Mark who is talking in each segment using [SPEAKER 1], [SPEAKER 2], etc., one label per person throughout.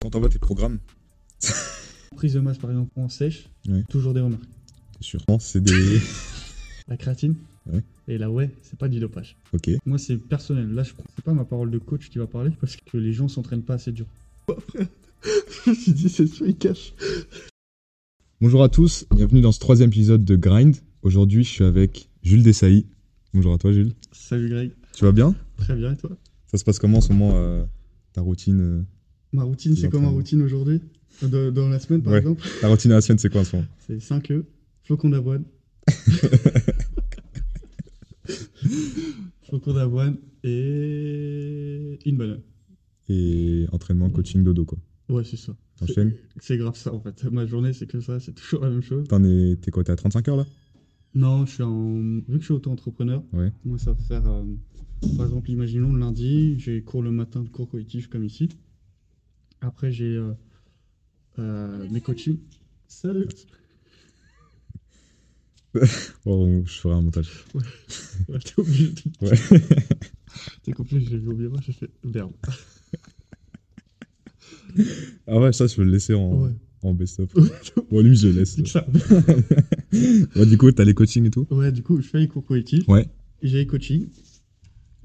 [SPEAKER 1] quand t'envoies tes programmes,
[SPEAKER 2] Prise de masse, par exemple, en sèche,
[SPEAKER 1] Ouais.
[SPEAKER 2] toujours des remarques.
[SPEAKER 1] c'est sûr. Non, c'est des.
[SPEAKER 2] La créatine
[SPEAKER 1] Ouais.
[SPEAKER 2] et la ouais, c'est pas du dopage.
[SPEAKER 1] ok.
[SPEAKER 2] Moi, c'est personnel. Là, je crois. C'est pas ma parole de coach qui va parler parce que les gens s'entraînent pas assez dur.
[SPEAKER 3] Je me suis dit, c'est sûr, il cache.
[SPEAKER 1] Bonjour à tous, bienvenue dans ce troisième épisode de Grind. Aujourd'hui, je suis avec Jules Dessailly. Bonjour à toi, Jules.
[SPEAKER 2] Salut Greg,
[SPEAKER 1] Tu vas bien
[SPEAKER 2] très bien et toi
[SPEAKER 1] Ça se passe comment en ce moment euh, ta routine euh,
[SPEAKER 2] Ma routine, c'est quoi ma
[SPEAKER 1] L'entraînement.
[SPEAKER 2] routine aujourd'hui dans, dans la semaine, par
[SPEAKER 1] Ouais.
[SPEAKER 2] exemple,
[SPEAKER 1] Ta routine à la semaine, c'est quoi en ce moment
[SPEAKER 2] c'est 5 œufs, flocons d'avoine. flocons d'avoine et une banane.
[SPEAKER 1] Et entraînement, coaching, dodo, quoi.
[SPEAKER 2] Ouais, c'est ça.
[SPEAKER 1] T'enchaînes
[SPEAKER 2] C'est grave ça en fait. Ma journée, c'est que ça, c'est toujours la même chose.
[SPEAKER 1] T'en es. T'es quoi T'es à 35 heures là
[SPEAKER 2] Non, je suis en... vu que je suis auto-entrepreneur,
[SPEAKER 1] Ouais.
[SPEAKER 2] moi ça va faire, euh, par exemple, imaginons le lundi, j'ai cours le matin de cours collectif comme ici. Après, j'ai euh, euh, mes coachings. Salut
[SPEAKER 1] Oh, je ferai un montage.
[SPEAKER 2] Ouais, T'es obligé de...
[SPEAKER 1] Ouais.
[SPEAKER 2] T'es compris, j'ai oublié moi, j'ai fait merde.
[SPEAKER 1] Ah ouais, ça, je peux le laisser en,
[SPEAKER 2] Ouais.
[SPEAKER 1] en best-of. bon, lui, je le laisse.
[SPEAKER 2] C'est que ça.
[SPEAKER 1] Ouais, du coup, t'as les coachings et tout
[SPEAKER 2] Ouais, du coup, je fais les cours collectifs.
[SPEAKER 1] Ouais.
[SPEAKER 2] J'ai les coachings.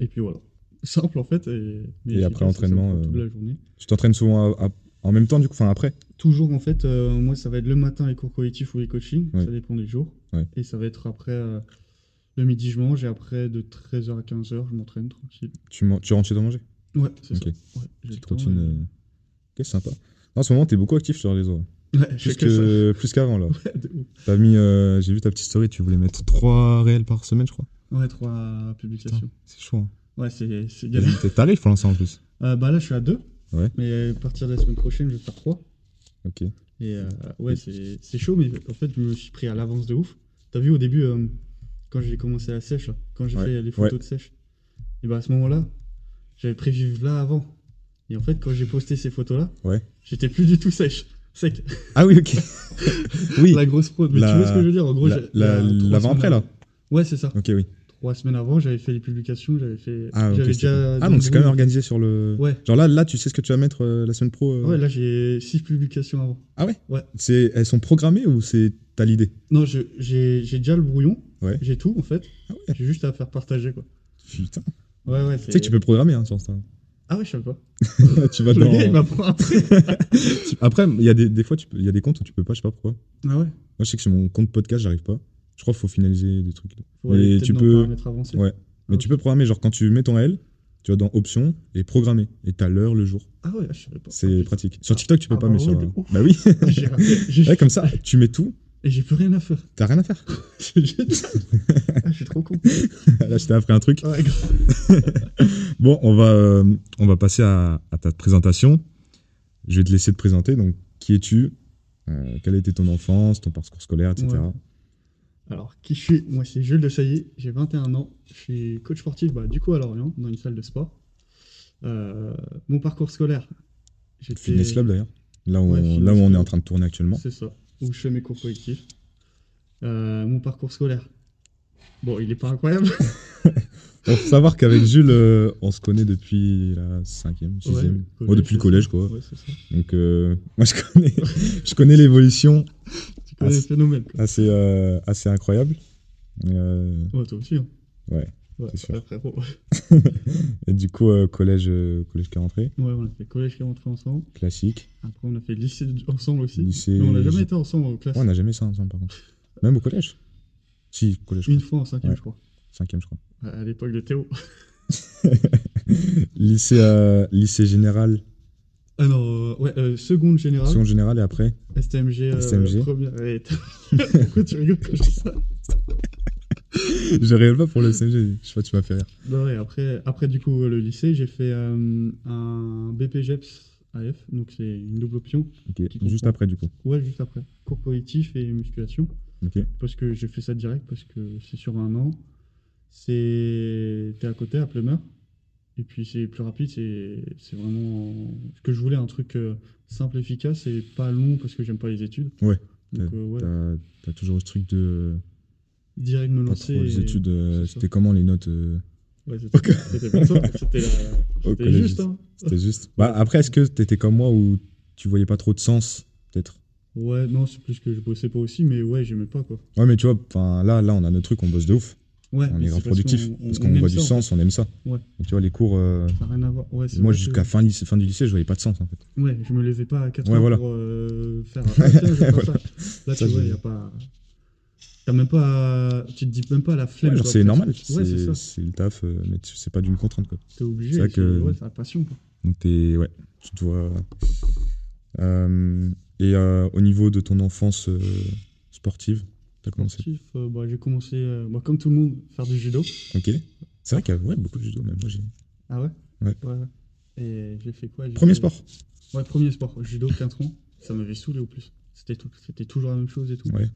[SPEAKER 2] Et puis voilà. Simple en fait. Et, mais
[SPEAKER 1] Et
[SPEAKER 2] j'ai
[SPEAKER 1] après
[SPEAKER 2] passé ça
[SPEAKER 1] l'entraînement,
[SPEAKER 2] pour toute
[SPEAKER 1] euh,
[SPEAKER 2] la journée.
[SPEAKER 1] Tu t'entraînes souvent à- à- en même temps, du coup, enfin après
[SPEAKER 2] Toujours en fait, euh, moi ça va être le matin les cours collectifs ou les coachings,
[SPEAKER 1] Ouais.
[SPEAKER 2] ça dépend des jours.
[SPEAKER 1] Ouais.
[SPEAKER 2] Et ça va être après euh, le midi je mange et après de 13h à 15h je m'entraîne tranquille.
[SPEAKER 1] Tu, man- tu rentres chez toi manger
[SPEAKER 2] Ouais, c'est
[SPEAKER 1] Ok.
[SPEAKER 2] ça. Ouais, j'ai le
[SPEAKER 1] Petite
[SPEAKER 2] temps,
[SPEAKER 1] routine.
[SPEAKER 2] ouais.
[SPEAKER 1] euh, Ok, sympa. En ce moment, t'es beaucoup actif sur les réseaux. hein.
[SPEAKER 2] Ouais, je
[SPEAKER 1] Plus
[SPEAKER 2] fais que ça.
[SPEAKER 1] que- plus qu'avant, là.
[SPEAKER 2] Ouais, de ouf.
[SPEAKER 1] T'as mis. euh, J'ai vu ta petite story, tu voulais mettre 3 réels par semaine, je crois.
[SPEAKER 2] Ouais, trois publications.
[SPEAKER 1] C'est chaud. Hein.
[SPEAKER 2] Ouais, c'est c'est
[SPEAKER 1] Et
[SPEAKER 2] galère.
[SPEAKER 1] donc, T'es tarif pour l'instant en plus.
[SPEAKER 2] Euh, bah là je suis à deux.
[SPEAKER 1] Ouais.
[SPEAKER 2] Mais à partir de la semaine prochaine je vais faire trois.
[SPEAKER 1] Ok.
[SPEAKER 2] Et euh,
[SPEAKER 1] Mmh.
[SPEAKER 2] ouais, c'est c'est chaud, mais en fait, je me suis pris à l'avance de ouf. T'as vu au début, euh, quand j'ai commencé la sèche, là, quand j'ai
[SPEAKER 1] Ouais.
[SPEAKER 2] fait les photos de sèche, et bah à ce moment-là, j'avais prévu là avant. Et en fait, quand j'ai posté ces photos-là,
[SPEAKER 1] Ouais.
[SPEAKER 2] j'étais plus du tout sèche. Sec.
[SPEAKER 1] Ah oui, ok. oui.
[SPEAKER 2] La grosse fraude. Mais
[SPEAKER 1] La-
[SPEAKER 2] tu vois ce que je veux dire En gros,
[SPEAKER 1] La-
[SPEAKER 2] j'ai- il y
[SPEAKER 1] la-
[SPEAKER 2] a trois
[SPEAKER 1] L'avant-après,
[SPEAKER 2] semaines
[SPEAKER 1] là
[SPEAKER 2] avant- Ouais, c'est ça.
[SPEAKER 1] Ok, oui.
[SPEAKER 2] Trois semaines avant, j'avais fait les publications, j'avais fait.
[SPEAKER 1] Ah, ok,
[SPEAKER 2] j'avais
[SPEAKER 1] c'est cool. Ah, donc c'est quand même organisé sur le.
[SPEAKER 2] Ouais.
[SPEAKER 1] Genre là, là, tu sais ce que tu vas mettre euh, la semaine pro euh,
[SPEAKER 2] Ouais, là, j'ai six publications avant.
[SPEAKER 1] C'est elles sont programmées ou c'est t'as l'idée
[SPEAKER 2] Non, je- j'ai j'ai déjà le brouillon.
[SPEAKER 1] Ouais.
[SPEAKER 2] J'ai tout, en fait.
[SPEAKER 1] Ah ouais.
[SPEAKER 2] J'ai juste à faire partager, quoi.
[SPEAKER 1] Putain. Tu
[SPEAKER 2] Ouais, ouais.
[SPEAKER 1] sais que tu peux programmer hein, sur Insta.
[SPEAKER 2] Ah ouais, je savais pas.
[SPEAKER 1] tu vas
[SPEAKER 2] Le gars, il
[SPEAKER 1] dans...
[SPEAKER 2] m'apprend après.
[SPEAKER 1] Après, il y a des, des fois, tu peux- il y a des comptes où tu peux pas, je sais pas pourquoi. Moi,
[SPEAKER 2] ah ouais.
[SPEAKER 1] je sais que sur mon compte podcast, j'arrive pas. Je crois qu'il faut finaliser des trucs.
[SPEAKER 2] Faut aller
[SPEAKER 1] Mais
[SPEAKER 2] peut-être
[SPEAKER 1] tu
[SPEAKER 2] dans
[SPEAKER 1] peux-
[SPEAKER 2] paramètres avancés.
[SPEAKER 1] Ouais. Mais
[SPEAKER 2] Ah,
[SPEAKER 1] tu
[SPEAKER 2] ok.
[SPEAKER 1] peux programmer, genre quand tu mets ton L, tu vas dans options et programmer. Et t'as l'heure, le jour.
[SPEAKER 2] Ah ouais, je savais pas.
[SPEAKER 1] C'est pratique. Sur TikTok, tu peux
[SPEAKER 2] Ah
[SPEAKER 1] pas,
[SPEAKER 2] bah
[SPEAKER 1] mais sur.
[SPEAKER 2] ouais, de ouf.
[SPEAKER 1] Bah oui.
[SPEAKER 2] J'ai raté. J'ai-
[SPEAKER 1] ouais, comme ça, tu mets tout,
[SPEAKER 2] Et j'ai plus rien à faire.
[SPEAKER 1] t'as rien à faire.
[SPEAKER 2] C'est génial. ah, je suis trop con. Ah
[SPEAKER 1] là, je t'ai appris un truc.
[SPEAKER 2] Ouais, grave.
[SPEAKER 1] Bon, on va, euh, on va passer à, à ta présentation. Je vais te laisser te présenter. Donc, qui es-tu Euh, Quelle a été ton enfance, ton parcours scolaire, etc.
[SPEAKER 2] Ouais. Alors, qui je suis Moi, c'est Jules de Sailly. J'ai 21 ans. Je suis coach sportif, bah, du coup, à Lorient, dans une salle de sport. Euh, mon parcours scolaire. J'étais.
[SPEAKER 1] Fitness Lab d'ailleurs. Là où,
[SPEAKER 2] Ouais,
[SPEAKER 1] on,
[SPEAKER 2] Fitness
[SPEAKER 1] là où on est
[SPEAKER 2] Lab.
[SPEAKER 1] en train de tourner actuellement.
[SPEAKER 2] C'est ça. Où je fais mes cours collectifs. Euh, mon parcours scolaire. Bon, il est pas incroyable.
[SPEAKER 1] Bon, faut savoir qu'avec Jules, euh, on se connaît depuis la 5e, 6e.
[SPEAKER 2] Ouais,
[SPEAKER 1] Oh, depuis le
[SPEAKER 2] collège,
[SPEAKER 1] collège, quoi.
[SPEAKER 2] c'est ça. Ouais, c'est ça.
[SPEAKER 1] Donc, euh, moi, je connais, je connais l'évolution
[SPEAKER 2] Tu connais
[SPEAKER 1] Ah,
[SPEAKER 2] le
[SPEAKER 1] c'est-
[SPEAKER 2] phénomène, quoi.
[SPEAKER 1] assez, euh, assez incroyable. Euh,
[SPEAKER 2] Ouais, toi aussi, hein.
[SPEAKER 1] ouais.
[SPEAKER 2] Ouais,
[SPEAKER 1] C'est sûr.
[SPEAKER 2] ouais, frérot. Ouais,
[SPEAKER 1] Et du coup, euh, collège, euh, collège qui est rentré,
[SPEAKER 2] on a fait collège qui est rentré ensemble.
[SPEAKER 1] classique.
[SPEAKER 2] Après, on a fait lycée d- ensemble aussi.
[SPEAKER 1] Lycée.
[SPEAKER 2] Mais on n'a jamais
[SPEAKER 1] Ouais,
[SPEAKER 2] été ensemble en classe.
[SPEAKER 1] on n'a jamais ça ensemble, par contre. Même au collège. Si, collège,
[SPEAKER 2] Une fois en cinquième,
[SPEAKER 1] Ouais.
[SPEAKER 2] je crois.
[SPEAKER 1] 5e, je crois.
[SPEAKER 2] À à l'époque de Théo.
[SPEAKER 1] lycée, euh, lycée général,
[SPEAKER 2] Ah non, euh, ouais, euh, seconde générale.
[SPEAKER 1] seconde générale et après.
[SPEAKER 2] STMG, euh,
[SPEAKER 1] STMG.
[SPEAKER 2] première. et- Pourquoi tu rigoles quand je dis ça
[SPEAKER 1] je rigole pas pour le CG, je sais pas, tu m'as fait rire.
[SPEAKER 2] Non, et après, après, du coup, le lycée, j'ai fait euh, un BPGEPS AF. Donc, c'est une double option.
[SPEAKER 1] Ok,
[SPEAKER 2] Qui
[SPEAKER 1] juste
[SPEAKER 2] comprend.
[SPEAKER 1] après, du coup.
[SPEAKER 2] Ouais, juste après. Cours collectif et musculation.
[SPEAKER 1] Ok,
[SPEAKER 2] Parce que j'ai fait ça direct, parce que c'est sur un an. C'est. T'es à côté, à Plumeur. Et puis c'est plus rapide, c'est c'est vraiment. Ce que je voulais, un truc euh, simple, efficace et pas long parce que j'aime pas les études.
[SPEAKER 1] Ouais.
[SPEAKER 2] Donc, euh, ouais,
[SPEAKER 1] t'as t'as toujours ce truc de.
[SPEAKER 2] direct me
[SPEAKER 1] Pas trop
[SPEAKER 2] lancer.
[SPEAKER 1] les
[SPEAKER 2] et-
[SPEAKER 1] études, euh,
[SPEAKER 2] c'est ça.
[SPEAKER 1] c'était comment les notes euh,
[SPEAKER 2] Ouais, c'était c'était comme ça, c'était la-
[SPEAKER 1] au
[SPEAKER 2] c'était
[SPEAKER 1] collège
[SPEAKER 2] juste, hein.
[SPEAKER 1] C'était juste. Bah, après, est-ce que t'étais comme moi ou tu voyais pas trop de sens, peut-être.
[SPEAKER 2] Ouais, non, c'est plus que je bossais pas aussi, mais ouais, j'aimais pas quoi.
[SPEAKER 1] Ouais, mais tu vois, 'fin, là, là, on a notre truc, on bosse de ouf.
[SPEAKER 2] Ouais,
[SPEAKER 1] on
[SPEAKER 2] mais
[SPEAKER 1] est
[SPEAKER 2] c'est
[SPEAKER 1] grave
[SPEAKER 2] parce
[SPEAKER 1] productif.
[SPEAKER 2] qu'on- on-
[SPEAKER 1] Parce
[SPEAKER 2] on
[SPEAKER 1] qu'on
[SPEAKER 2] aime
[SPEAKER 1] voit du
[SPEAKER 2] ça, en
[SPEAKER 1] sens, on aime ça.
[SPEAKER 2] Ouais.
[SPEAKER 1] Donc, tu vois, les cours. euh,
[SPEAKER 2] fait. Ça n'a rien à voir. Ouais, c'est
[SPEAKER 1] moi,
[SPEAKER 2] vrai que-
[SPEAKER 1] jusqu'à fin, lycée- fin du lycée, je voyais pas de sens, en fait.
[SPEAKER 2] Ouais, je me levais pas à 4
[SPEAKER 1] Ouais,
[SPEAKER 2] heures
[SPEAKER 1] voilà.
[SPEAKER 2] pour euh, faire. Ah, tiens, je vais faire ça. Là,
[SPEAKER 1] Ça,
[SPEAKER 2] tu vois,
[SPEAKER 1] je-
[SPEAKER 2] il a pas. T'as même pas. Tu te dis même pas la flemme.
[SPEAKER 1] Ouais, genre,
[SPEAKER 2] quoi,
[SPEAKER 1] c'est
[SPEAKER 2] peut-être.
[SPEAKER 1] normal.
[SPEAKER 2] Ouais, c'est ça.
[SPEAKER 1] c'est c'est le taf, euh, mais tu- c'est pas d'une contrainte, quoi.
[SPEAKER 2] T'es obligé.
[SPEAKER 1] c'est vrai
[SPEAKER 2] C'est
[SPEAKER 1] que-
[SPEAKER 2] Ouais, c'est la passion. Quoi.
[SPEAKER 1] Donc t'es, ouais, tu dois. Euh, et euh, au niveau de ton enfance euh, sportive, t'as commencé.
[SPEAKER 2] Sportif, euh, bah, j'ai commencé, euh, bah, comme tout le monde, faire du judo.
[SPEAKER 1] Ok. C'est vrai qu'il y a ouais, beaucoup de judo. Même moi, j'ai.
[SPEAKER 2] Ah ouais
[SPEAKER 1] Ouais.
[SPEAKER 2] Et j'ai fait quoi j'ai
[SPEAKER 1] Premier
[SPEAKER 2] fait-
[SPEAKER 1] sport.
[SPEAKER 2] Ouais, premier sport. Judo, 4 ans. Ça m'avait saoulé au plus. C'était tout- c'était toujours la même chose et tout.
[SPEAKER 1] Ouais.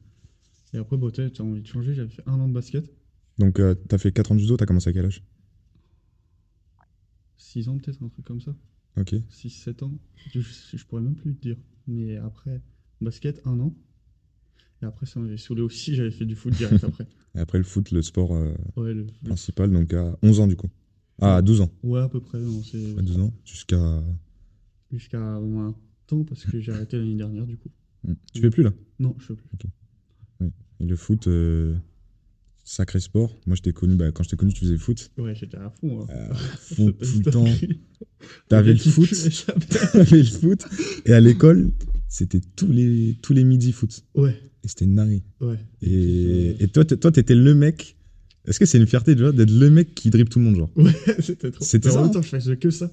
[SPEAKER 2] Et après, bah, t'as t'as envie de changer. J'avais fait un an de basket.
[SPEAKER 1] Donc euh, t'as fait 4 ans de judo. T'as commencé à quel âge
[SPEAKER 2] 6 ans, peut-être, un truc comme ça.
[SPEAKER 1] Ok.
[SPEAKER 2] 6-7 ans. Je, je- je pourrais même plus te dire. Mais après, basket, un an. Et après, ça m'avait saoulé aussi. J'avais fait du foot direct après.
[SPEAKER 1] Et après le foot, le sport euh,
[SPEAKER 2] Ouais, le- le-
[SPEAKER 1] principal. Donc à 11 ans du coup. Ah, à 12 ans.
[SPEAKER 2] ouais, à peu près. non, c'est
[SPEAKER 1] À 12 ans jusqu'à. hmm.
[SPEAKER 2] jusqu'à un temps parce que j'ai arrêté l'année dernière, du coup.
[SPEAKER 1] Hmm. Tu fais plus là.
[SPEAKER 2] Non, je sais plus.
[SPEAKER 1] Et le foot, euh, sacré sport. Moi, je t'ai connu. Bah, quand je t'ai connu, tu faisais le foot.
[SPEAKER 2] Ouais, j'étais à fond. hein.
[SPEAKER 1] Euh, foot tout le temps.
[SPEAKER 2] gars
[SPEAKER 1] T'avais le
[SPEAKER 2] qui
[SPEAKER 1] foot.
[SPEAKER 2] puait, ça me-
[SPEAKER 1] T'avais le foot. Et à l'école, c'était tous les tous les midis foot.
[SPEAKER 2] Ouais,
[SPEAKER 1] Et c'était une dinguerie.
[SPEAKER 2] ouais.
[SPEAKER 1] Et, et toi, t- toi, t'étais le mec. Est-ce que c'est une fierté tu vois, d'être le mec qui dribble tout le monde, genre
[SPEAKER 2] Ouais, c'était trop.
[SPEAKER 1] C'était
[SPEAKER 2] Mais
[SPEAKER 1] ça,
[SPEAKER 2] En
[SPEAKER 1] hein.
[SPEAKER 2] même temps, je faisais que ça.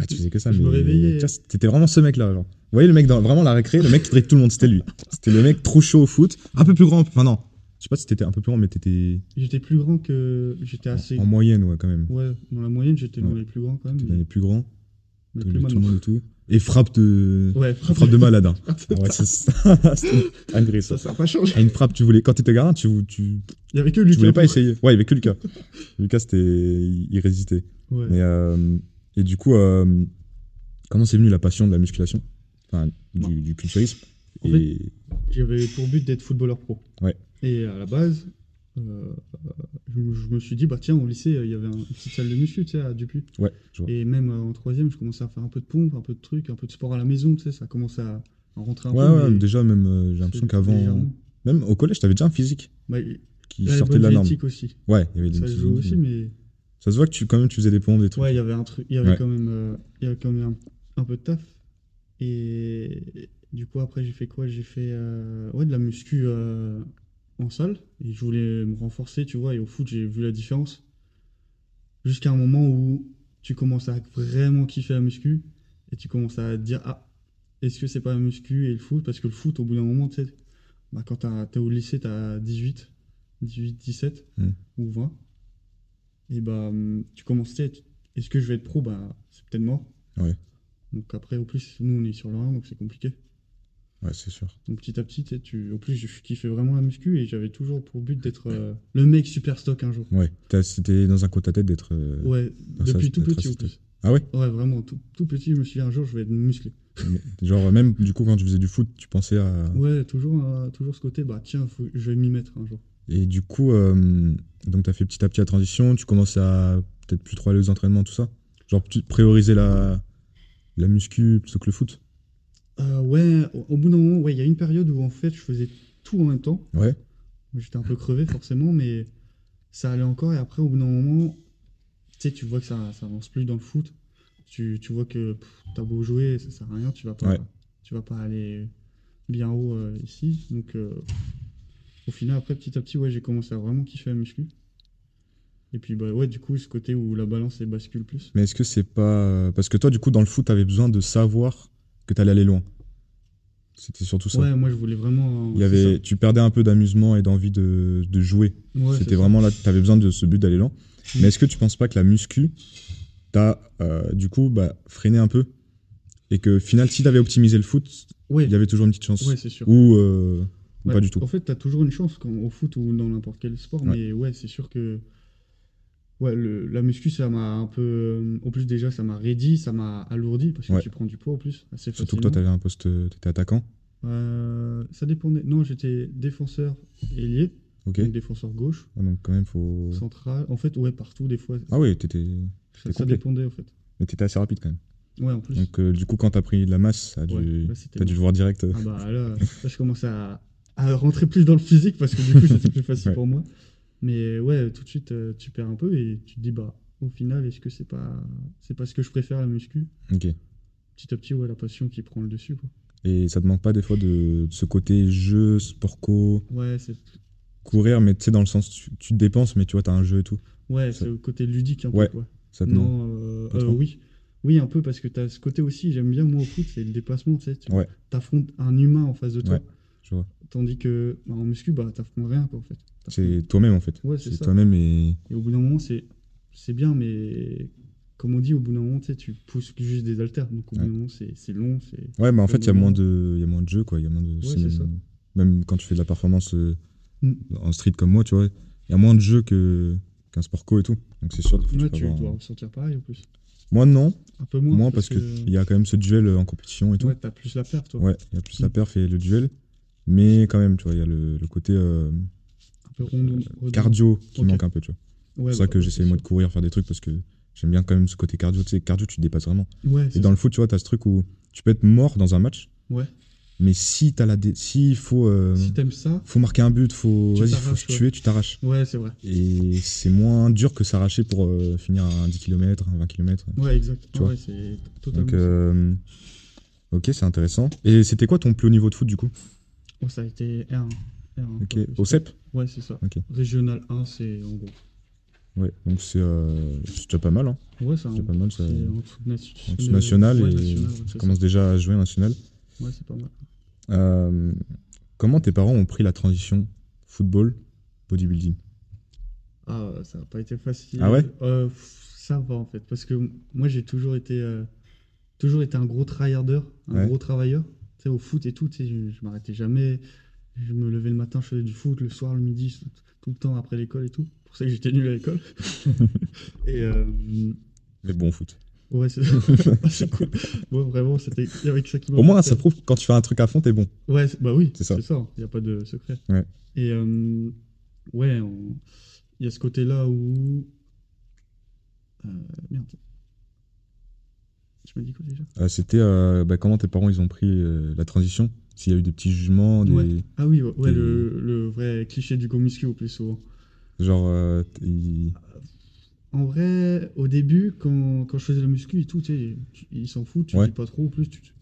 [SPEAKER 1] Ah, tu faisais que ça,
[SPEAKER 2] Je
[SPEAKER 1] mais.
[SPEAKER 2] me réveillais.
[SPEAKER 1] tu vois, c- T'étais vraiment ce mec-là, genre. Vous voyez le mec dans vraiment la récré, le mec qui dribble tout le monde, c'était lui. C'était le mec trop chaud au foot, un peu plus grand. Enfin non, je sais pas si t'étais un peu plus grand, mais t'étais
[SPEAKER 2] J'étais plus grand que. J'étais assez.
[SPEAKER 1] en moyenne, ouais, quand même.
[SPEAKER 2] Ouais, dans la moyenne, j'étais dans
[SPEAKER 1] Ouais.
[SPEAKER 2] les plus grands quand même.
[SPEAKER 1] T'étais
[SPEAKER 2] mais-
[SPEAKER 1] les plus grands,
[SPEAKER 2] mais plus
[SPEAKER 1] dribblait tout le
[SPEAKER 2] mal.
[SPEAKER 1] monde et tout. Et frappe de,
[SPEAKER 2] Ouais,
[SPEAKER 1] frappe de malade. Hein.
[SPEAKER 2] frappe
[SPEAKER 1] Ah ouais, ça, ça- c'était dingue, ça.
[SPEAKER 2] Ça, ça n'a pas changé.
[SPEAKER 1] À une frappe, tu voulais. Quand t'étais gamin, tu, tu,
[SPEAKER 2] Il y avait que
[SPEAKER 1] tu
[SPEAKER 2] Lucas.
[SPEAKER 1] voulais pas
[SPEAKER 2] pour-
[SPEAKER 1] essayer. Ouais, il y avait que Lucas. Lucas, c'était, il il résistait.
[SPEAKER 2] Ouais.
[SPEAKER 1] Mais, euh, et du coup, euh, comment c'est venu la passion de la musculation Enfin, du, du culturisme
[SPEAKER 2] Bah. En
[SPEAKER 1] et...
[SPEAKER 2] J'avais pour but d'être footballeur pro.
[SPEAKER 1] Ouais.
[SPEAKER 2] Et à la base, euh, je, je me suis dit, bah tiens, au lycée, il y avait un- une petite salle de muscu, tu sais, à Dupuis.
[SPEAKER 1] Ouais, je vois.
[SPEAKER 2] Et même euh, en troisième, je commençais à faire un peu de pompe, un peu de trucs, un peu de sport à la maison, tu sais, ça commençait à, à rentrer un
[SPEAKER 1] Ouais,
[SPEAKER 2] peu.
[SPEAKER 1] ouais,
[SPEAKER 2] mais-
[SPEAKER 1] déjà, même, euh, j'ai l'impression qu'avant.
[SPEAKER 2] légèrement.
[SPEAKER 1] Même au collège, t'avais déjà un physique
[SPEAKER 2] Bah, il-
[SPEAKER 1] qui
[SPEAKER 2] la
[SPEAKER 1] sortait de la
[SPEAKER 2] bonne
[SPEAKER 1] norme.
[SPEAKER 2] génétique aussi.
[SPEAKER 1] Ouais, il y avait des
[SPEAKER 2] Ça
[SPEAKER 1] petits-
[SPEAKER 2] joue aussi, mais
[SPEAKER 1] Ça se voit que tu, quand même, tu faisais des pompes, des trucs.
[SPEAKER 2] ouais, il y avait un truc, il y avait
[SPEAKER 1] Ouais.
[SPEAKER 2] quand même, euh, il y avait quand même un, un peu de taf. Et du coup, après, j'ai fait quoi? J'ai fait euh, ouais, de la muscu euh, en salle. Et je voulais me renforcer, tu vois. Et au foot, j'ai vu la différence. Jusqu'à un moment où tu commences à vraiment kiffer la muscu et tu commences à te dire, ah, est-ce que c'est pas la muscu et le foot? Parce que le foot, au bout d'un moment, tu sais, bah, quand t'as- t'es au lycée, t'as 18, 18, 17
[SPEAKER 1] Mm.
[SPEAKER 2] ou 20. Et bah, hum, tu commences, tu sais, tu- est-ce que je vais être pro? Bah, c'est peut-être mort.
[SPEAKER 1] Ouais.
[SPEAKER 2] Donc après, au plus, nous, on est sur le 1, donc c'est compliqué.
[SPEAKER 1] Ouais, c'est sûr.
[SPEAKER 2] Donc petit à petit, tu sais, tu... au plus, je kiffais vraiment la muscu et j'avais toujours pour but d'être euh, le mec super stock un jour.
[SPEAKER 1] Ouais, T'as- c'était dans un quota tête d'être. euh,
[SPEAKER 2] Ouais,
[SPEAKER 1] Ah, ça,
[SPEAKER 2] depuis
[SPEAKER 1] c'est
[SPEAKER 2] tout
[SPEAKER 1] très
[SPEAKER 2] petit au
[SPEAKER 1] stock.
[SPEAKER 2] plus.
[SPEAKER 1] Ah ouais
[SPEAKER 2] Ouais, vraiment, tout, tout petit, je me suis dit un jour, je vais être musclé.
[SPEAKER 1] Genre, même du coup, quand tu faisais du foot, tu pensais à.
[SPEAKER 2] Ouais, toujours, euh, toujours ce côté, bah tiens, faut- je vais m'y mettre un jour.
[SPEAKER 1] Et du coup, euh, donc t'as fait petit à petit la transition, tu commences à peut-être plus trop aller aux entraînements, tout ça. Genre tu prioriser la, la muscu plutôt que le foot.
[SPEAKER 2] Euh, ouais, au, au bout d'un moment, ouais, il y a une période où en fait, je faisais tout en même temps.
[SPEAKER 1] Ouais.
[SPEAKER 2] Moi, J'étais un peu crevé forcément, mais ça allait encore. Et après, au bout d'un moment, tu sais, tu vois que ça, ça avance plus dans le foot. Tu, tu vois que pff, t'as beau jouer, ça sert à rien. Tu vas pas,
[SPEAKER 1] Ouais.
[SPEAKER 2] tu vas pas aller bien haut euh, ici. Donc, euh, au final, après, petit à petit, ouais, j'ai commencé à vraiment kiffer la muscu. Et puis, bah ouais, du coup, ce côté où la balance elle bascule plus.
[SPEAKER 1] Mais est-ce que c'est pas. euh, Parce que toi, du coup, dans le foot, t'avais besoin de savoir que t'allais aller loin. C'était surtout ça.
[SPEAKER 2] Ouais, moi, je voulais vraiment. euh,
[SPEAKER 1] Il y avait, tu perdais un peu d'amusement et d'envie de, de jouer. C'était vraiment là, t'avais besoin de ce but d'aller loin.
[SPEAKER 2] Mm.
[SPEAKER 1] Mais est-ce que tu penses pas que la muscu t'as euh, du coup bah, freiné un peu et que final, si t'avais optimisé le foot,
[SPEAKER 2] Ouais,
[SPEAKER 1] il y avait toujours une petite chance
[SPEAKER 2] ouais, c'est sûr.
[SPEAKER 1] ou, euh, ou
[SPEAKER 2] Ouais,
[SPEAKER 1] pas du tout.
[SPEAKER 2] En fait, tu as toujours une chance quand, au foot ou dans n'importe quel sport,
[SPEAKER 1] Ouais.
[SPEAKER 2] mais ouais, c'est sûr que ouais, le- la muscu, ça m'a un peu. euh, En plus, déjà, ça m'a raidi, ça m'a alourdi parce que
[SPEAKER 1] Ouais.
[SPEAKER 2] tu prends du poids en plus. Assez
[SPEAKER 1] Surtout que toi,
[SPEAKER 2] facilement.
[SPEAKER 1] t'avais un poste, euh, t'étais attaquant.
[SPEAKER 2] Euh, ça dépendait. Non, j'étais défenseur ailier,
[SPEAKER 1] Ok.
[SPEAKER 2] donc défenseur gauche,
[SPEAKER 1] Ah, donc quand même, faut.
[SPEAKER 2] central. En fait, ouais, partout, des fois.
[SPEAKER 1] Ah oui, t'étais.
[SPEAKER 2] ça, ça
[SPEAKER 1] complet.
[SPEAKER 2] dépendait en fait.
[SPEAKER 1] Mais t'étais assez rapide quand même.
[SPEAKER 2] Ouais, en plus.
[SPEAKER 1] Donc, euh, du coup, quand t'as pris de la masse, ça a dû-
[SPEAKER 2] Ouais, là, c'était
[SPEAKER 1] t'as dû voir direct. euh,
[SPEAKER 2] Ah bah là, là, je commence à, à rentrer plus dans le physique parce que du coup c'était plus facile
[SPEAKER 1] Ouais.
[SPEAKER 2] pour moi. Mais ouais, tout de suite euh, tu perds un peu et tu te dis bah au final est-ce que c'est pas c'est pas ce que je préfère la muscu
[SPEAKER 1] Ok.
[SPEAKER 2] Petit à petit ouais la passion qui prend le dessus quoi.
[SPEAKER 1] Et ça te manque pas des fois de, de ce côté jeu, sport co,
[SPEAKER 2] Ouais c'est
[SPEAKER 1] courir, mais tu sais, dans le sens, tu, tu te dépenses, mais tu vois, t'as un jeu et tout.
[SPEAKER 2] ouais
[SPEAKER 1] Ça-
[SPEAKER 2] c'est le côté ludique un
[SPEAKER 1] Ouais,
[SPEAKER 2] peu quoi.
[SPEAKER 1] Ça te manque.
[SPEAKER 2] Non euh,
[SPEAKER 1] Pas
[SPEAKER 2] euh,
[SPEAKER 1] trop
[SPEAKER 2] oui oui un peu parce que t'as ce côté aussi j'aime bien moi au foot c'est le dépassement tu sais tu
[SPEAKER 1] Ouais.
[SPEAKER 2] t'affrontes un humain en face de toi
[SPEAKER 1] Ouais, je vois.
[SPEAKER 2] tandis que bah, en muscu bah t'affrontes rien quoi en fait.
[SPEAKER 1] C'est toi-même, en fait.
[SPEAKER 2] Ouais, c'est
[SPEAKER 1] c'est
[SPEAKER 2] ça.
[SPEAKER 1] toi-même et.
[SPEAKER 2] Et au bout d'un moment, c'est c'est bien, mais comme on dit, au bout d'un moment, tu sais, tu pousses juste des haltères. Donc au bout
[SPEAKER 1] Ouais.
[SPEAKER 2] d'un moment, c'est c'est long. c'est-
[SPEAKER 1] Ouais, bah en
[SPEAKER 2] Au
[SPEAKER 1] fait, il y a
[SPEAKER 2] moment-
[SPEAKER 1] moins de, il y a moins de jeux, quoi. Il y a moins de. c'est
[SPEAKER 2] c'est
[SPEAKER 1] même,
[SPEAKER 2] ça.
[SPEAKER 1] même quand tu fais de la performance euh,
[SPEAKER 2] Mm.
[SPEAKER 1] en street comme moi, tu vois, il y a moins de jeux que qu'un sport co et tout. Donc c'est sûr. des fois,
[SPEAKER 2] Là,
[SPEAKER 1] peux
[SPEAKER 2] tu
[SPEAKER 1] avoir
[SPEAKER 2] dois
[SPEAKER 1] un-
[SPEAKER 2] ressentir pareil en plus.
[SPEAKER 1] Moi non,
[SPEAKER 2] Un peu moins.
[SPEAKER 1] moi, parce que il y a quand même ce duel euh, en compétition et tout.
[SPEAKER 2] Ouais, t'as plus la perte, toi.
[SPEAKER 1] Ouais, il y a plus la
[SPEAKER 2] Mm.
[SPEAKER 1] perf et le duel, mais quand même, tu vois, il y a le, le côté euh,
[SPEAKER 2] Un peu rond, rond-
[SPEAKER 1] cardio qui
[SPEAKER 2] Ok.
[SPEAKER 1] manque un peu, tu vois.
[SPEAKER 2] Ouais,
[SPEAKER 1] c'est ça
[SPEAKER 2] bah,
[SPEAKER 1] que
[SPEAKER 2] ouais,
[SPEAKER 1] j'essaie
[SPEAKER 2] c'est
[SPEAKER 1] moi de
[SPEAKER 2] sûr.
[SPEAKER 1] courir, faire des trucs parce que j'aime bien quand même ce côté cardio. Tu sais, cardio, tu te dépasses vraiment.
[SPEAKER 2] Ouais,
[SPEAKER 1] Et
[SPEAKER 2] c'est
[SPEAKER 1] dans le foot, tu vois, t'as ce truc où tu peux être mort dans un match.
[SPEAKER 2] Ouais.
[SPEAKER 1] Mais si t'as la, dé- si il faut, euh,
[SPEAKER 2] ça. Si t'aimes ça,
[SPEAKER 1] faut marquer un but, faut,
[SPEAKER 2] Tu
[SPEAKER 1] vas-y, faut
[SPEAKER 2] t'arraches,
[SPEAKER 1] se tuer, tu t'arraches.
[SPEAKER 2] ouais, c'est vrai.
[SPEAKER 1] Et c'est moins dur que s'arracher pour euh, finir à un 10 km, un 20 km.
[SPEAKER 2] Ouais, exact.
[SPEAKER 1] Tu
[SPEAKER 2] Ah
[SPEAKER 1] vois.
[SPEAKER 2] ouais, c'est totalement.
[SPEAKER 1] Donc,
[SPEAKER 2] ça.
[SPEAKER 1] euh, ok, c'est intéressant. Et c'était quoi ton plus haut niveau de foot du coup
[SPEAKER 2] Oh, ça a été R1. R1,
[SPEAKER 1] Ok,
[SPEAKER 2] quoi, juste.
[SPEAKER 1] au E CEP
[SPEAKER 2] Ouais, c'est ça.
[SPEAKER 1] Ok.
[SPEAKER 2] Régional 1, c'est en gros.
[SPEAKER 1] Ouais, donc c'est euh, c'est déjà pas mal. Hein.
[SPEAKER 2] Ouais, c'est un.
[SPEAKER 1] C'est pas mal, ça.
[SPEAKER 2] c'est en dessous de nat-
[SPEAKER 1] En dessous national,
[SPEAKER 2] Ouais,
[SPEAKER 1] et
[SPEAKER 2] national, ouais,
[SPEAKER 1] ça
[SPEAKER 2] c'est
[SPEAKER 1] commence déjà à jouer en national.
[SPEAKER 2] ça. Ouais, c'est pas mal.
[SPEAKER 1] Euh, comment tes parents ont pris la transition football bodybuilding
[SPEAKER 2] Ah, ça n'a pas été facile.
[SPEAKER 1] Ah ouais
[SPEAKER 2] Euh, pff, Ça va en fait, parce que m- moi j'ai toujours été, euh, toujours été un gros tryharder, un
[SPEAKER 1] Ouais.
[SPEAKER 2] gros travailleur. Tu sais, au foot et tout, tu sais, je, je m'arrêtais jamais. Je me levais le matin, je faisais du foot, le soir, le midi, tout, tout le temps après l'école et tout. C'est pour ça que j'étais nul à l'école. et euh,
[SPEAKER 1] Mais bon foot.
[SPEAKER 2] ouais, c'est c'est cool. Moi vraiment, c'était il y avait que ça qui
[SPEAKER 1] Au moins,
[SPEAKER 2] m'emportait.
[SPEAKER 1] ça prouve que quand tu fais un truc à fond, t'es bon.
[SPEAKER 2] Ouais, c'est- bah oui,
[SPEAKER 1] C'est
[SPEAKER 2] c'est
[SPEAKER 1] ça.
[SPEAKER 2] ça. Il n'y a pas de secret.
[SPEAKER 1] Ouais.
[SPEAKER 2] Et euh, ouais, on- il y a ce côté-là où. Euh, merde. Je me dis quoi déjà
[SPEAKER 1] Euh, c'était euh, bah, comment tes parents ils ont pris euh, la transition S'il y a eu des petits jugements, des...
[SPEAKER 2] Ouais. Ah oui, ouais, ouais,
[SPEAKER 1] Des-
[SPEAKER 2] le, le vrai cliché du go muscu au plus souvent.
[SPEAKER 1] genre euh, t- ils-
[SPEAKER 2] En vrai, au début, quand, quand je faisais la muscu et tout, tu sais, tu- ils s'en foutent, tu
[SPEAKER 1] Ouais.
[SPEAKER 2] dis pas trop, au plus tu, tu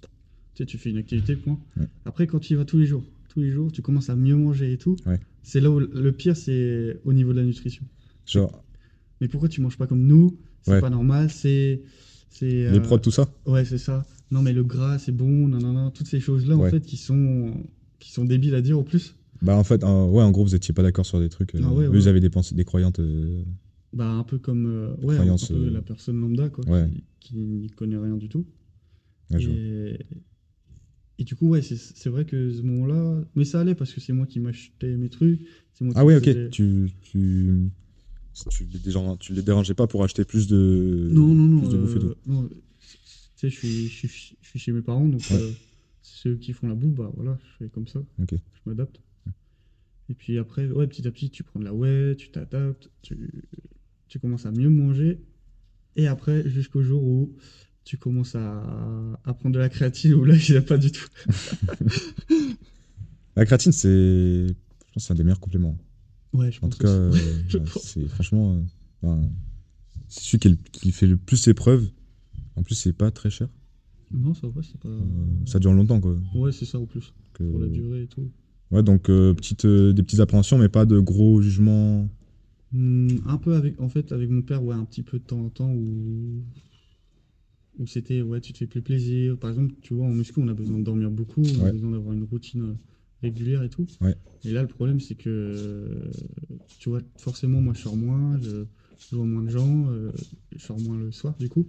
[SPEAKER 2] sais, tu fais une activité, point.
[SPEAKER 1] Ouais.
[SPEAKER 2] Après, quand tu y vas tous les jours, tous les jours, tu commences à mieux manger et tout,
[SPEAKER 1] Ouais.
[SPEAKER 2] c'est là où le- le pire, c'est au niveau de la nutrition.
[SPEAKER 1] genre
[SPEAKER 2] mais pourquoi tu manges pas comme nous C'est
[SPEAKER 1] Ouais.
[SPEAKER 2] pas normal, c'est. c'est
[SPEAKER 1] les
[SPEAKER 2] euh,
[SPEAKER 1] prods, tout ça
[SPEAKER 2] Ouais, c'est ça. Non, mais le gras, c'est bon, non, non, non. Toutes ces choses-là,
[SPEAKER 1] Ouais.
[SPEAKER 2] en fait, qui sont, qui sont débiles à dire en plus.
[SPEAKER 1] Bah en fait, en- ouais, en gros, vous étiez pas d'accord sur des trucs. euh,
[SPEAKER 2] Ah ouais,
[SPEAKER 1] eux,
[SPEAKER 2] ouais.
[SPEAKER 1] ils avaient des pensées, des croyantes. euh,
[SPEAKER 2] Bah, un peu comme euh, ouais, un
[SPEAKER 1] Croyance,
[SPEAKER 2] peu
[SPEAKER 1] euh,
[SPEAKER 2] la personne lambda, quoi,
[SPEAKER 1] ouais.
[SPEAKER 2] qui- qui n'y connaît rien du tout.
[SPEAKER 1] ouais, je vois.
[SPEAKER 2] Et... et du coup, ouais, c'est- c'est vrai que ce moment-là. Mais ça allait parce que c'est moi qui m'achetais mes trucs. c'est moi
[SPEAKER 1] Ah
[SPEAKER 2] qui
[SPEAKER 1] ouais,
[SPEAKER 2] faisais-
[SPEAKER 1] ok. Tu, tu, tu, les dérangeais, tu les dérangeais pas pour acheter plus de.
[SPEAKER 2] Non, non, non.
[SPEAKER 1] plus de bouffe et
[SPEAKER 2] euh,
[SPEAKER 1] tout.
[SPEAKER 2] non, tu sais, je suis, je, suis, je suis chez mes parents, donc
[SPEAKER 1] Ouais.
[SPEAKER 2] euh, ceux qui font la boue, bah voilà, je fais comme ça.
[SPEAKER 1] Ok.
[SPEAKER 2] Je m'adapte. Et puis après, ouais, petit à petit, tu prends de la whey, tu t'adaptes, tu, tu commences à mieux manger. Et après, jusqu'au jour où tu commences à, à prendre de la créatine, où là, il n'y a pas du tout.
[SPEAKER 1] La créatine, c'est. Je pense que c'est un des meilleurs compléments.
[SPEAKER 2] Ouais, je
[SPEAKER 1] En
[SPEAKER 2] pense
[SPEAKER 1] tout cas,
[SPEAKER 2] aussi.
[SPEAKER 1] euh,
[SPEAKER 2] je
[SPEAKER 1] ouais,
[SPEAKER 2] pense.
[SPEAKER 1] c'est franchement. euh, ben, c'est celui qui, est le- qui fait le plus ses preuves. En plus, c'est pas très cher.
[SPEAKER 2] Non, ça va, c'est pas.
[SPEAKER 1] Euh, ça dure longtemps, quoi.
[SPEAKER 2] Ouais, c'est ça en plus,
[SPEAKER 1] Que-
[SPEAKER 2] pour la durée et tout.
[SPEAKER 1] Ouais, donc euh, petite, euh, des petites appréhensions, mais pas de gros jugements.
[SPEAKER 2] Hmm, un peu avec, en fait, avec mon père, ouais, un petit peu de temps en temps où, où c'était, ouais, tu te fais plus plaisir. Par exemple, tu vois, en muscu, on a besoin de dormir beaucoup, on
[SPEAKER 1] Ouais.
[SPEAKER 2] a besoin d'avoir une routine euh, régulière et tout.
[SPEAKER 1] Ouais.
[SPEAKER 2] Et là, le problème, c'est que, euh, tu vois, forcément, moi, je sors moins, je, je vois moins de gens, euh, je sors moins le soir, du coup.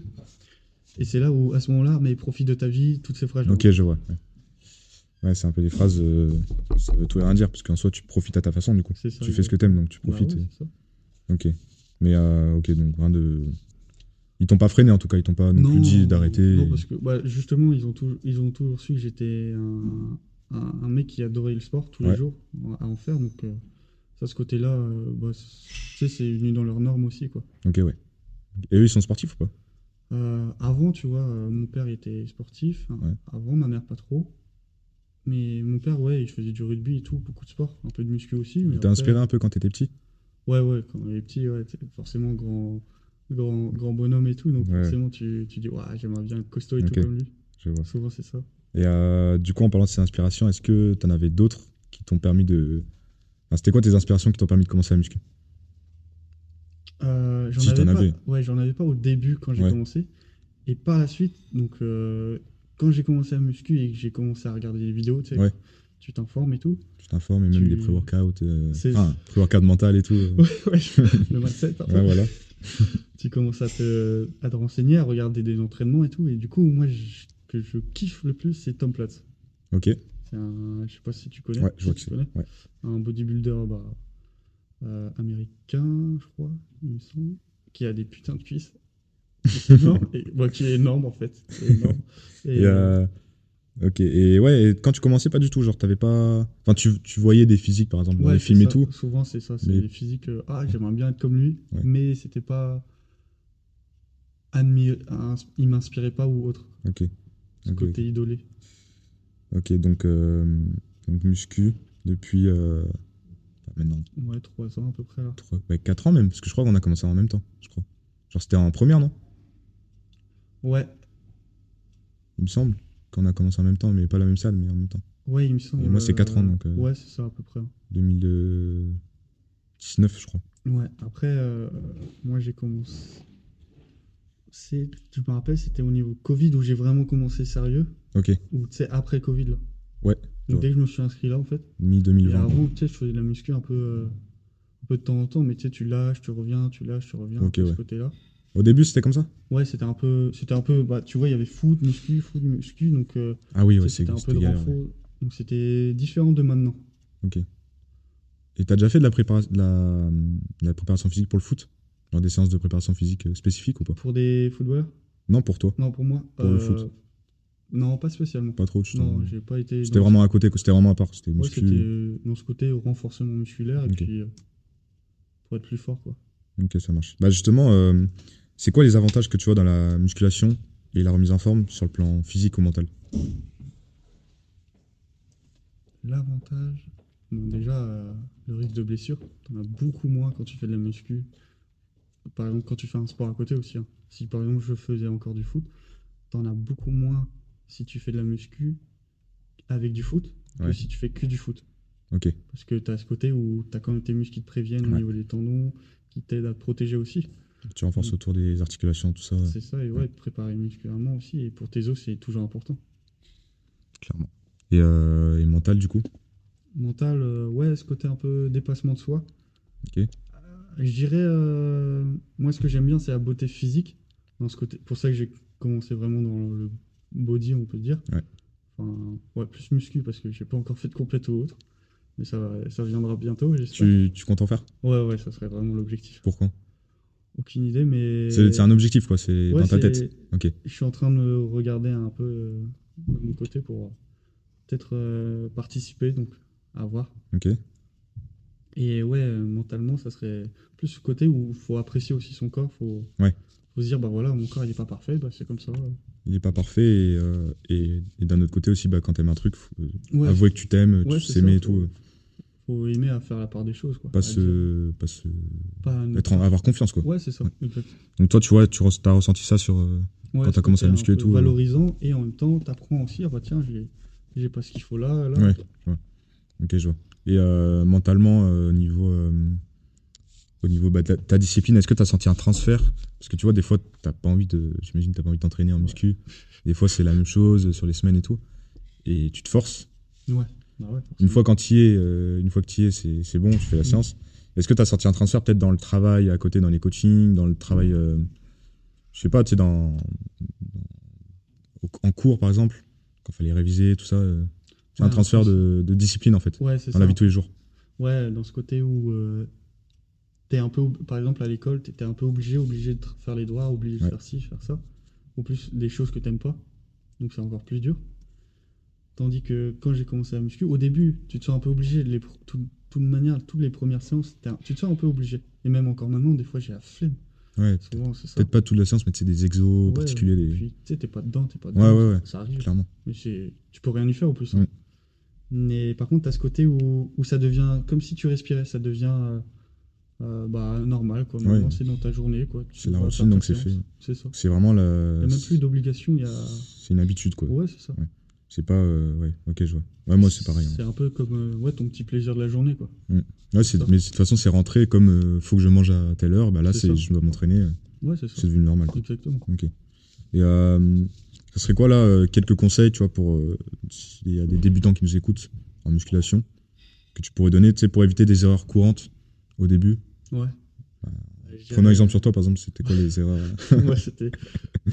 [SPEAKER 2] Et c'est là où, à ce moment-là, mais profite de ta vie, toutes ces phrases.
[SPEAKER 1] Ok, je vois. Ouais, Ouais, c'est un peu des phrases. euh, ça veut tout et rien dire, parce qu'en soi, tu profites à ta façon, du coup.
[SPEAKER 2] C'est ça, Bah
[SPEAKER 1] tu fais ce que t'aimes, donc tu profites. et- Ok. Mais euh, ok, donc rien de. Ils t'ont pas freiné en tout cas, ils t'ont pas non, plus dit d'arrêter.
[SPEAKER 2] Non, parce que bah, justement, ils ont, tou- ils ont toujours su que j'étais un, un- un mec qui adorait le sport tous
[SPEAKER 1] Ouais.
[SPEAKER 2] les jours à en faire. Donc, euh, ça, ce côté-là, euh, bah, c'est- tu sais, c'est venu dans leurs normes aussi. quoi.
[SPEAKER 1] Ok, ouais. Et eux, ils sont sportifs ou pas
[SPEAKER 2] Euh, avant, tu vois, euh, mon père était sportif. hein.
[SPEAKER 1] Ouais.
[SPEAKER 2] Avant, ma mère pas trop. Mais mon père, ouais, il faisait du rugby et tout, beaucoup de sport, un peu de muscu aussi. Mais
[SPEAKER 1] Il t'a
[SPEAKER 2] après-
[SPEAKER 1] inspiré un peu quand t'étais petit
[SPEAKER 2] Ouais, ouais, quand on est petit, ouais, t'es forcément grand, grand, grand bonhomme et tout. Donc
[SPEAKER 1] Ouais.
[SPEAKER 2] forcément, tu, tu dis, ouais, j'aimerais bien être costaud et
[SPEAKER 1] Ok.
[SPEAKER 2] tout comme lui.
[SPEAKER 1] Je vois.
[SPEAKER 2] Souvent, c'est ça.
[SPEAKER 1] Et euh, du coup, en parlant de ces inspirations, est-ce que t'en avais d'autres qui t'ont permis de. Enfin, C'était quoi tes inspirations qui t'ont permis de commencer la muscu
[SPEAKER 2] Euh, j'en
[SPEAKER 1] Si,
[SPEAKER 2] avais
[SPEAKER 1] t'en
[SPEAKER 2] pas,
[SPEAKER 1] avais.
[SPEAKER 2] Ouais, j'en avais pas au début quand j'ai
[SPEAKER 1] Ouais.
[SPEAKER 2] commencé. Et par la suite, donc euh, quand j'ai commencé à muscu et que j'ai commencé à regarder des vidéos, tu sais,
[SPEAKER 1] Ouais.
[SPEAKER 2] tu t'informes et tout.
[SPEAKER 1] Tu t'informes et même
[SPEAKER 2] Tu-
[SPEAKER 1] des pré-workouts. euh,
[SPEAKER 2] C'est-
[SPEAKER 1] Enfin, pré-workout mental et tout. euh.
[SPEAKER 2] Ouais, je- le mindset, pardon.
[SPEAKER 1] ouais, voilà.
[SPEAKER 2] Tu commences à te, à te renseigner, à regarder des entraînements et tout. Et du coup, moi, je- que je kiffe le plus, c'est Tom Platt.
[SPEAKER 1] Ok.
[SPEAKER 2] C'est un, je sais pas si tu connais.
[SPEAKER 1] Ouais, je
[SPEAKER 2] si
[SPEAKER 1] vois que
[SPEAKER 2] tu
[SPEAKER 1] c'est.
[SPEAKER 2] connais.
[SPEAKER 1] Ouais.
[SPEAKER 2] un bodybuilder bah, euh, américain, je crois, il me semble, qui a des putains de cuisses. C'est énorme, et, bah, qui est énorme en fait. C'est énorme. Et,
[SPEAKER 1] Et, euh, ok. Et ouais, et quand tu commençais, pas du tout. Genre, t'avais pas. Enfin, tu, tu voyais des physiques, par exemple, dans
[SPEAKER 2] ouais,
[SPEAKER 1] les
[SPEAKER 2] c'est
[SPEAKER 1] films et
[SPEAKER 2] ça.
[SPEAKER 1] tout.
[SPEAKER 2] Souvent, c'est ça, c'est
[SPEAKER 1] Mais-
[SPEAKER 2] des physiques. euh, ah, j'aimerais bien être comme lui,
[SPEAKER 1] Ouais.
[SPEAKER 2] mais c'était pas. Admir... ins- Il m'inspirait pas ou autre,
[SPEAKER 1] Ok.
[SPEAKER 2] ce
[SPEAKER 1] Ok,
[SPEAKER 2] côté idolé.
[SPEAKER 1] Ok, donc, euh, donc muscu depuis euh, bah, maintenant
[SPEAKER 2] Ouais, 3 ans à peu près là.
[SPEAKER 1] 4 ans même, parce que je crois qu'on a commencé en même temps, je crois. Genre c'était en première, non
[SPEAKER 2] Ouais,
[SPEAKER 1] Il me semble qu'on a commencé en même temps, mais pas la même salle, mais en même temps.
[SPEAKER 2] ouais, il me semble.
[SPEAKER 1] Et moi, c'est quatre ans, donc, euh,
[SPEAKER 2] Ouais, c'est ça à peu près. hein.
[SPEAKER 1] 2019, je crois.
[SPEAKER 2] Ouais, après, euh, moi j'ai commencé. C'est, je me rappelle, c'était au niveau Covid où j'ai vraiment commencé sérieux,
[SPEAKER 1] Ok,
[SPEAKER 2] ou tu sais, après Covid là.
[SPEAKER 1] Ouais, je vois.
[SPEAKER 2] Donc dès que je me suis inscrit là en fait. Et
[SPEAKER 1] mi-2020.
[SPEAKER 2] avant, tu sais, je faisais de la muscu un peu, euh, un peu de temps en temps, mais tu sais, tu lâches, tu reviens, tu lâches, tu reviens,
[SPEAKER 1] Ok,
[SPEAKER 2] de ce
[SPEAKER 1] ouais.
[SPEAKER 2] côté-là.
[SPEAKER 1] Au début, c'était comme ça
[SPEAKER 2] Ouais, c'était un peu, c'était un peu, bah tu vois, il y avait foot, muscu, foot, muscu, donc euh,
[SPEAKER 1] Ah oui,
[SPEAKER 2] tu sais,
[SPEAKER 1] ouais, c'est
[SPEAKER 2] c'était un peu
[SPEAKER 1] c'était
[SPEAKER 2] de
[SPEAKER 1] galère.
[SPEAKER 2] renfort.
[SPEAKER 1] ouais.
[SPEAKER 2] Donc c'était différent de maintenant.
[SPEAKER 1] Et t'as déjà fait de la, prépara- de la, de la préparation physique pour le foot Genre des séances de préparation physique euh, spécifiques ou pas
[SPEAKER 2] Pour des footballeurs?
[SPEAKER 1] Non, pour toi
[SPEAKER 2] Non, pour moi.
[SPEAKER 1] Pour le
[SPEAKER 2] euh,
[SPEAKER 1] foot.
[SPEAKER 2] Non, pas spécialement.
[SPEAKER 1] Pas trop, tu t'en-
[SPEAKER 2] Non, j'ai pas été.
[SPEAKER 1] C'était
[SPEAKER 2] dans-
[SPEAKER 1] vraiment à côté, c'était vraiment à part, c'était
[SPEAKER 2] Ouais,
[SPEAKER 1] muscu.
[SPEAKER 2] c'était euh, dans ce côté au renforcement musculaire et
[SPEAKER 1] Ok.
[SPEAKER 2] puis euh, pour être plus fort quoi.
[SPEAKER 1] Ok, ça marche. Bah justement, euh, c'est quoi les avantages que tu vois dans la musculation et la remise en forme sur le plan physique ou mental
[SPEAKER 2] L'avantage, bon déjà euh, le risque de blessure, t'en as beaucoup moins quand tu fais de la muscu. Par exemple quand tu fais un sport à côté aussi. hein. Si par exemple je faisais encore du foot, t'en as beaucoup moins si tu fais de la muscu avec du foot que
[SPEAKER 1] Ouais.
[SPEAKER 2] si tu fais que du foot.
[SPEAKER 1] Ok,
[SPEAKER 2] Parce que t'as ce côté où t'as quand même tes muscles qui te préviennent au
[SPEAKER 1] Ouais.
[SPEAKER 2] niveau des tendons, qui t'aident à te protéger aussi.
[SPEAKER 1] tu
[SPEAKER 2] Mm.
[SPEAKER 1] renforces autour des articulations, tout ça, ouais,
[SPEAKER 2] C'est ça, et ouais, te préparer musculairement aussi. Et pour tes os, c'est toujours important.
[SPEAKER 1] clairement. Et, euh, et mental, du coup
[SPEAKER 2] Mental, euh, ouais, ce côté un peu dépassement de soi. Euh,
[SPEAKER 1] Ok.
[SPEAKER 2] Je dirais, euh, moi, ce que j'aime bien, c'est la beauté physique. Dans ce côté, pour ça que j'ai commencé vraiment dans le body, on peut dire.
[SPEAKER 1] Ouais.
[SPEAKER 2] Enfin, ouais, plus muscu, parce que j'ai pas encore fait de complète ou autre. Mais ça, va- ça viendra bientôt, j'espère.
[SPEAKER 1] tu, tu comptes en faire
[SPEAKER 2] Ouais, ouais, ça serait vraiment l'objectif.
[SPEAKER 1] Pourquoi
[SPEAKER 2] Aucune idée, mais.
[SPEAKER 1] C'est c'est un objectif, quoi, c'est
[SPEAKER 2] Ouais,
[SPEAKER 1] dans ta
[SPEAKER 2] c'est-
[SPEAKER 1] tête. Ok,
[SPEAKER 2] Je suis en train de me regarder un peu euh, de mon côté pour euh, peut-être euh, participer, donc à voir.
[SPEAKER 1] ok,
[SPEAKER 2] Et ouais, euh, mentalement, ça serait plus ce côté où il faut apprécier aussi son corps, faut,
[SPEAKER 1] Ouais.
[SPEAKER 2] faut se dire, bah voilà, mon corps il est pas parfait, bah c'est comme ça.
[SPEAKER 1] il est pas parfait, et, euh, et- et d'un autre côté aussi, bah, quand t'aimes un truc, faut, euh,
[SPEAKER 2] Ouais,
[SPEAKER 1] avouer que tu t'aimes,
[SPEAKER 2] Ouais,
[SPEAKER 1] tu
[SPEAKER 2] c'est
[SPEAKER 1] s'aimer
[SPEAKER 2] ça,
[SPEAKER 1] et tout,
[SPEAKER 2] faut-
[SPEAKER 1] euh,
[SPEAKER 2] faut aimer à faire la part des choses, quoi.
[SPEAKER 1] pas
[SPEAKER 2] à dire,
[SPEAKER 1] se... Pas se
[SPEAKER 2] pas à ne-
[SPEAKER 1] être en- avoir confiance, quoi.
[SPEAKER 2] Ouais, c'est ça,
[SPEAKER 1] Ouais.
[SPEAKER 2] exact.
[SPEAKER 1] Donc toi, tu vois, tu as ressenti ça sur... euh,
[SPEAKER 2] Ouais,
[SPEAKER 1] t'as
[SPEAKER 2] ce
[SPEAKER 1] commencé à
[SPEAKER 2] côté un
[SPEAKER 1] muscu et
[SPEAKER 2] peu
[SPEAKER 1] tout, euh.
[SPEAKER 2] Valorisant, et en même temps, t'apprends aussi, ah bah tiens, j'ai, j'ai pas ce qu'il faut là, là.
[SPEAKER 1] Ouais, je vois. Ok, je vois. Et euh, mentalement, euh, au niveau, euh, au niveau bah, de la- ta discipline, est-ce que tu as senti un transfert Parce que tu vois, des fois, t'as pas envie de, j'imagine, t'as pas envie de t'entraîner en
[SPEAKER 2] Ouais.
[SPEAKER 1] muscu. Des fois, c'est la même chose euh, sur les semaines et tout. Et tu te forces.
[SPEAKER 2] Bah ouais,
[SPEAKER 1] Une
[SPEAKER 2] forcément.
[SPEAKER 1] fois quand tu y es, euh, une fois que tu y es, c'est c'est bon, tu fais la
[SPEAKER 2] Mm.
[SPEAKER 1] séance. Est-ce que tu as senti un transfert peut-être dans le travail à côté, dans les coachings, dans le travail, euh, je sais pas, tu sais, dans, au- en cours par exemple, quand fallait réviser, tout ça. euh, c'est un
[SPEAKER 2] Ouais,
[SPEAKER 1] transfert
[SPEAKER 2] c'est-
[SPEAKER 1] de, de discipline en fait
[SPEAKER 2] Ouais, c'est
[SPEAKER 1] dans
[SPEAKER 2] ça.
[SPEAKER 1] la vie de tous les jours.
[SPEAKER 2] Ouais, dans ce côté où euh, t'es un peu, ob- par exemple à l'école, t'étais un peu obligé, obligé de tra- faire les devoirs, obligé
[SPEAKER 1] Ouais.
[SPEAKER 2] de faire ci, faire ça. En plus, des choses que t'aimes pas, donc c'est encore plus dur. Tandis que quand j'ai commencé à muscu, au début, tu te sens un peu obligé, de les pr- tout, toute manière, toutes les premières séances, t'es un- tu te sens un peu obligé. Et même encore maintenant, des fois, j'ai la flemme.
[SPEAKER 1] Ouais,
[SPEAKER 2] Souvent, c'est ça.
[SPEAKER 1] peut-être pas toute la science, mais c'est des exos
[SPEAKER 2] Ouais,
[SPEAKER 1] particuliers, des...
[SPEAKER 2] Puis, tu sais, t'es pas dedans, t'es pas
[SPEAKER 1] Ouais,
[SPEAKER 2] dedans.
[SPEAKER 1] ouais, ouais.
[SPEAKER 2] Ça arrive.
[SPEAKER 1] clairement.
[SPEAKER 2] Mais c'est- tu peux rien y faire au plus. hein.
[SPEAKER 1] Ouais.
[SPEAKER 2] Mais par contre, t'as ce côté où, où ça devient comme si tu respirais, ça devient euh, euh, bah, normal. Quoi. Maintenant,
[SPEAKER 1] Ouais.
[SPEAKER 2] c'est dans ta journée. quoi. Tu
[SPEAKER 1] C'est la
[SPEAKER 2] vas
[SPEAKER 1] routine,
[SPEAKER 2] faire ta
[SPEAKER 1] donc c'est
[SPEAKER 2] séance.
[SPEAKER 1] fait. Euh,
[SPEAKER 2] C'est ça.
[SPEAKER 1] C'est vraiment
[SPEAKER 2] Il
[SPEAKER 1] la.
[SPEAKER 2] n'y a même plus d'obligation. il Y a...
[SPEAKER 1] C'est une habitude, quoi.
[SPEAKER 2] Ouais, c'est ça.
[SPEAKER 1] C'est pas. euh, Ouais, ok, je vois. Ouais, moi, c'est pareil. hein.
[SPEAKER 2] C'est un peu comme euh, ouais, ton petit plaisir de la journée. quoi.
[SPEAKER 1] Ouais, c'est-
[SPEAKER 2] ça.
[SPEAKER 1] mais de toute façon, c'est rentré comme euh, faut que je mange à telle heure, bah là,
[SPEAKER 2] C'est
[SPEAKER 1] c'est
[SPEAKER 2] ça.
[SPEAKER 1] je dois m'entraîner, euh,
[SPEAKER 2] Ouais, c'est ça.
[SPEAKER 1] c'est devenu normal. quoi.
[SPEAKER 2] Exactement.
[SPEAKER 1] Ok. Et euh, ça serait quoi là, euh, quelques conseils, tu vois, pour euh, s'il y a des débutants qui nous écoutent en musculation, que tu pourrais donner, tu sais, pour éviter des erreurs courantes au début.
[SPEAKER 2] Ouais.
[SPEAKER 1] Prenons un exemple sur toi, par exemple, c'était quoi les erreurs là
[SPEAKER 2] moi, c'était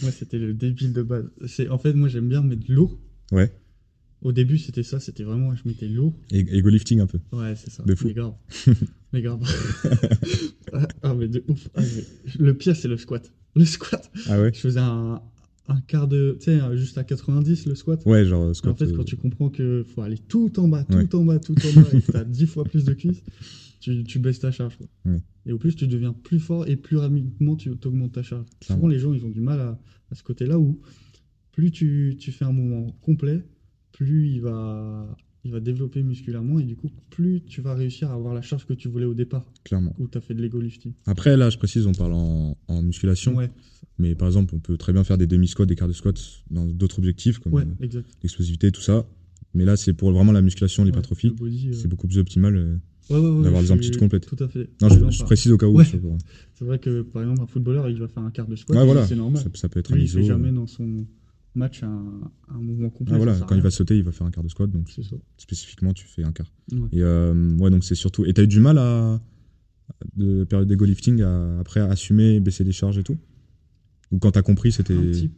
[SPEAKER 2] moi, c'était le débile de base. C'est en fait, moi, j'aime bien mettre l'eau.
[SPEAKER 1] Ouais.
[SPEAKER 2] Au début, c'était ça, c'était vraiment, je mettais l'eau.
[SPEAKER 1] Et Ego lifting un peu.
[SPEAKER 2] Ouais, c'est ça.
[SPEAKER 1] De fou.
[SPEAKER 2] Mais grave. mais grave. ah, ah, mais de ouf. Ah, mais- Le pire, c'est le squat. Le squat.
[SPEAKER 1] Ah ouais
[SPEAKER 2] Je faisais un, un quart de, tu sais, un- juste à 90 le squat.
[SPEAKER 1] Ouais, genre euh, squat.
[SPEAKER 2] en fait,
[SPEAKER 1] euh,
[SPEAKER 2] quand tu comprends que faut aller tout en bas, tout
[SPEAKER 1] Ouais.
[SPEAKER 2] en bas, tout en bas, et que t'as 10 fois plus de cuisses, tu, tu baisses ta charge. quoi.
[SPEAKER 1] Ouais.
[SPEAKER 2] Et au plus, tu deviens plus fort et plus rapidement tu augmentes ta charge.
[SPEAKER 1] Clairement.
[SPEAKER 2] Souvent, les gens, ils ont du mal à, à ce côté-là où plus tu, tu fais un mouvement complet, plus il va, il va développer musculairement et du coup, plus tu vas réussir à avoir la charge que tu voulais au départ,
[SPEAKER 1] Clairement.
[SPEAKER 2] où tu as fait de l'ego lifting.
[SPEAKER 1] Après, là, je précise, on parle en, en musculation,
[SPEAKER 2] Ouais,
[SPEAKER 1] mais par exemple, on peut très bien faire des demi-squats, des quarts de squats dans d'autres objectifs, comme
[SPEAKER 2] ouais,
[SPEAKER 1] euh,
[SPEAKER 2] exact.
[SPEAKER 1] l'explosivité, tout ça. Mais là, c'est pour vraiment la musculation, l'hypertrophie.
[SPEAKER 2] Ouais, le body, euh,
[SPEAKER 1] C'est beaucoup plus optimal. euh.
[SPEAKER 2] ouais, ouais, ouais,
[SPEAKER 1] d'avoir des
[SPEAKER 2] je suis-
[SPEAKER 1] amplitudes complètes.
[SPEAKER 2] Tout à fait.
[SPEAKER 1] Non, je,
[SPEAKER 2] Non,
[SPEAKER 1] je
[SPEAKER 2] pas-
[SPEAKER 1] précise au cas où.
[SPEAKER 2] Ouais.
[SPEAKER 1] tu vois, pour-
[SPEAKER 2] C'est vrai que par exemple, un footballeur, il va faire un quart de squat,
[SPEAKER 1] Ouais,
[SPEAKER 2] et
[SPEAKER 1] voilà.
[SPEAKER 2] c'est normal.
[SPEAKER 1] Ça, ça peut être un
[SPEAKER 2] Lui, il
[SPEAKER 1] iso.
[SPEAKER 2] fait jamais
[SPEAKER 1] euh.
[SPEAKER 2] dans son match un, un mouvement complet.
[SPEAKER 1] Ah, voilà,
[SPEAKER 2] ça sert à
[SPEAKER 1] quand il
[SPEAKER 2] rien.
[SPEAKER 1] va sauter, il va faire un quart de squat, donc
[SPEAKER 2] C'est ça.
[SPEAKER 1] spécifiquement, tu fais un quart.
[SPEAKER 2] Ouais.
[SPEAKER 1] Et euh, ouais, donc c'est surtout. Et t'as eu du mal à. de la période d'ego lifting, à- après à assumer, baisser les charges et tout Ou quand t'as compris, c'était.
[SPEAKER 2] Un, petit,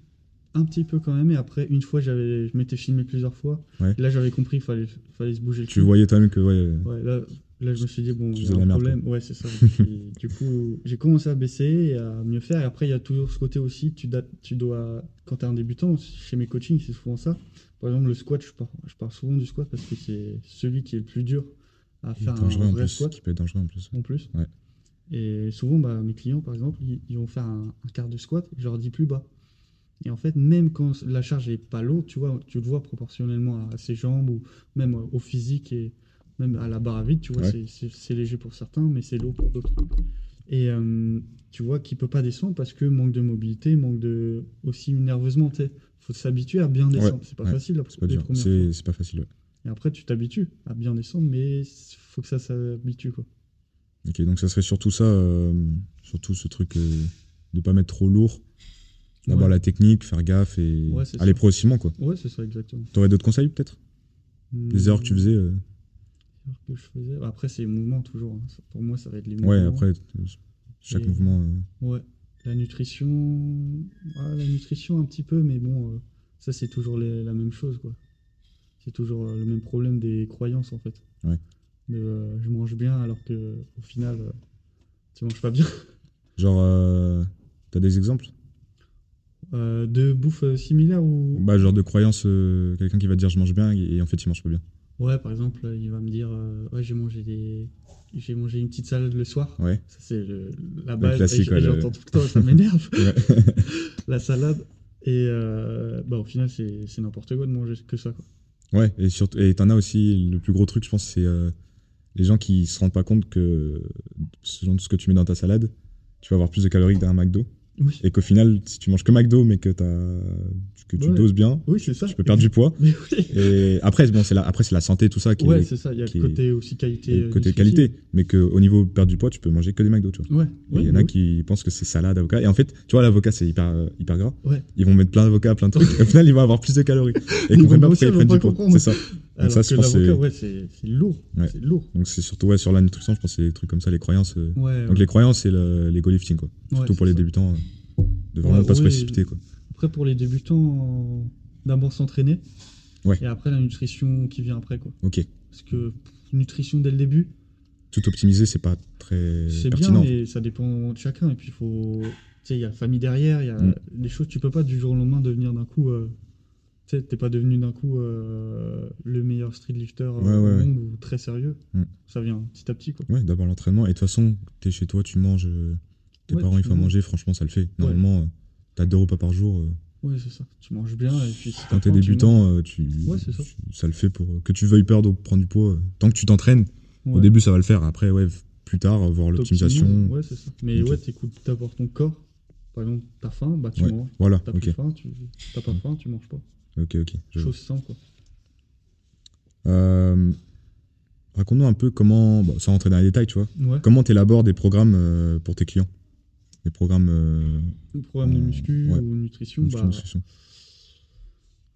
[SPEAKER 2] un petit peu quand même, et après, une fois, j'avais, je m'étais filmé plusieurs fois.
[SPEAKER 1] Ouais.
[SPEAKER 2] Et Là, j'avais compris, il fallait, fallait se bouger le
[SPEAKER 1] Tu
[SPEAKER 2] cul.
[SPEAKER 1] voyais toi-même que, ouais.
[SPEAKER 2] Ouais, là, là, je me suis dit, bon,
[SPEAKER 1] Tu
[SPEAKER 2] il y
[SPEAKER 1] faisais
[SPEAKER 2] a
[SPEAKER 1] de la
[SPEAKER 2] un
[SPEAKER 1] merde,
[SPEAKER 2] problème. Ouais, c'est ça. Et puis, du coup, j'ai commencé à baisser et à mieux faire. Et après, il y a toujours ce côté aussi, tu, da- tu dois, quand tu es un débutant, chez mes coachings, c'est souvent ça. Par exemple, le squat, je pars, je pars souvent du squat parce que c'est celui qui est le plus dur à
[SPEAKER 1] il est
[SPEAKER 2] faire un
[SPEAKER 1] dangereux en
[SPEAKER 2] vrai
[SPEAKER 1] plus.
[SPEAKER 2] squat.
[SPEAKER 1] Qui peut être dangereux en plus.
[SPEAKER 2] en plus.
[SPEAKER 1] Ouais.
[SPEAKER 2] Et souvent, bah, mes clients, par exemple, ils, ils vont faire un, un quart de squat, je leur dis plus bas. Et en fait, même quand la charge est pas lourde, tu vois, tu le vois proportionnellement à, ses jambes ou même euh, au physique et même à la barre à vide, tu vois,
[SPEAKER 1] Ouais.
[SPEAKER 2] c'est- c'est c'est léger pour certains, mais c'est lourd pour d'autres. Et euh, tu vois qu'il peut pas descendre parce que manque de mobilité, manque de aussi nerveusement, tu sais. faut s'habituer à bien descendre. c'est pas
[SPEAKER 1] ouais,
[SPEAKER 2] facile la,
[SPEAKER 1] C'est pas
[SPEAKER 2] les
[SPEAKER 1] dur.
[SPEAKER 2] premières fois.
[SPEAKER 1] C'est c'est pas facile. ouais.
[SPEAKER 2] Et après, tu t'habitues à bien descendre, mais faut que ça s'habitue quoi.
[SPEAKER 1] Ok, donc ça serait surtout ça, euh, surtout ce truc euh, de pas mettre trop lourd. D'abord
[SPEAKER 2] Ouais.
[SPEAKER 1] la technique, faire gaffe et
[SPEAKER 2] Ouais, c'est
[SPEAKER 1] aller
[SPEAKER 2] ça.
[SPEAKER 1] progressivement quoi.
[SPEAKER 2] Ouais, c'est ça exactement.
[SPEAKER 1] T'aurais d'autres conseils peut-être Des erreurs que tu
[SPEAKER 2] Hmm,
[SPEAKER 1] faisais euh,
[SPEAKER 2] les erreurs que je faisais. Bah, Après, c'est les mouvements toujours. hein. Ça, Pour moi, ça va être les mouvements.
[SPEAKER 1] Ouais, après, euh, chaque
[SPEAKER 2] Et-
[SPEAKER 1] mouvement. euh,
[SPEAKER 2] Ouais. La nutrition. ah, la nutrition, un petit peu, mais bon, euh, ça, c'est toujours les- la même chose, quoi. C'est toujours euh, le même problème des croyances, en fait.
[SPEAKER 1] Ouais.
[SPEAKER 2] De, euh, je mange bien alors que, au final, euh, tu manges pas bien.
[SPEAKER 1] Genre, euh, t'as des exemples
[SPEAKER 2] Euh, de bouffe euh, similaire ou.
[SPEAKER 1] Bah, genre de croyance, euh, quelqu'un qui va te dire je mange bien et, et en fait il mange pas bien.
[SPEAKER 2] Ouais, par exemple, euh, il va me dire euh, Ouais, j'ai mangé des. J'ai mangé une petite salade le soir.
[SPEAKER 1] Ouais.
[SPEAKER 2] Ça, c'est le- la base.
[SPEAKER 1] classique,
[SPEAKER 2] Et j-
[SPEAKER 1] ouais,
[SPEAKER 2] et
[SPEAKER 1] le-
[SPEAKER 2] J'entends tout le temps, ça m'énerve.
[SPEAKER 1] Ouais.
[SPEAKER 2] la salade. Et euh, bah, au final, c'est c'est n'importe quoi de manger que ça. Quoi.
[SPEAKER 1] Ouais, et surtout, et t'en as aussi le plus gros truc, je pense, c'est euh, les gens qui se rendent pas compte que selon ce que tu mets dans ta salade, tu vas avoir plus de calories que d'un McDo.
[SPEAKER 2] Oui,
[SPEAKER 1] Et qu'au final, si tu manges que McDo mais que, t'as- que tu
[SPEAKER 2] Ouais.
[SPEAKER 1] doses bien,
[SPEAKER 2] oui c'est ça.
[SPEAKER 1] tu peux perdre du poids.
[SPEAKER 2] Mais oui.
[SPEAKER 1] Et après, bon, c'est la, après, c'est la santé, tout ça qui
[SPEAKER 2] Ouais,
[SPEAKER 1] est,
[SPEAKER 2] c'est ça. Il y a
[SPEAKER 1] qui
[SPEAKER 2] le
[SPEAKER 1] est-
[SPEAKER 2] côté aussi qualité.
[SPEAKER 1] qui est
[SPEAKER 2] euh,
[SPEAKER 1] côté
[SPEAKER 2] nutritif.
[SPEAKER 1] qualité. Mais qu'au niveau perdre du poids, tu peux manger que des McDo, tu vois.
[SPEAKER 2] Ouais,
[SPEAKER 1] Et
[SPEAKER 2] ouais,
[SPEAKER 1] il y en a
[SPEAKER 2] ouais.
[SPEAKER 1] qui pensent que c'est salade, avocat. Et en fait, tu vois, l'avocat, c'est hyper, euh, hyper gras.
[SPEAKER 2] Ouais.
[SPEAKER 1] Ils vont mettre plein d'avocats, plein de trucs. et au final, ils vont avoir plus de calories. Et ils
[SPEAKER 2] vont
[SPEAKER 1] comprennent pas
[SPEAKER 2] bosser,
[SPEAKER 1] pourquoi ils
[SPEAKER 2] ils
[SPEAKER 1] prennent du
[SPEAKER 2] vont pas
[SPEAKER 1] poids.
[SPEAKER 2] comprendre.
[SPEAKER 1] C'est ça.
[SPEAKER 2] Alors
[SPEAKER 1] ça, je
[SPEAKER 2] que
[SPEAKER 1] pense, c'est-
[SPEAKER 2] l'avocat, ouais, c'est c'est lourd.
[SPEAKER 1] Ouais.
[SPEAKER 2] C'est lourd.
[SPEAKER 1] Donc, c'est surtout ouais, sur la nutrition, je pense que c'est des trucs comme ça, les croyances. euh.
[SPEAKER 2] Ouais,
[SPEAKER 1] Donc,
[SPEAKER 2] ouais.
[SPEAKER 1] les croyances et le- l'ego lifting, quoi.
[SPEAKER 2] Ouais,
[SPEAKER 1] Surtout pour
[SPEAKER 2] c'est
[SPEAKER 1] les
[SPEAKER 2] ça.
[SPEAKER 1] débutants, euh, de vraiment
[SPEAKER 2] Ouais,
[SPEAKER 1] pas se
[SPEAKER 2] oui.
[SPEAKER 1] précipiter, quoi.
[SPEAKER 2] Après, pour les débutants, euh, d'abord s'entraîner.
[SPEAKER 1] Ouais. Mm.
[SPEAKER 2] Et après, la nutrition qui vient après. Quoi.
[SPEAKER 1] Ok.
[SPEAKER 2] Parce que pff, nutrition dès le début,
[SPEAKER 1] Tout optimiser, c'est pas très
[SPEAKER 2] c'est bien,
[SPEAKER 1] pertinent.
[SPEAKER 2] mais ça dépend de chacun. Et puis, il faut. Tu sais, il y a la famille derrière, il y a
[SPEAKER 1] Mm.
[SPEAKER 2] des choses. Tu peux pas du jour au lendemain devenir d'un coup. euh, Tu sais, t'es pas devenu d'un coup euh, le meilleur street lifter euh,
[SPEAKER 1] Ouais, ouais,
[SPEAKER 2] au
[SPEAKER 1] ouais.
[SPEAKER 2] monde ou très sérieux.
[SPEAKER 1] Mm.
[SPEAKER 2] Ça vient petit à petit, quoi.
[SPEAKER 1] Ouais, d'abord l'entraînement. Et de toute façon, t'es chez toi, tu manges. euh, Tes
[SPEAKER 2] Ouais,
[SPEAKER 1] parents, ils
[SPEAKER 2] tu
[SPEAKER 1] font à
[SPEAKER 2] manges.
[SPEAKER 1] manger, franchement, ça le fait. Normalement, euh, t'as 2 repas par jour. euh,
[SPEAKER 2] Ouais, c'est ça. Tu manges bien et puis si
[SPEAKER 1] quand
[SPEAKER 2] t'as
[SPEAKER 1] t'es
[SPEAKER 2] faim, tu manges.
[SPEAKER 1] débutant, euh, tu,
[SPEAKER 2] Ouais, c'est ça.
[SPEAKER 1] tu- le fait pour euh, que tu veuilles perdre ou prendre du poids. euh, tant que tu t'entraînes, au
[SPEAKER 2] Ouais.
[SPEAKER 1] début, ça va le faire. Après, ouais, v- plus tard, euh, voir
[SPEAKER 2] T'optimises,
[SPEAKER 1] l'optimisation.
[SPEAKER 2] Ouais, c'est ça. Mais
[SPEAKER 1] Ok.
[SPEAKER 2] ouais, t'écoutes d'abord ton corps. Par exemple, t'as faim, bah tu
[SPEAKER 1] Ouais.
[SPEAKER 2] manges.
[SPEAKER 1] Voilà,
[SPEAKER 2] T'as
[SPEAKER 1] ok,
[SPEAKER 2] plus faim, tu... t'as pas faim, tu manges pas.
[SPEAKER 1] ok, ok. je vois.
[SPEAKER 2] Chose simple, quoi.
[SPEAKER 1] Euh, Raconte-nous un peu comment, bon, sans rentrer dans les détails, tu vois,
[SPEAKER 2] Ouais.
[SPEAKER 1] comment t'élabores des programmes euh, pour tes clients, des programmes euh,
[SPEAKER 2] Le programme de
[SPEAKER 1] Euh,
[SPEAKER 2] muscu
[SPEAKER 1] ouais.
[SPEAKER 2] ou nutrition,
[SPEAKER 1] muscu-
[SPEAKER 2] bah,
[SPEAKER 1] nutrition.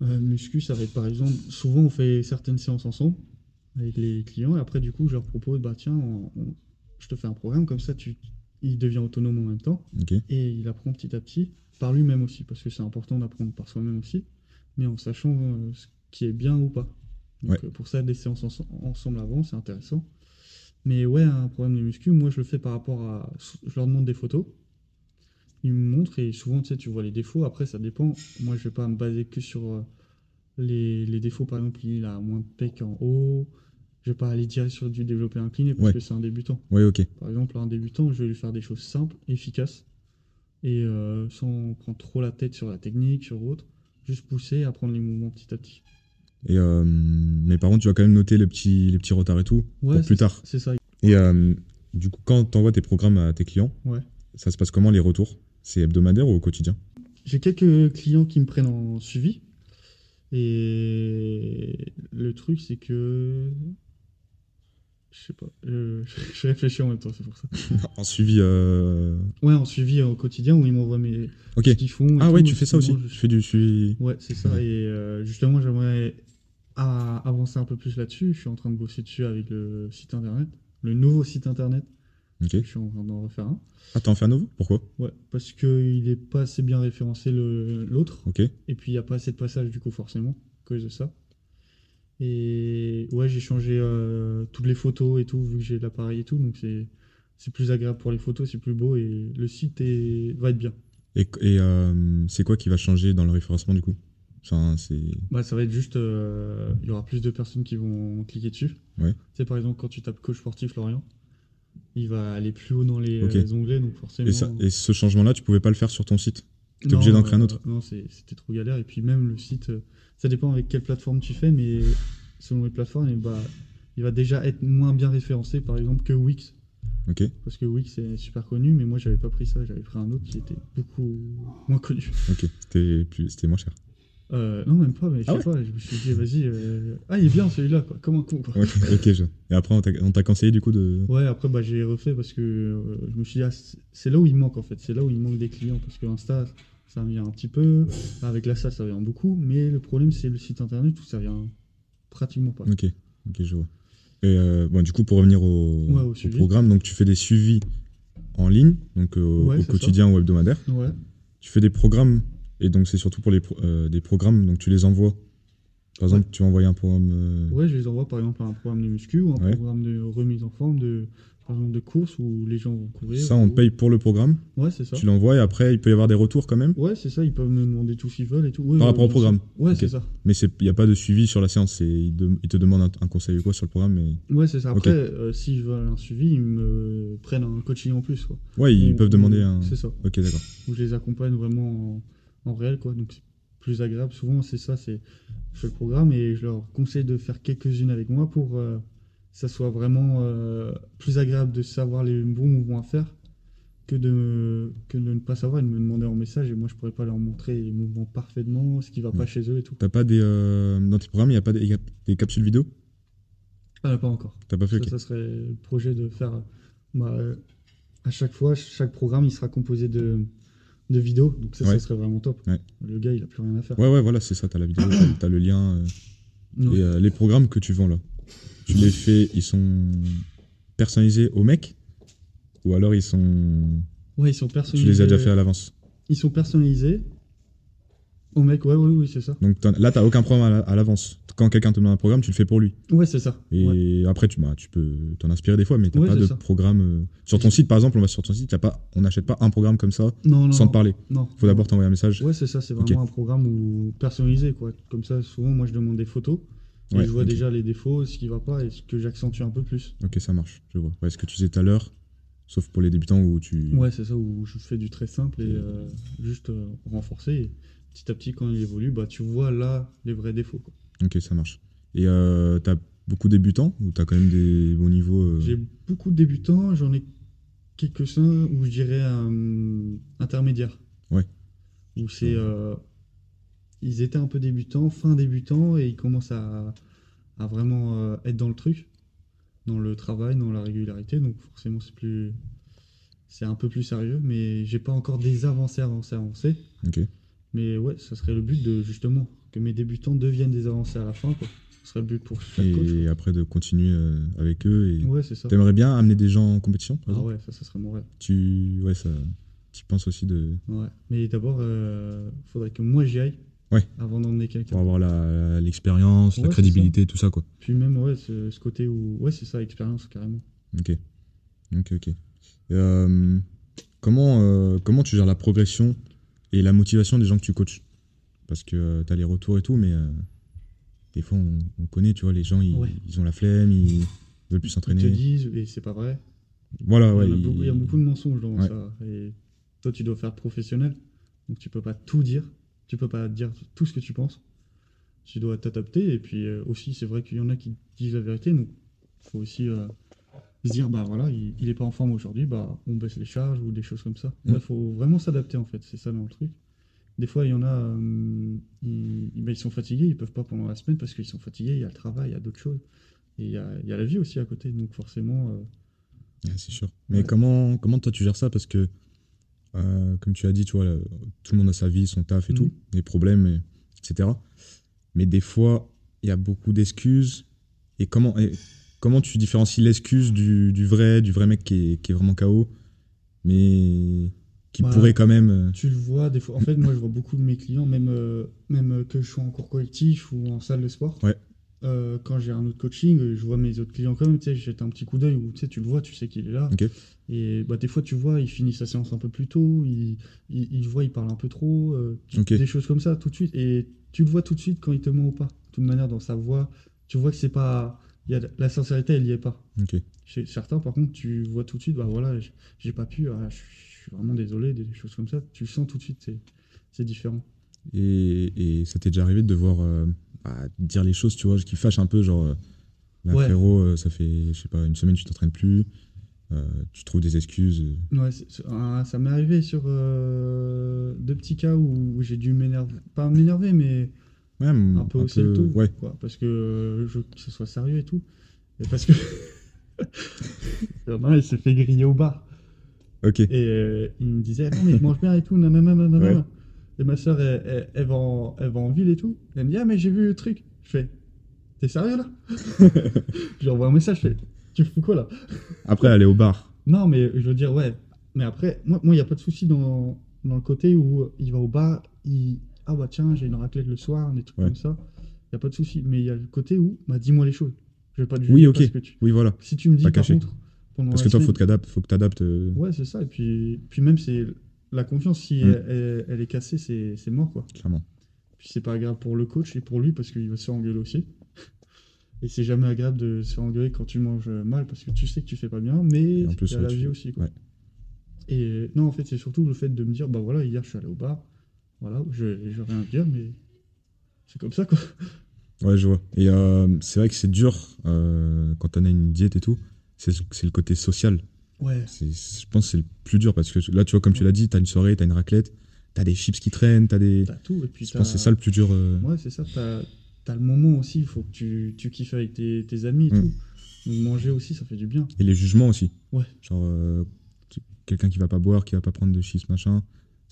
[SPEAKER 2] Euh, muscu, ça va être par exemple, souvent on fait certaines séances ensemble avec les clients, et après du coup je leur propose, bah tiens, on- on- je te fais un programme, comme ça tu, il devient autonome en même temps,
[SPEAKER 1] Ok.
[SPEAKER 2] et il apprend petit à petit, par lui-même aussi, parce que c'est important d'apprendre par soi-même aussi, mais en sachant euh, ce qui est bien ou pas. Donc,
[SPEAKER 1] Ouais.
[SPEAKER 2] euh, pour ça, des séances ense- ensemble avant, c'est intéressant. Mais ouais, un programme de muscu, moi je le fais par rapport à. Je leur demande des photos. Ils me montrent et souvent, tu sais, tu vois les défauts. Après, ça dépend. Moi, je vais pas me baser que sur euh, les, les défauts. Par exemple, il a moins de pec en haut. Je vais pas aller direct sur du développé incliné parce
[SPEAKER 1] Ouais.
[SPEAKER 2] que c'est un débutant.
[SPEAKER 1] Ouais, ok.
[SPEAKER 2] Par exemple, à un débutant, je vais lui faire des choses simples, efficaces, et euh, sans prendre trop la tête sur la technique, sur autre, juste pousser, apprendre les mouvements petit à petit.
[SPEAKER 1] Et, euh, mais par contre, tu vas quand même noter les petits, les petits retards et tout
[SPEAKER 2] Ouais,
[SPEAKER 1] pour plus tard.
[SPEAKER 2] C'est ça.
[SPEAKER 1] Et euh, du coup, quand t'envoies tes programmes à tes clients,
[SPEAKER 2] Ouais.
[SPEAKER 1] ça se passe comment les retours C'est hebdomadaire ou au quotidien
[SPEAKER 2] J'ai quelques clients qui me prennent en suivi, et le truc, c'est que. Je sais pas, euh, je réfléchis en même temps, c'est pour ça.
[SPEAKER 1] En suivi. euh,
[SPEAKER 2] Ouais, en suivi euh, au quotidien où ils m'envoient mes...
[SPEAKER 1] Ok.
[SPEAKER 2] ce qu'ils font. et
[SPEAKER 1] Ah ouais,
[SPEAKER 2] tout,
[SPEAKER 1] tu fais ça aussi.
[SPEAKER 2] justement,
[SPEAKER 1] Tu
[SPEAKER 2] je-
[SPEAKER 1] fais du suivi.
[SPEAKER 2] Ouais, c'est ça. Et euh, justement, j'aimerais a- avancer un peu plus là-dessus. Je suis en train de bosser dessus avec le site internet, le nouveau site internet.
[SPEAKER 1] Ok.
[SPEAKER 2] Je suis en train d'en refaire un.
[SPEAKER 1] Ah, t'en fais un nouveau Pourquoi
[SPEAKER 2] Ouais, parce qu'il n'est pas assez bien référencé le- l'autre.
[SPEAKER 1] Ok.
[SPEAKER 2] Et puis, il n'y a pas assez de passages, du coup, forcément, à cause de ça. Et ouais, j'ai changé euh, toutes les photos et tout, vu que j'ai l'appareil et tout. Donc, c'est c'est plus agréable pour les photos, c'est plus beau et le site est- va être bien.
[SPEAKER 1] Et, et, euh, c'est quoi qui va changer dans le référencement du coup Enfin, c'est.
[SPEAKER 2] Bah, ça va être juste, euh, il y aura plus de personnes qui vont cliquer dessus.
[SPEAKER 1] Ouais.
[SPEAKER 2] Tu sais, par exemple, quand tu tapes coach sportif Lorient, il va aller plus haut dans les
[SPEAKER 1] Ok.
[SPEAKER 2] euh, onglets, donc forcément.
[SPEAKER 1] Et, ça, et ce changement-là, tu pouvais pas le faire sur ton site. t'es obligé
[SPEAKER 2] Non,
[SPEAKER 1] d'en créer un
[SPEAKER 2] euh,
[SPEAKER 1] autre.
[SPEAKER 2] non, c'est- c'était trop galère. Et puis même le site, euh, ça dépend avec quelle plateforme tu fais, mais selon les plateformes, il va, il va déjà être moins bien référencé, par exemple, que Wix.
[SPEAKER 1] Ok.
[SPEAKER 2] Parce que Wix est super connu, mais moi, j'avais pas pris ça, j'avais pris un autre qui était beaucoup moins connu.
[SPEAKER 1] Ok. C'était plus- c'était moins cher.
[SPEAKER 2] Euh, non, même pas, mais je sais
[SPEAKER 1] Ah ouais
[SPEAKER 2] pas, je me suis dit, vas-y, euh, ah, il est bien celui-là, quoi, comme un con, quoi.
[SPEAKER 1] Ok. ok, je- Et après, on t'a- on t'a conseillé du coup de.
[SPEAKER 2] Ouais, après, bah, j'ai refait parce que euh, je me suis dit, ah, c'est- c'est là où il manque en fait, c'est là où il manque des clients parce que Insta, ça vient un petit peu, avec la salle, ça vient beaucoup, mais le problème, c'est le site internet où ça vient pratiquement pas.
[SPEAKER 1] Ok. Ok, je vois. Et euh, bon, du coup, pour revenir au,
[SPEAKER 2] Ouais, au
[SPEAKER 1] au
[SPEAKER 2] suivi.
[SPEAKER 1] programme, donc tu fais des suivis en ligne, donc euh, au-
[SPEAKER 2] Ouais,
[SPEAKER 1] au
[SPEAKER 2] c'est ça.
[SPEAKER 1] quotidien ou hebdomadaire.
[SPEAKER 2] Ouais,
[SPEAKER 1] tu fais des programmes, et donc c'est surtout pour les pro- euh, des programmes, donc tu les envoies. Par exemple, tu vas envoyer un programme. euh,
[SPEAKER 2] ouais, je les envoie par exemple à un programme de muscu ou un
[SPEAKER 1] Ouais.
[SPEAKER 2] programme de remise en forme, de, par exemple de course où les gens vont courir.
[SPEAKER 1] ça, on
[SPEAKER 2] ou-
[SPEAKER 1] te paye pour le programme,
[SPEAKER 2] Ouais, c'est ça.
[SPEAKER 1] tu l'envoies, et après, il peut y avoir des retours quand même,
[SPEAKER 2] Ouais, c'est ça, ils peuvent me demander tout ce qu'ils veulent et tout. Ouais,
[SPEAKER 1] Par
[SPEAKER 2] ouais,
[SPEAKER 1] rapport au
[SPEAKER 2] bien
[SPEAKER 1] programme.
[SPEAKER 2] sûr. Ouais,
[SPEAKER 1] Ok.
[SPEAKER 2] c'est ça.
[SPEAKER 1] mais c'est- il n'y a pas de suivi sur la séance. c'est- Il, de- il te demande un, un conseil ou quoi sur le programme, mais.
[SPEAKER 2] Ouais, c'est ça.
[SPEAKER 1] Ok.
[SPEAKER 2] Après, euh, s'ils veulent un suivi, ils me prennent un coaching en plus. Quoi.
[SPEAKER 1] Ouais, ils
[SPEAKER 2] Ou-
[SPEAKER 1] peuvent demander un.
[SPEAKER 2] C'est ça.
[SPEAKER 1] Ok, d'accord.
[SPEAKER 2] où je les accompagne vraiment en, en réel, quoi. Donc c'est plus agréable. Souvent, c'est ça, c'est je fais le programme et je leur conseille de faire quelques-unes avec moi pour euh, que ça soit vraiment euh, plus agréable de savoir les bons mouvements à faire que de, que de ne pas savoir et de me demander en message. Et moi, je pourrais pas leur montrer les mouvements parfaitement, ce qui va pas
[SPEAKER 1] Ouais.
[SPEAKER 2] chez eux et tout.
[SPEAKER 1] T'as pas des. euh, dans tes programmes, il n'y a pas des, y a des capsules vidéo
[SPEAKER 2] Ah, pas encore.
[SPEAKER 1] T'as pas fait ok.
[SPEAKER 2] Ça, ça serait le projet de faire. euh, bah, euh, à chaque fois, chaque programme, il sera composé de, de vidéos. Donc ça,
[SPEAKER 1] Ouais.
[SPEAKER 2] ça serait vraiment top.
[SPEAKER 1] Ouais.
[SPEAKER 2] Le gars, il a plus rien à faire.
[SPEAKER 1] Ouais, ouais, voilà, c'est ça, t'as la vidéo, t'as- t'as le lien. euh,
[SPEAKER 2] Non.
[SPEAKER 1] Et euh, les programmes que tu vends là, tu les fais, ils sont personnalisés au mec Ou alors ils sont.
[SPEAKER 2] Ouais, ils sont
[SPEAKER 1] Tu
[SPEAKER 2] personnalisés.
[SPEAKER 1] les as déjà fait à l'avance
[SPEAKER 2] Ils sont personnalisés. Au mec, ouais, oui, oui, c'est ça.
[SPEAKER 1] Donc t'en- là, t'as aucun programme à la- à l'avance. Quand quelqu'un te demande un programme, tu le fais pour lui.
[SPEAKER 2] Ouais, c'est ça.
[SPEAKER 1] Et
[SPEAKER 2] Ouais.
[SPEAKER 1] après, tu, bah, tu peux t'en inspirer des fois, mais t'as
[SPEAKER 2] Ouais,
[SPEAKER 1] pas
[SPEAKER 2] c'est
[SPEAKER 1] de
[SPEAKER 2] ça.
[SPEAKER 1] programme. euh, Sur ton site, par exemple, on va sur ton site, y a pas, on n'achète pas un programme comme ça
[SPEAKER 2] Non, non,
[SPEAKER 1] sans
[SPEAKER 2] non,
[SPEAKER 1] te parler.
[SPEAKER 2] non.
[SPEAKER 1] Faut d'abord t'envoyer un message.
[SPEAKER 2] Ouais, c'est ça, c'est
[SPEAKER 1] Ok.
[SPEAKER 2] vraiment un programme où personnalisé, quoi. Comme ça, souvent, moi, je demande des photos. Et
[SPEAKER 1] Ouais,
[SPEAKER 2] je vois
[SPEAKER 1] ok.
[SPEAKER 2] déjà les défauts, ce qui va pas et ce que j'accentue un peu plus.
[SPEAKER 1] Ok, ça marche, je vois. Ouais, ce que tu disais tout à l'heure, Sauf pour les débutants où tu.
[SPEAKER 2] Ouais, c'est ça où je fais du très simple et euh, juste euh, renforcer. Et petit à petit, quand il évolue, bah, tu vois là les vrais défauts. quoi.
[SPEAKER 1] Ok, ça marche. Et euh, t'as beaucoup de débutants ou t'as quand même des bons niveaux euh,
[SPEAKER 2] J'ai beaucoup de débutants, j'en ai quelques-uns où je dirais euh, intermédiaires.
[SPEAKER 1] Ouais.
[SPEAKER 2] Où c'est. euh, ils étaient un peu débutants, fin débutants, et ils commencent à, à vraiment euh, être dans le truc, dans le travail, dans la régularité. Donc forcément, c'est plus. C'est un peu plus sérieux, mais j'ai pas encore des avancées, avancées, avancées.
[SPEAKER 1] Ok.
[SPEAKER 2] Mais ouais, ça serait le but de justement que mes débutants deviennent des avancées à la fin. Quoi. Ce serait le but pour chaque coach.
[SPEAKER 1] Et après de continuer euh, avec eux. Et...
[SPEAKER 2] Ouais, c'est ça.
[SPEAKER 1] T'aimerais bien amener des gens en compétition, par
[SPEAKER 2] Ah
[SPEAKER 1] exemple
[SPEAKER 2] ouais, ça, ça serait mon rêve.
[SPEAKER 1] Tu. Ouais, ça. Tu penses aussi de.
[SPEAKER 2] Ouais, mais d'abord, euh, faudrait que moi j'y aille
[SPEAKER 1] Ouais.
[SPEAKER 2] avant d'emmener quelqu'un.
[SPEAKER 1] Pour avoir la- l'expérience, la,
[SPEAKER 2] Ouais, c'est
[SPEAKER 1] crédibilité, tout ça, quoi.
[SPEAKER 2] Puis même, ouais, ce, ce côté où. Ouais, c'est ça, expérience carrément.
[SPEAKER 1] Ok. Ok, ok. Et, euh, comment, euh, comment tu gères la progression et la motivation des gens que tu coaches Parce que tu as les retours et tout, mais euh, des fois, on, on connaît, tu vois, les gens, ils,
[SPEAKER 2] Ouais.
[SPEAKER 1] ils ont la flemme, ils veulent plus
[SPEAKER 2] Ils te
[SPEAKER 1] s'entraîner.
[SPEAKER 2] disent, et c'est pas vrai.
[SPEAKER 1] Voilà, ouais.
[SPEAKER 2] il, y en a
[SPEAKER 1] ils-
[SPEAKER 2] beaucoup, il y a beaucoup de mensonges dans
[SPEAKER 1] Ouais.
[SPEAKER 2] ça. Et toi, tu dois faire professionnel. Donc tu peux pas tout dire. Tu peux pas dire tout ce que tu penses. Tu dois t'adapter. Et puis euh, aussi, c'est vrai qu'il y en a qui disent la vérité. Donc faut aussi euh, se dire, bah voilà, il, il est pas en forme aujourd'hui. Bah on baisse les charges ou des choses comme ça. Il
[SPEAKER 1] Mm.
[SPEAKER 2] faut vraiment s'adapter en fait. C'est ça dans le truc. Des fois, il y en a, euh, ils, ils- bah, ils sont fatigués, ils peuvent pas pendant la semaine parce qu'ils sont fatigués, il y a le travail, il y a d'autres choses. Et il y a, il y a la vie aussi à côté, donc forcément, euh,
[SPEAKER 1] Ouais, c'est sûr. Mais
[SPEAKER 2] Ouais.
[SPEAKER 1] comment, comment toi tu gères ça Parce que, euh, comme tu as dit, tu vois, là, tout le monde a sa vie, son taf et
[SPEAKER 2] Mhm.
[SPEAKER 1] tout, les problèmes, et- etc. Mais des fois, il y a beaucoup d'excuses. Et comment, et comment tu différencies l'excuse du, du vrai, du vrai mec qui est, qui est vraiment KO, mais qui
[SPEAKER 2] Ouais.
[SPEAKER 1] pourrait quand même. euh,
[SPEAKER 2] Tu le vois des fois. En fait, moi, je vois beaucoup de mes clients, même, euh, même euh, que je sois en cours collectif ou en salle de sport.
[SPEAKER 1] Ouais.
[SPEAKER 2] Euh, quand j'ai un autre coaching, euh, je vois mes autres clients quand même. Tu sais, je jette un petit coup d'œil où tu sais, tu le vois, tu sais qu'il est là.
[SPEAKER 1] Ok.
[SPEAKER 2] Et bah, des fois, tu vois, il finit sa séance un peu plus tôt. Il, il, il voit, il parle un peu trop. euh, tu-
[SPEAKER 1] Ok.
[SPEAKER 2] Des choses comme ça, tout de suite. Et tu le vois tout de suite quand il te ment ou pas. De toute manière, dans sa voix, tu vois que c'est pas. il Y a, la sincérité, elle y est pas.
[SPEAKER 1] Ok,
[SPEAKER 2] Chez certains, par contre, tu vois tout de suite, bah voilà, j- j'ai pas pu, ah, je je suis vraiment désolé, des choses comme ça. Tu le sens tout de suite, c'est- c'est différent.
[SPEAKER 1] Et, et ça t'est déjà arrivé de devoir euh, bah, dire les choses, tu vois, qui fâchent un peu, genre, euh, là,
[SPEAKER 2] Ouais.
[SPEAKER 1] frérot, euh, ça fait, je sais pas, une semaine que tu t'entraînes plus, euh, tu trouves des excuses. euh,
[SPEAKER 2] Ouais, c'est- c'est- ah, ça m'est arrivé sur euh, deux petits cas où, où j'ai dû m'énerver, pas m'énerver, mais
[SPEAKER 1] Ouais, m-
[SPEAKER 2] un peu hausser le ton,
[SPEAKER 1] Ouais,
[SPEAKER 2] quoi, parce que euh, je veux que ce soit sérieux et tout. Et parce que. Il y en a un, il s'est fait griller au bar.
[SPEAKER 1] ok.
[SPEAKER 2] Et euh, il me disait, non, mais je mange bien et tout, nanana, nanana.
[SPEAKER 1] Ouais.
[SPEAKER 2] Et ma soeur, elle, elle- elle va en, elle va en ville et tout. Elle me dit, ah, mais j'ai vu le truc. Je fais, t'es sérieux là Je lui envoie un message, je fais, tu fous quoi là
[SPEAKER 1] Après, aller au bar.
[SPEAKER 2] Non, mais je veux dire, ouais. Mais après, moi, il n'y a pas de souci dans, dans le côté où il va au bar, il. Ah, bah tiens, j'ai une raclette le soir, des trucs
[SPEAKER 1] Ouais.
[SPEAKER 2] comme ça. Il n'y a pas de souci. Mais il y a le côté où, bah dis-moi les choses. Je vais pas te juger.
[SPEAKER 1] Oui, ok.
[SPEAKER 2] parce que tu-
[SPEAKER 1] Oui, voilà.
[SPEAKER 2] si tu me dis,
[SPEAKER 1] Pas
[SPEAKER 2] par
[SPEAKER 1] caché.
[SPEAKER 2] contre, pendant
[SPEAKER 1] Parce
[SPEAKER 2] la
[SPEAKER 1] que toi,
[SPEAKER 2] semaine-
[SPEAKER 1] faut t'adapter. Faut que t'adaptes. euh,
[SPEAKER 2] Ouais, c'est ça. Et puis, puis même, c'est la confiance, si
[SPEAKER 1] Mm.
[SPEAKER 2] elle, elle- elle est cassée, c'est c'est mort, quoi.
[SPEAKER 1] Clairement.
[SPEAKER 2] Puis c'est pas agréable pour le coach et pour lui parce qu'il va se faire engueuler aussi. Et c'est jamais agréable de se faire engueuler quand tu manges mal parce que tu sais que tu fais pas bien, mais
[SPEAKER 1] Et en plus,
[SPEAKER 2] il y a
[SPEAKER 1] ouais,
[SPEAKER 2] la
[SPEAKER 1] tu-
[SPEAKER 2] vie aussi, quoi.
[SPEAKER 1] ouais.
[SPEAKER 2] Et euh, non, en fait, c'est surtout le fait de me dire, bah voilà, hier, je suis allé au bar, voilà, je, je vais rien dire, mais c'est comme ça, quoi.
[SPEAKER 1] Ouais, je vois. Et euh, c'est vrai que c'est dur euh, quand on a une diète et tout. C'est c'est le côté social.
[SPEAKER 2] Ouais.
[SPEAKER 1] C'est- Je pense que c'est le plus dur parce que là, tu vois, comme tu l'as dit, t'as une soirée, t'as une raclette, t'as des chips qui traînent, t'as des.
[SPEAKER 2] T'as tout, et puis
[SPEAKER 1] Je pense que
[SPEAKER 2] t'as-
[SPEAKER 1] c'est ça le plus dur. euh,
[SPEAKER 2] Ouais, c'est ça. T'as as le moment aussi. Il faut que tu, tu kiffes avec tes, tes amis et
[SPEAKER 1] Mm.
[SPEAKER 2] tout. Donc manger aussi, ça fait du bien.
[SPEAKER 1] Et les jugements aussi.
[SPEAKER 2] Ouais.
[SPEAKER 1] Genre, euh, tu- quelqu'un qui va pas boire, qui va pas prendre de chips, machin.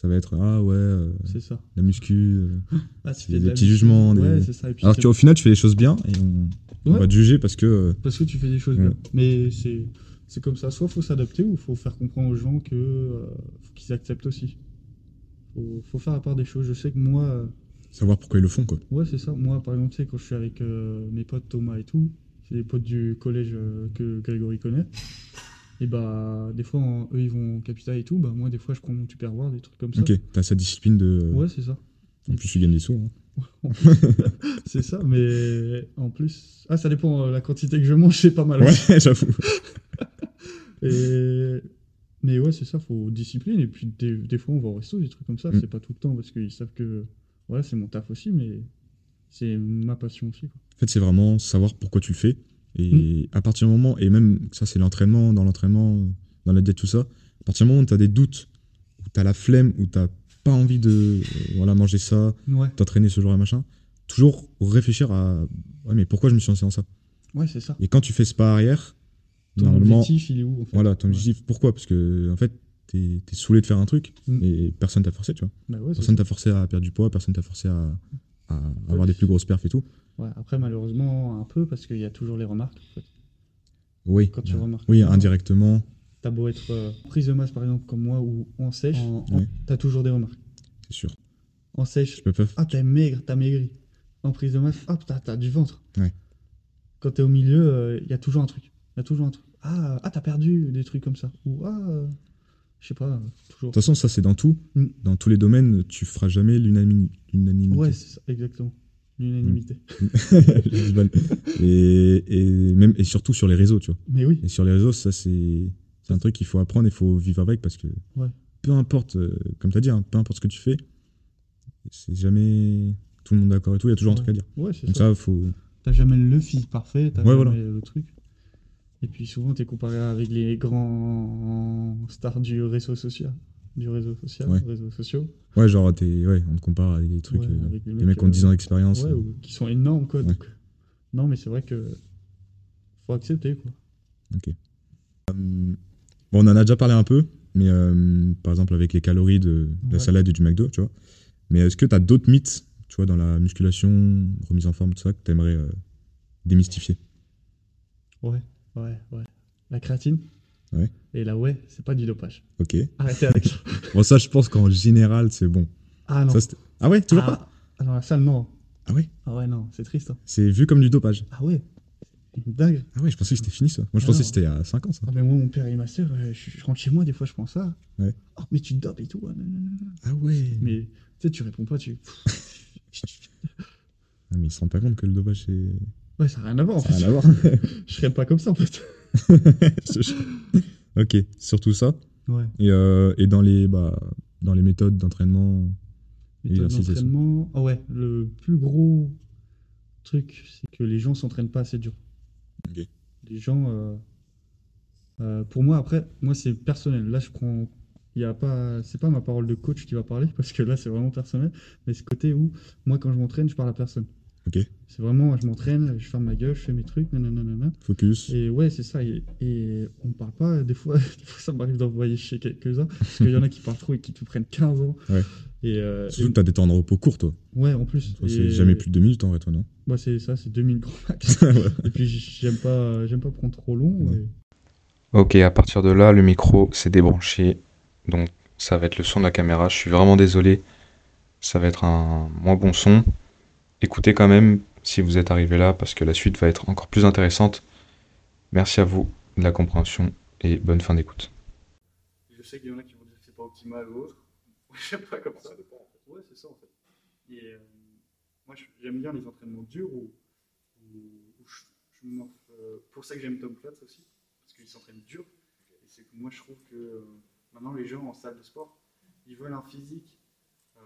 [SPEAKER 1] Ça va être ah ouais, euh,
[SPEAKER 2] C'est ça.
[SPEAKER 1] la muscu. euh.
[SPEAKER 2] Ah, tu
[SPEAKER 1] c'est
[SPEAKER 2] fais de
[SPEAKER 1] des
[SPEAKER 2] la
[SPEAKER 1] petits
[SPEAKER 2] musique.
[SPEAKER 1] jugements, des-
[SPEAKER 2] Ouais, c'est ça. Et puis
[SPEAKER 1] Alors
[SPEAKER 2] t'as-
[SPEAKER 1] tu vois, au final, tu fais les choses bien et on, on
[SPEAKER 2] Ouais.
[SPEAKER 1] va te juger parce que euh,
[SPEAKER 2] Parce que tu fais des choses
[SPEAKER 1] Ouais.
[SPEAKER 2] bien. Mais c'est c'est comme ça. Soit faut s'adapter ou faut faire comprendre aux gens que euh, faut qu'ils acceptent aussi. Faut, faut faire la part des choses. Je sais que moi, euh,
[SPEAKER 1] savoir pourquoi ils le font quoi.
[SPEAKER 2] ouais, c'est ça. Moi, par exemple, tu sais, quand je suis avec euh, mes potes Thomas et tout, c'est des potes du collège euh, que Grégory connaît. Et bah, des fois, en- eux, ils vont au capital et tout. Bah, moi, des fois, je prends mon Tupperware, des trucs comme ça.
[SPEAKER 1] Ok, t'as cette discipline de. euh,
[SPEAKER 2] Ouais, c'est ça.
[SPEAKER 1] En plus, tu gagnes des sous. hein.
[SPEAKER 2] C'est ça, mais en plus. Ah, ça dépend, euh, la quantité que je mange, c'est pas mal.
[SPEAKER 1] Ouais, j'avoue.
[SPEAKER 2] Et Mais ouais, c'est ça, faut discipline. Et puis des, des fois, on va au resto, des trucs comme ça.
[SPEAKER 1] Mm.
[SPEAKER 2] C'est pas tout le temps parce qu'ils savent que voilà, c'est mon taf aussi, mais c'est ma passion aussi. quoi.
[SPEAKER 1] En fait, c'est vraiment savoir pourquoi tu le fais.
[SPEAKER 2] Mm.
[SPEAKER 1] Et à partir du moment, et même ça, c'est l'entraînement, dans l'entraînement, dans la diète, tout ça. À partir du moment où tu as des doutes, où tu as la flemme, où tu pas envie de euh, voilà, manger ça,
[SPEAKER 2] Ouais,
[SPEAKER 1] t'entraîner ce jour-là, machin, toujours réfléchir à ouais, mais pourquoi je me suis lancé dans ça
[SPEAKER 2] ouais, c'est ça.
[SPEAKER 1] Et quand tu fais ce pas arrière,
[SPEAKER 2] Ton
[SPEAKER 1] normalement,
[SPEAKER 2] objectif, il est où en fait
[SPEAKER 1] voilà, ton
[SPEAKER 2] Ouais.
[SPEAKER 1] objectif, pourquoi Parce que en fait, t'es es saoulé de faire un truc
[SPEAKER 2] Mm.
[SPEAKER 1] et personne t'a forcé, tu vois.
[SPEAKER 2] Bah ouais, c'est
[SPEAKER 1] Personne t'a forcé à perdre du poids, personne t'a forcé à, à avoir des plus grosses perfs et tout.
[SPEAKER 2] ça. Ouais, après, malheureusement, un peu parce qu'il y a toujours les remarques. en fait.
[SPEAKER 1] Oui,
[SPEAKER 2] Quand tu remarques.
[SPEAKER 1] oui
[SPEAKER 2] les gens,
[SPEAKER 1] indirectement.
[SPEAKER 2] T'as beau être euh, prise de masse, par exemple, comme moi, ou en sèche, en- en-
[SPEAKER 1] Ouais.
[SPEAKER 2] t'as toujours des remarques.
[SPEAKER 1] C'est sûr.
[SPEAKER 2] En
[SPEAKER 1] Je
[SPEAKER 2] sèche,
[SPEAKER 1] peux pas.
[SPEAKER 2] ah, t'es maigre, t'as maigri. En prise de masse, hop, t'as, t'as du ventre.
[SPEAKER 1] Ouais.
[SPEAKER 2] Quand t'es au milieu, il y a toujours un truc. Il y a toujours un truc. Ah, ah, t'as perdu, des trucs comme ça. Ou ah, euh, je sais pas, euh, toujours.
[SPEAKER 1] De toute façon, ça, c'est dans tout.
[SPEAKER 2] Mm.
[SPEAKER 1] Dans tous les domaines, tu feras jamais l'unami- l'unanimité.
[SPEAKER 2] Ouais, c'est ça, exactement. L'unanimité.
[SPEAKER 1] J'ai du mal. et, et même, et surtout sur les réseaux, tu vois.
[SPEAKER 2] Mais oui,
[SPEAKER 1] Et sur les réseaux, ça, c'est c'est un truc qu'il faut apprendre, il faut vivre avec parce que
[SPEAKER 2] Ouais.
[SPEAKER 1] peu importe, euh, comme tu as dit, hein, peu importe ce que tu fais, c'est jamais tout le monde d'accord et tout, il y a toujours un truc à dire.
[SPEAKER 2] ouais, c'est
[SPEAKER 1] Comme
[SPEAKER 2] ça.
[SPEAKER 1] ça, faut.
[SPEAKER 2] T'as jamais le fils parfait, t'as
[SPEAKER 1] Ouais,
[SPEAKER 2] jamais
[SPEAKER 1] voilà.
[SPEAKER 2] le truc. Et puis souvent, t'es comparé avec les grands stars du réseau social. Du réseau social,
[SPEAKER 1] Ouais.
[SPEAKER 2] réseaux sociaux.
[SPEAKER 1] Ouais, genre, t'es- ouais, on te compare à des trucs.
[SPEAKER 2] Ouais,
[SPEAKER 1] euh,
[SPEAKER 2] avec
[SPEAKER 1] les mecs ont 10 ans d'expérience.
[SPEAKER 2] Ouais,
[SPEAKER 1] euh,
[SPEAKER 2] ou qui sont énormes, quoi.
[SPEAKER 1] Ouais.
[SPEAKER 2] donc. euh, Non, mais c'est vrai que faut accepter, quoi.
[SPEAKER 1] Euh, Bon, on en a déjà parlé un peu, mais euh, par exemple avec les calories de, de la
[SPEAKER 2] Ouais.
[SPEAKER 1] salade et du McDo, tu vois. Mais est-ce que tu as d'autres mythes, tu vois, dans la musculation, remise en forme, tout ça, que tu aimerais démystifier
[SPEAKER 2] Ouais, ouais, ouais. La créatine
[SPEAKER 1] Ouais. Ah.
[SPEAKER 2] et la ouais, c'est pas du dopage.
[SPEAKER 1] Ok.
[SPEAKER 2] Arrêtez avec ça.
[SPEAKER 1] Bon, ça, je pense qu'en général, c'est bon.
[SPEAKER 2] Ah non.
[SPEAKER 1] Ça, c'était- ah ouais, toujours pas
[SPEAKER 2] ah, ah non, la salle, non.
[SPEAKER 1] Ah ouais
[SPEAKER 2] Ah ouais, non, c'est triste. hein.
[SPEAKER 1] C'est vu comme du dopage.
[SPEAKER 2] Ah ouais, c'est une dingue.
[SPEAKER 1] Ah ouais, je pensais que c'était fini, ça. Moi, je
[SPEAKER 2] Ah
[SPEAKER 1] pensais
[SPEAKER 2] non.
[SPEAKER 1] que c'était il y a 5 ans, ça.
[SPEAKER 2] Ah, mais moi, mon père et ma soeur, je, je rentre chez moi, des fois, je pense ça.
[SPEAKER 1] Ouais.
[SPEAKER 2] Oh, mais tu te dopes et tout. ouais, nanana.
[SPEAKER 1] Ah ouais Mais,
[SPEAKER 2] Mais tu sais, tu réponds pas, tu.
[SPEAKER 1] ah, mais ils se rendent pas compte que le dopage, c'est.
[SPEAKER 2] Ouais, ça n'a rien à voir en
[SPEAKER 1] Ça a
[SPEAKER 2] fait.
[SPEAKER 1] rien à voir.
[SPEAKER 2] Je serais pas comme ça en fait.
[SPEAKER 1] ok, surtout ça.
[SPEAKER 2] Ouais.
[SPEAKER 1] Et, euh, et dans, les, bah, dans les méthodes d'entraînement.
[SPEAKER 2] Méthode
[SPEAKER 1] Exercice et ça.
[SPEAKER 2] d'entraînement. Ah ouais, le plus gros truc, c'est que les gens s'entraînent pas assez dur.
[SPEAKER 1] Ok.
[SPEAKER 2] Les gens. euh, euh, pour moi, après, moi c'est personnel. Là, je prends. Il y a pas. C'est pas ma parole de coach qui va parler parce que là, c'est vraiment personnel. Mais ce côté où moi, quand je m'entraîne, je parle à personne.
[SPEAKER 1] Ok.
[SPEAKER 2] C'est vraiment, je m'entraîne, je ferme ma gueule, je fais mes trucs, nanana. nanana.
[SPEAKER 1] Focus.
[SPEAKER 2] Et ouais, c'est ça. Et, et on parle pas. Des fois, des fois ça m'arrive d'envoyer chez quelques-uns parce qu'il y en a qui parlent trop et qui te prennent 15 ans.
[SPEAKER 1] Ouais.
[SPEAKER 2] Et, euh,
[SPEAKER 1] Surtout que t'as des temps de repos courts, toi.
[SPEAKER 2] Ouais, en plus.
[SPEAKER 1] Toi,
[SPEAKER 2] Et-
[SPEAKER 1] C'est jamais plus de 2 minutes en vrai, toi, non
[SPEAKER 2] Moi, c'est ça, c'est 2000 grands max. et puis, j'aime pas, j'aime pas prendre trop long.
[SPEAKER 1] Ouais.
[SPEAKER 2] et-
[SPEAKER 4] Ok, à partir de là, le micro s'est débranché, donc ça va être le son de la caméra. Je suis vraiment désolé, ça va être un moins bon son. Écoutez quand même si vous êtes arrivé là, parce que la suite va être encore plus intéressante. Merci à vous de la compréhension et bonne fin d'écoute.
[SPEAKER 5] Je sais qu'il y en a qui vont dire que c'est pas optimal ou autre. Je sais pas comme ça. dépend en fait. Ouais, c'est ça en fait. Et euh, moi je- j'aime bien les entraînements durs où, où- où je, je m'en- euh, pour ça que j'aime Tom Platz aussi, parce qu'il s'entraîne dur. Et c'est que moi je trouve que euh, maintenant les gens en salle de sport, ils veulent un physique euh,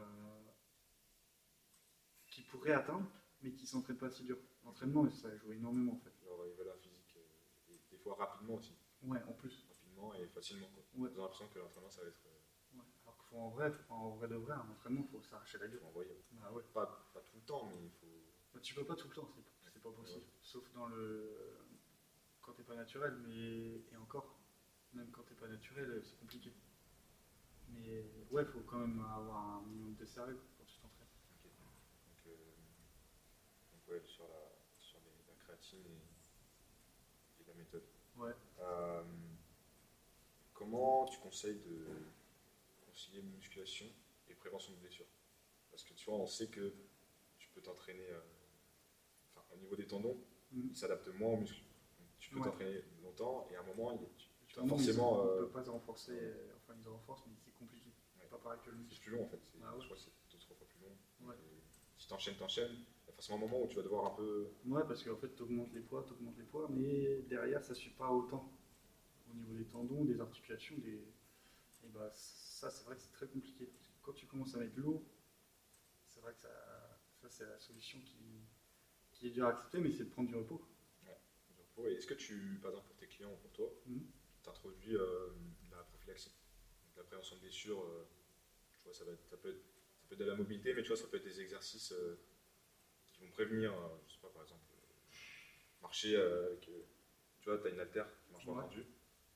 [SPEAKER 5] qu'ils pourraient atteindre, mais qui s'entraînent pas si dur. L'entraînement, ça joue énormément en fait.
[SPEAKER 6] Alors, ils veulent un physique, euh, des, des fois rapidement aussi.
[SPEAKER 5] Ouais, en plus.
[SPEAKER 6] Rapidement et facilement. Quoi.
[SPEAKER 5] Ouais.
[SPEAKER 6] Ils ont l'impression que l'entraînement, ça va être euh,
[SPEAKER 5] Ouais. Alors qu'il faut en vrai, faut- en vrai de vrai, un entraînement, faut s'arracher la gueule.
[SPEAKER 6] envoyé.
[SPEAKER 5] Bah ouais.
[SPEAKER 6] Pas, pas tout le temps, mais il faut.
[SPEAKER 5] Bah, tu peux pas tout le temps, c'est- c'est pas possible. Sauf dans le. quand t'es pas naturel, mais. et encore, même quand t'es pas naturel, euh, c'est compliqué. Mais ouais, faut quand même avoir un minimum de sérieux quand tu t'entraînes.
[SPEAKER 6] ok. Donc, euh, donc, ouais, sur la, sur les- la créatine et, et la méthode.
[SPEAKER 5] Ouais.
[SPEAKER 6] Euh, comment tu conseilles de concilier musculation et prévention de blessures Parce que tu vois, on sait que tu peux t'entraîner. euh, Enfin, au niveau des tendons,
[SPEAKER 5] Mhm.
[SPEAKER 6] ils s'adaptent moins aux muscles. Donc, tu peux
[SPEAKER 5] Ouais.
[SPEAKER 6] t'entraîner longtemps et à un moment, il- tu, tu vas
[SPEAKER 5] Tout le monde,
[SPEAKER 6] forcément.
[SPEAKER 5] ils-
[SPEAKER 6] euh,
[SPEAKER 5] On peut pas te renforcer, euh, enfin ils te renforcent, mais c'est compliqué.
[SPEAKER 6] Ouais.
[SPEAKER 5] Pas pareil que le muscle.
[SPEAKER 6] C'est plus long en fait. C'est-
[SPEAKER 5] Ah ouais.
[SPEAKER 6] Je crois que c'est deux trois fois plus long.
[SPEAKER 5] Ouais.
[SPEAKER 6] Et Si t'enchaînes, t'enchaînes, il y a forcément un moment où tu vas devoir un peu.
[SPEAKER 5] Ouais, parce qu'en fait, t'augmentes les poids, t'augmentes les poids, mais derrière, ça suit pas autant. Au niveau des tendons, des articulations, des. Et bah, ça, c'est vrai que c'est très compliqué. Parce que Quand tu commences à mettre lourd, c'est vrai que ça, ça, c'est la solution qui, qui est dure à accepter, mais c'est de prendre du repos.
[SPEAKER 6] du repos. Et est-ce que tu, par exemple pour tes clients ou pour toi,
[SPEAKER 5] Mhm.
[SPEAKER 6] tu introduis euh, de la prophylaxie Donc, La prévention de blessures, euh, tu vois, ça, va être- ça peut être, ça peut être de la mobilité, mais tu vois, ça peut être des exercices euh, qui vont prévenir, euh, je sais pas, par exemple, euh, marcher euh, avec, euh, tu vois, tu as une haltère qui marche
[SPEAKER 5] Ouais.
[SPEAKER 6] pas perdu,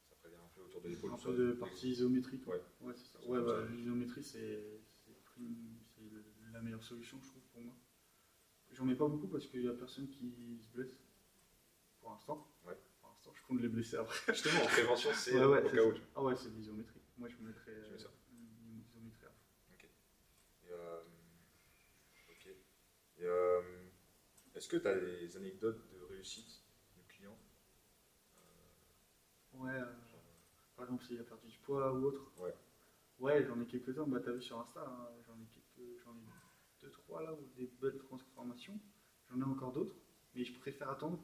[SPEAKER 6] ça prévient un peu autour de l'épaule.
[SPEAKER 5] Un
[SPEAKER 6] tu
[SPEAKER 5] peu
[SPEAKER 6] vois,
[SPEAKER 5] de
[SPEAKER 6] des-
[SPEAKER 5] partie isométrique.
[SPEAKER 6] Ouais.
[SPEAKER 5] ouais c'est ça.
[SPEAKER 6] C'est
[SPEAKER 5] Ouais,
[SPEAKER 6] comme
[SPEAKER 5] bah,
[SPEAKER 6] ça.
[SPEAKER 5] l'isométrie, c'est c'est prime- c'est le- la meilleure solution, je trouve, pour moi. J'en mets pas beaucoup parce qu'il y a personne qui se blesse. Pour l'instant.
[SPEAKER 6] Ouais.
[SPEAKER 5] Pour l'instant, je compte les blesser après.
[SPEAKER 6] Justement, en prévention, c'est euh,
[SPEAKER 5] Ouais, ouais,
[SPEAKER 6] au
[SPEAKER 5] c'est
[SPEAKER 6] cas
[SPEAKER 5] ça.
[SPEAKER 6] où. tu vois.
[SPEAKER 5] Ah ouais, c'est de l'isométrie. Moi, je me mettrais euh,
[SPEAKER 6] Tu mets ça.
[SPEAKER 5] l'isométrie à fond.
[SPEAKER 6] Et, euh, ok. Et, euh, Est-ce que tu as des anecdotes de réussite de clients
[SPEAKER 5] Ouais, euh, par exemple, s'il a perdu du poids ou autre.
[SPEAKER 6] Ouais.
[SPEAKER 5] Ouais, j'en ai quelques-uns. Bah, t'as vu sur Insta, hein, j'en ai quelques, j'en ai deux, trois là, ou des belles transformations. J'en ai encore d'autres, mais je préfère attendre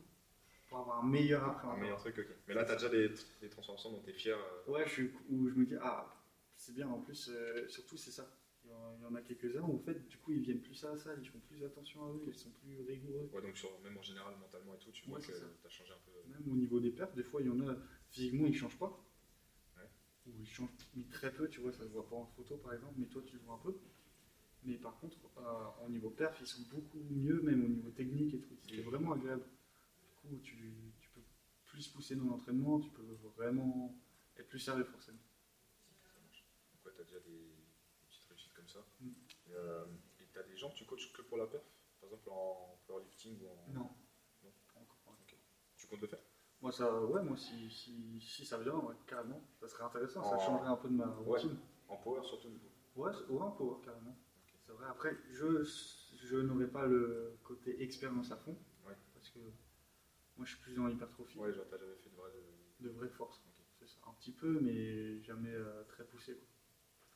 [SPEAKER 5] pour avoir un meilleur après.
[SPEAKER 6] Un meilleur truc, ok. Mais là, tu as déjà des, des transformations dont tu es fier. euh,
[SPEAKER 5] Ouais, je suis, où je me dis, ah, c'est bien, en plus, euh, surtout, c'est ça. Il y en- il y en a quelques-uns où, en fait, du coup, ils viennent plus à la salle, ils font plus attention à eux, ils sont plus rigoureux.
[SPEAKER 6] Ouais, donc sur- même en général, mentalement et tout, tu vois
[SPEAKER 5] Ouais,
[SPEAKER 6] que
[SPEAKER 5] c'est ça.
[SPEAKER 6] tu as changé un peu. euh,
[SPEAKER 5] Même au niveau des pertes, des fois, il y en a, physiquement, ils changent pas.
[SPEAKER 6] Ouais.
[SPEAKER 5] Ou ils changent, mais très peu, tu vois, ça se voit pas en photo, par exemple, mais toi, tu le vois un peu. Mais par contre, euh, au niveau perf, ils sont beaucoup mieux, même au niveau technique et tout. C'est
[SPEAKER 6] Ok.
[SPEAKER 5] vraiment agréable. Du coup, tu, tu peux plus pousser dans l'entraînement, tu peux vraiment être plus sérieux, forcément.
[SPEAKER 6] Donc, ouais, tu as déjà des, des petites réussites comme ça.
[SPEAKER 5] Mm.
[SPEAKER 6] Et, euh, et tu as des gens que tu coaches que pour la perf Par exemple, en powerlifting ou en.
[SPEAKER 5] Non.
[SPEAKER 6] Non.
[SPEAKER 5] Encore pas.
[SPEAKER 6] Tu comptes le faire
[SPEAKER 5] Moi, ça, ouais, moi, si, si, si ça vient, ouais, carrément, ça serait intéressant, ça
[SPEAKER 6] En-
[SPEAKER 5] changerait un peu de ma
[SPEAKER 6] Oh. Ouais.
[SPEAKER 5] routine.
[SPEAKER 6] En power surtout, du coup.
[SPEAKER 5] Ouais, c'est- ouais, un peu, ouais, carrément. C'est vrai, après, je, je n'aurai pas le côté expérience à fond,
[SPEAKER 6] Ouais.
[SPEAKER 5] parce que moi, je suis plus dans l'hypertrophie,
[SPEAKER 6] Ouais, genre, tu jamais fait de vrai.
[SPEAKER 5] de vraie force.
[SPEAKER 6] Ok.
[SPEAKER 5] C'est ça, un petit peu, mais jamais euh, très poussé. quoi.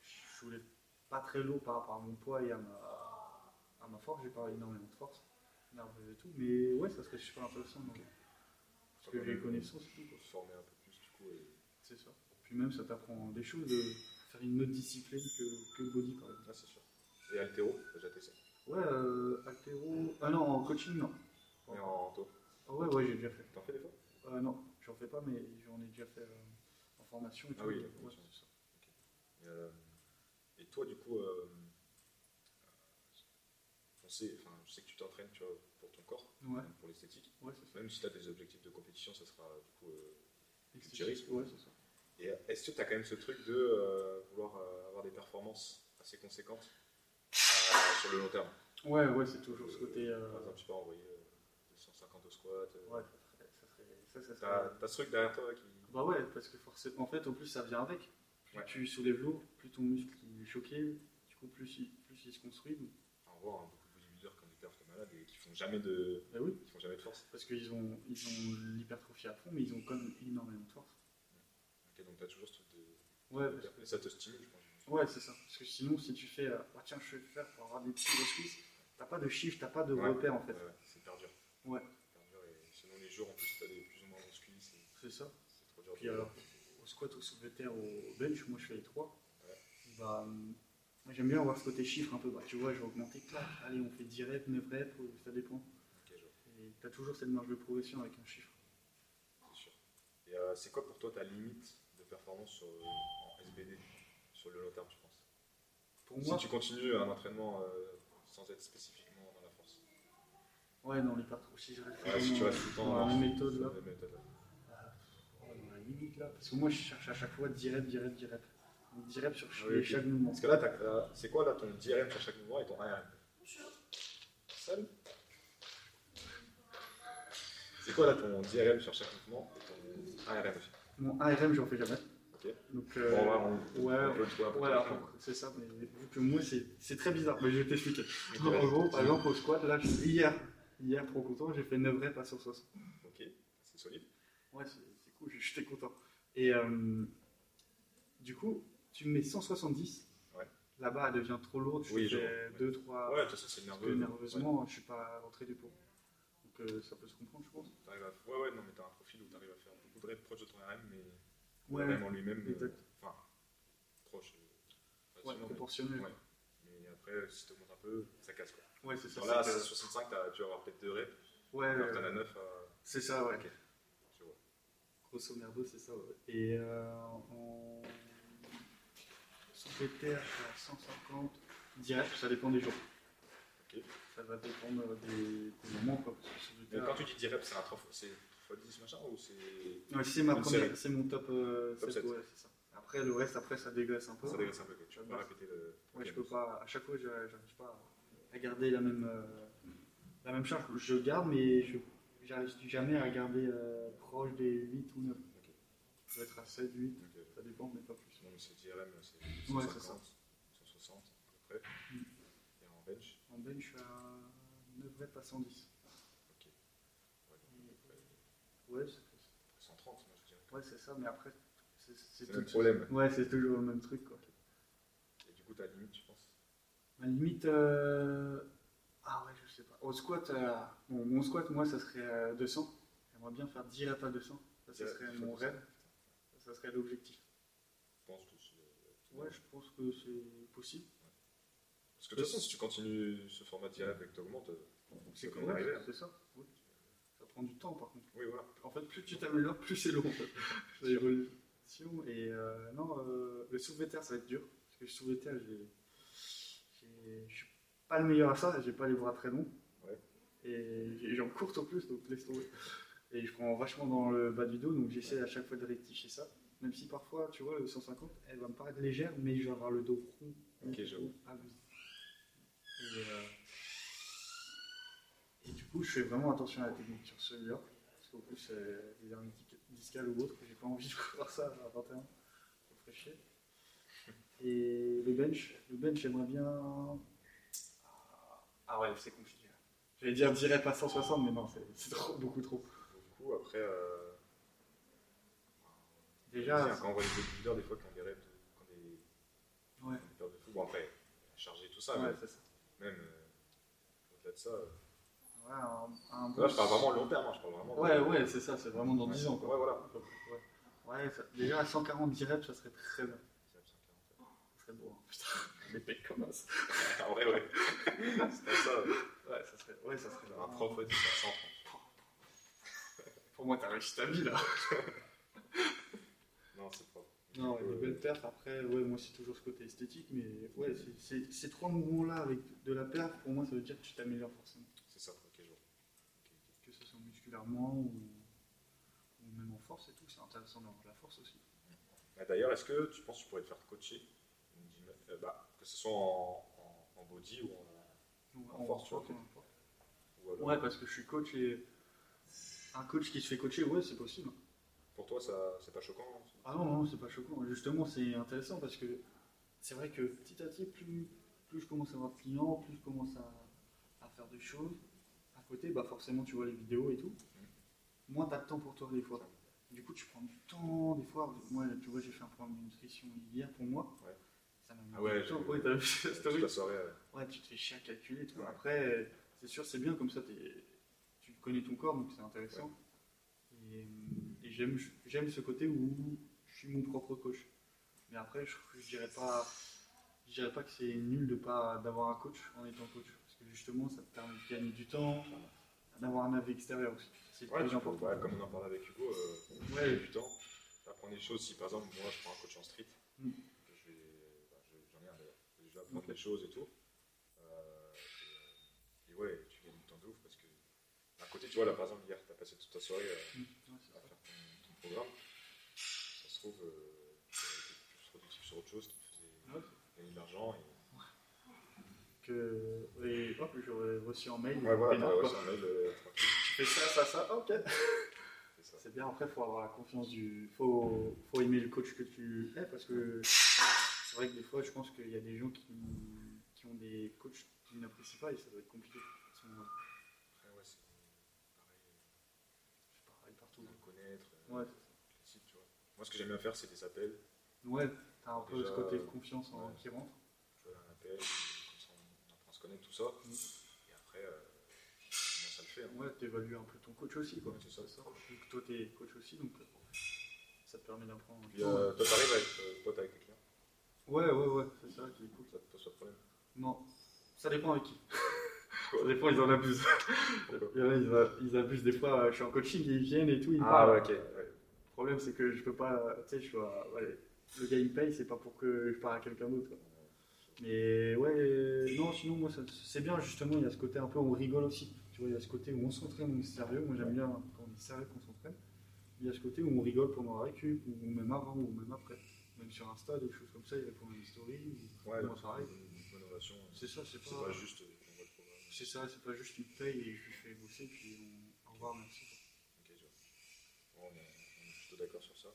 [SPEAKER 5] Je voulais pas très lourd par rapport à mon poids et à ma, à ma force, j'ai pas énormément de force, nerveuse et tout, mais ouais, ça serait super intéressant. donc,
[SPEAKER 6] Ok.
[SPEAKER 5] Parce que j'ai les connaissances et tout, quoi.
[SPEAKER 6] Pour se former un peu plus, du coup. Et...
[SPEAKER 5] C'est ça. Puis même, ça t'apprend des choses, de faire une autre discipline que, que le body, par exemple.
[SPEAKER 6] Ah, c'est sûr. Et Altero, t'as déjà testé.
[SPEAKER 5] Ouais, euh, altéro... Ah non, en coaching, non.
[SPEAKER 6] Mais en taux.
[SPEAKER 5] Ah ouais, ouais, j'ai déjà fait.
[SPEAKER 6] T'en fais des fois
[SPEAKER 5] Euh, non, j'en fais pas, mais j'en ai déjà fait euh, en formation et
[SPEAKER 6] Ah
[SPEAKER 5] tout. euh,
[SPEAKER 6] oui,
[SPEAKER 5] Ouais,
[SPEAKER 6] la formation.
[SPEAKER 5] c'est ça.
[SPEAKER 6] Et, euh, et toi, du coup, euh, on sait, enfin, je sais que tu t'entraînes tu vois, pour ton corps,
[SPEAKER 5] Ouais,
[SPEAKER 6] même pour l'esthétique.
[SPEAKER 5] ouais, c'est ça.
[SPEAKER 6] Même si tu as des objectifs de compétition, ça sera du coup. euh,
[SPEAKER 5] Esthétique, Ouais, c'est ça.
[SPEAKER 6] Et euh, est-ce que tu as quand même ce truc de euh, vouloir euh, avoir des performances assez conséquentes euh, sur le long terme
[SPEAKER 5] Ouais, ouais, c'est toujours ce côté... euh,
[SPEAKER 6] Par exemple, tu peux envoyer euh, 250 au squat. euh,
[SPEAKER 5] Ouais, ça serait... Ça, serait- ça, ça serait-
[SPEAKER 6] T'as t'as ce truc derrière toi qui.
[SPEAKER 5] Bah ouais, parce que forcément, en fait, au plus ça vient avec. Plus
[SPEAKER 6] Ouais.
[SPEAKER 5] tu soulèves lourd, plus ton muscle il est choqué, du coup, plus il, plus il se construit. donc-
[SPEAKER 6] On voit hein, beaucoup de bodybuilders qui ont des perfs de malades et qui font jamais de,
[SPEAKER 5] Bah oui.
[SPEAKER 6] qui font jamais de force.
[SPEAKER 5] Parce qu'ils ont ils ont l'hypertrophie à fond, mais ils ont quand même énormément de force.
[SPEAKER 6] Ok, donc t'as toujours ce truc de.
[SPEAKER 5] Ouais,
[SPEAKER 6] de- et ça te stimule, je pense.
[SPEAKER 5] ouais c'est ça. Parce que sinon, si tu fais, euh, Ah, tiens, je vais faire pour avoir des petits suisses, t'as pas de chiffres, t'as pas de
[SPEAKER 6] Ouais.
[SPEAKER 5] repères en fait.
[SPEAKER 6] Ouais, ouais, c'est hyper dur.
[SPEAKER 5] Ouais.
[SPEAKER 6] C'est hyper dur et selon les jours, en plus, t'as des plus ou moins bons skis, c'est
[SPEAKER 5] C'est ça.
[SPEAKER 6] c'est trop dur.
[SPEAKER 5] Puis alors, au squat, au soulevé de terre, au bench, moi je fais les trois.
[SPEAKER 6] Ouais.
[SPEAKER 5] Bah, euh, moi j'aime bien avoir ce côté chiffre un peu. Bah, tu vois, je vais augmenter, clac, allez, on fait 10 reps, 9 reps, ou- ça dépend.
[SPEAKER 6] Ok, genre,
[SPEAKER 5] Et t'as toujours cette marge de progression avec un chiffre.
[SPEAKER 6] c'est sûr. Et euh, c'est quoi pour toi ta limite de performance sur, euh, en SBD sur le long terme, tu penses
[SPEAKER 5] Pour moi,
[SPEAKER 6] Si tu continues un entraînement euh, sans être spécifiquement dans la force.
[SPEAKER 5] ouais, non, l'hypertrophie, je reste
[SPEAKER 6] Ouais, si tu
[SPEAKER 5] vraiment
[SPEAKER 6] restes tout le
[SPEAKER 5] Euh, dans la
[SPEAKER 6] temps euh,
[SPEAKER 5] même méthode
[SPEAKER 6] sur
[SPEAKER 5] là.
[SPEAKER 6] la même méthode, là.
[SPEAKER 5] Oh, dans la limite là. Parce que moi je cherche à chaque fois 10 reps, 10 reps, 10 reps. Donc 10 reps sur
[SPEAKER 6] Ah oui, ok.
[SPEAKER 5] chaque mouvement.
[SPEAKER 6] Parce que là, t'as- là, c'est quoi là ton 10 RM sur chaque mouvement et ton RM Seul C'est quoi là ton 10 RM sur chaque mouvement et ton RM
[SPEAKER 5] Mon ARM, j'en fais jamais.
[SPEAKER 6] Ok.
[SPEAKER 5] Donc,
[SPEAKER 6] Bon,
[SPEAKER 5] euh,
[SPEAKER 6] ouais, on,
[SPEAKER 5] ouais,
[SPEAKER 6] on peut le trouver un peu
[SPEAKER 5] voilà,
[SPEAKER 6] plus
[SPEAKER 5] enfin, c'est ça, mais vu que moi, c'est c'est très bizarre, mais je vais t'expliquer.
[SPEAKER 6] tard.
[SPEAKER 5] En gros, par exemple, au squat, là, je- hier, hier, trop content, j'ai fait 9 reps à 160.
[SPEAKER 6] Ok, c'est solide.
[SPEAKER 5] Ouais, c'est c'est cool, j'étais content. Et euh, du coup, tu me mets 170,
[SPEAKER 6] Ouais.
[SPEAKER 5] la barre, elle devient trop lourde, je
[SPEAKER 6] Oui, je
[SPEAKER 5] fais
[SPEAKER 6] vois.
[SPEAKER 5] 2, 3,
[SPEAKER 6] Ouais, de toute façon, c'est
[SPEAKER 5] parce
[SPEAKER 6] nerveux.
[SPEAKER 5] que nerveusement, je suis pas rentré du pot. Donc euh, ça peut se comprendre, je pense.
[SPEAKER 6] Ouais, t'arrives à- ouais, ouais, non, mais t'as un profil où t'arrives à faire beaucoup de reps proches de ton RM, mais
[SPEAKER 5] Ouais,
[SPEAKER 6] même en lui-même. euh,
[SPEAKER 5] exact.
[SPEAKER 6] Enfin, proportionnel.
[SPEAKER 5] Ouais, proportionnel.
[SPEAKER 6] Ouais. Mais après, si tu augmentes un peu, ça casse quoi.
[SPEAKER 5] Ouais, c'est ça.
[SPEAKER 6] Genre là, à
[SPEAKER 5] c'est que-
[SPEAKER 6] 65, t'as- tu vas avoir peut-être 2 reps,
[SPEAKER 5] Ouais,
[SPEAKER 6] alors
[SPEAKER 5] ouais,
[SPEAKER 6] que t'en as
[SPEAKER 5] ouais.
[SPEAKER 6] 9 à.
[SPEAKER 5] c'est ça, ouais.
[SPEAKER 6] Ok. Je vois.
[SPEAKER 5] Grosso merdo, c'est ça, ouais. Et euh, en secrétaire, c'est à 150 direct, ça dépend des jours.
[SPEAKER 6] Ok.
[SPEAKER 5] Ça va dépendre des, des moments, quoi. parce que sur du
[SPEAKER 6] Mais
[SPEAKER 5] terrain-
[SPEAKER 6] quand tu dis 10 reps, c'est un 3 x 10 machin ou c'est.
[SPEAKER 5] Ouais, c'est ma
[SPEAKER 6] Une
[SPEAKER 5] première,
[SPEAKER 6] série.
[SPEAKER 5] c'est mon top, euh,
[SPEAKER 6] Top
[SPEAKER 5] sept,
[SPEAKER 6] sept.
[SPEAKER 5] ouais, c'est ça. Après, le reste, après, ça dégraisse un peu.
[SPEAKER 6] Ça dégraisse un peu quoi. Tu
[SPEAKER 5] Ouais,
[SPEAKER 6] peux pas
[SPEAKER 5] bah,
[SPEAKER 6] répéter le.
[SPEAKER 5] Ouais, je peux pas, à chaque fois, je- j'arrive pas à garder la même, euh, la même charge. Je garde, mais je j'arrive jamais à garder euh, proche des 8 ou 9.
[SPEAKER 6] Ok.
[SPEAKER 5] Je vais être à 7, 8,
[SPEAKER 6] Donc, euh,
[SPEAKER 5] ça dépend, mais pas plus.
[SPEAKER 6] sinon, c'est 10 RM, euh, c'est
[SPEAKER 5] Ouais,
[SPEAKER 6] 150,
[SPEAKER 5] c'est ça.
[SPEAKER 6] 160 à peu près.
[SPEAKER 5] Mm.
[SPEAKER 6] Et en bench,
[SPEAKER 5] En bench, je suis à 9 reps à 110.
[SPEAKER 6] ok. Ouais, donc,
[SPEAKER 5] Et-
[SPEAKER 6] à peu près
[SPEAKER 5] Ouais, c'est
[SPEAKER 6] 130, moi je dirais.
[SPEAKER 5] ouais, c'est ça, mais après, c'est
[SPEAKER 6] C'est
[SPEAKER 5] c'est
[SPEAKER 6] le même
[SPEAKER 5] tout-
[SPEAKER 6] problème.
[SPEAKER 5] Ouais, c'est toujours le même truc, quoi.
[SPEAKER 6] Et du coup, t'as limite, tu penses
[SPEAKER 5] Ma limite, euh, ah ouais, je sais pas. Au squat, euh, bon, mon squat, moi, ça serait euh, 200. J'aimerais bien faire 10 reps à 200. Ça, ça
[SPEAKER 6] Ouais,
[SPEAKER 5] serait
[SPEAKER 6] faut
[SPEAKER 5] mon
[SPEAKER 6] que ça-
[SPEAKER 5] rêve. Ça serait l'objectif.
[SPEAKER 6] Je pense tous. euh, tout le
[SPEAKER 5] Ouais,
[SPEAKER 6] monde.
[SPEAKER 5] je pense que c'est possible.
[SPEAKER 6] Parce que de toute façon, si tu continues ce format direct euh, et que tu augmentes,
[SPEAKER 5] C'est
[SPEAKER 6] quand même arrivé, hein.
[SPEAKER 5] C'est ça. Oui. Ça prend du temps, par contre.
[SPEAKER 6] oui, voilà.
[SPEAKER 5] En fait, plus tu t'améliores, plus c'est long. En fait. C'est l'évolution. Et euh, non, euh, le soulevé de terre, ça va être dur. Parce que le soulevé de terre, j'ai- j'ai- je suis pas le meilleur à ça. J'ai pas les bras très longs.
[SPEAKER 6] Ouais.
[SPEAKER 5] Et j'ai- j'en courte en plus, donc laisse tomber. Et je prends vachement dans le bas du dos, donc j'essaie à chaque fois de rectifier ça. Même si parfois, tu vois, le 150, elle va me paraître légère, mais je vais avoir le dos rond.
[SPEAKER 6] Ok, j'avoue.
[SPEAKER 5] Ah oui. Et, euh, et du coup, je fais vraiment attention à la technique sur celui-là. Parce qu'en plus, euh, les derniers tic- discales ou autres, j'ai pas envie de voir ça à 21. Ça me ferait chier. Et le bench, le bench, j'aimerais bien. Ah ouais, c'est compliqué. J'allais dire direct pas 160, mais non, c'est c'est trop, beaucoup trop.
[SPEAKER 6] Du coup, après, euh,
[SPEAKER 5] Déjà,
[SPEAKER 6] c'est- quand on voit les bodybuilders, des fois, qui ont des rêves, de, qui ont des,
[SPEAKER 5] ouais,
[SPEAKER 6] qui ont des pertes de fou, bon, après, charger tout ça,
[SPEAKER 5] ouais,
[SPEAKER 6] mais
[SPEAKER 5] c'est ça.
[SPEAKER 6] même euh, au-delà de ça. euh,
[SPEAKER 5] Ouais, un, un bon-
[SPEAKER 6] Là, je parle vraiment long terme, hein, je parle vraiment.
[SPEAKER 5] Ouais, ouais, c'est ça, c'est vraiment dans
[SPEAKER 6] Ouais.
[SPEAKER 5] 10 ans quoi.
[SPEAKER 6] Ouais, voilà.
[SPEAKER 5] Ouais, ouais ça- déjà à 140 direct, ça serait très bien. Ça serait beau. hein. Putain, les pecs comme ça.
[SPEAKER 6] Ah, ouais, ouais. c'est ça. ouais.
[SPEAKER 5] Ouais, ça serait, ouais, ça serait
[SPEAKER 6] Un prof, ouais, tu fais 130.
[SPEAKER 5] Pour moi, t'as réussi ta vie là.
[SPEAKER 6] Non, c'est propre.
[SPEAKER 5] Non, ouais,
[SPEAKER 6] Du coup,
[SPEAKER 5] des
[SPEAKER 6] euh,
[SPEAKER 5] belles perfs. Après, ouais, moi, c'est toujours ce côté esthétique, mais ouais, c'est- c'est- ces trois mouvements-là avec de la perf, pour moi, ça veut dire que tu t'améliores forcément.
[SPEAKER 6] C'est ça, ok, je vois. Ok, ok.
[SPEAKER 5] Que ce soit musculairement ou, ou même en force et tout, c'est intéressant d'avoir de la force aussi.
[SPEAKER 6] Ah, D'ailleurs, est-ce que tu penses que tu pourrais te faire coacher une gym- euh, bah, Que ce soit en, en- en body ou en.
[SPEAKER 5] Ou
[SPEAKER 6] En force,
[SPEAKER 5] squat,
[SPEAKER 6] ok.
[SPEAKER 5] ou en force.
[SPEAKER 6] ou alors-
[SPEAKER 5] Ouais, parce que je suis coach et un coach qui se fait coacher, ouais, c'est possible.
[SPEAKER 6] Pour toi, ça c'est pas choquant hein, ça
[SPEAKER 5] Ah non, non, c'est pas choquant. Justement, c'est intéressant parce que c'est vrai que petit à petit, plus, plus je commence à avoir de clients, plus je commence à, à faire des choses. À côté, bah forcément, tu vois les vidéos et tout. Moins t'as de temps pour toi des fois. Du coup, tu prends du temps. Des fois, moi, tu vois, j'ai fait un programme de nutrition hier pour moi.
[SPEAKER 6] Ouais.
[SPEAKER 5] Ça m'a mis
[SPEAKER 6] Ah ouais,
[SPEAKER 5] du temps.
[SPEAKER 6] j'ai-
[SPEAKER 5] Ouais, t'as vu cette
[SPEAKER 6] Toute
[SPEAKER 5] story
[SPEAKER 6] la soirée, ouais.
[SPEAKER 5] Ouais, tu te fais chier à calculer. et tout.
[SPEAKER 6] Ouais.
[SPEAKER 5] Après, euh, c'est sûr, c'est bien comme ça, t'es- tu connais ton corps, donc c'est intéressant. Et, euh, Et, j'aime- j'aime ce côté où je suis mon propre coach. Mais après, je, je dirais pas, je dirais pas que c'est nul de pas d'avoir un coach en étant coach, parce que justement, ça te permet de gagner du temps, d'avoir un avis extérieur aussi. C'est
[SPEAKER 6] Ouais,
[SPEAKER 5] très
[SPEAKER 6] tu peux-
[SPEAKER 5] important.
[SPEAKER 6] ouais, comme on en parlait avec Hugo, euh,
[SPEAKER 5] Ouais.
[SPEAKER 6] j'ai du temps, t'apprends des choses. Si par exemple, moi je prends un coach en street,
[SPEAKER 5] Mm.
[SPEAKER 6] je vais, bah, je- j'en ai un d'ailleurs, je vais apprendre des choses et tout. Euh, et, euh, et ouais, tu gagnes du temps de ouf parce que d'un côté, tu vois, là par exemple, hier, t'as passé toute ta soirée euh,
[SPEAKER 5] Mm. Ouais, c'est
[SPEAKER 6] à
[SPEAKER 5] ça.
[SPEAKER 6] faire ton, ton programme. Ça se trouve, euh, tu été plus productif sur autre chose qui te faisait
[SPEAKER 5] Ouais.
[SPEAKER 6] gagner de l'argent. Et...
[SPEAKER 5] Que, et hop, j'aurais reçu en mail.
[SPEAKER 6] Ouais, voilà,
[SPEAKER 5] et
[SPEAKER 6] t'as
[SPEAKER 5] non,
[SPEAKER 6] reçu
[SPEAKER 5] quoi.
[SPEAKER 6] un mail euh, tranquille,
[SPEAKER 5] Tu fais ça, ça, ça, ok.
[SPEAKER 6] c'est ça.
[SPEAKER 5] C'est bien, après, faut avoir la confiance du. Faut, faut aimer le coach que tu es parce que c'est vrai que des fois, je pense qu'il y a des gens qui, qui ont des coachs qu'ils n'apprécient pas et ça doit être compliqué. à ce moment-là.
[SPEAKER 6] Après, ouais, c'est pareil, euh,
[SPEAKER 5] C'est pareil
[SPEAKER 6] tout
[SPEAKER 5] partout.
[SPEAKER 6] le connaître. euh,
[SPEAKER 5] Ouais.
[SPEAKER 6] classique, tu vois. Moi, ce que j'aime bien faire, c'est des appels.
[SPEAKER 5] Ouais, t'as un peu
[SPEAKER 6] Déjà, euh,
[SPEAKER 5] ce côté confiance en,
[SPEAKER 6] ouais.
[SPEAKER 5] qui rentre.
[SPEAKER 6] Tu vois, un appel, comme ça, on apprend à se connaître, tout ça.
[SPEAKER 5] Mm.
[SPEAKER 6] Et après, euh, moi, ça le fait. hein.
[SPEAKER 5] Ouais, t'évalues un peu ton coach aussi, quoi.
[SPEAKER 6] Ouais, c'est ça.
[SPEAKER 5] Vu que toi, t'es coach aussi, donc euh, ça te permet d'apprendre.
[SPEAKER 6] Puis, euh, toi, t'arrives à être euh, pote avec tes clients.
[SPEAKER 5] Ouais, ouais, ouais, c'est ça qui est cool.
[SPEAKER 6] Ça te pose pas de problème.
[SPEAKER 5] Non, ça dépend avec qui. ça dépend, ils en abusent. Il y en a, ils, a- ils abusent des fois. euh, Je suis en coaching, ils viennent et tout. Ils
[SPEAKER 6] Ah,
[SPEAKER 5] parlent.
[SPEAKER 6] ouais, ok. ouais.
[SPEAKER 5] Le problème, c'est que je peux pas. Tu sais, je suis. à- ouais, le gars, il paye, c'est pas pour que je parle à quelqu'un d'autre. quoi. Mais ouais, non, sinon, moi, ça- c'est bien, justement, il y a ce côté un peu, on rigole aussi. Tu vois, il y a ce côté où on s'entraîne, on est sérieux. Moi, j'aime bien quand on est sérieux, qu'on s'entraîne. Il y a ce côté où on rigole pendant la récup, ou même avant, ou même après. Même sur Insta, des choses comme ça, il répond à une story, ou
[SPEAKER 6] Ouais,
[SPEAKER 5] on
[SPEAKER 6] donc,
[SPEAKER 5] commence à rire.
[SPEAKER 6] une bonne relation. euh,
[SPEAKER 5] C'est ça, c'est
[SPEAKER 6] C'est
[SPEAKER 5] pas.
[SPEAKER 6] pas juste. euh, on voit le programme.
[SPEAKER 5] C'est ça, c'est pas juste une paye et je lui fais bosser, puis on... au revoir, merci.
[SPEAKER 6] Ok, je vois. Bon, on, est, on est plutôt d'accord sur ça.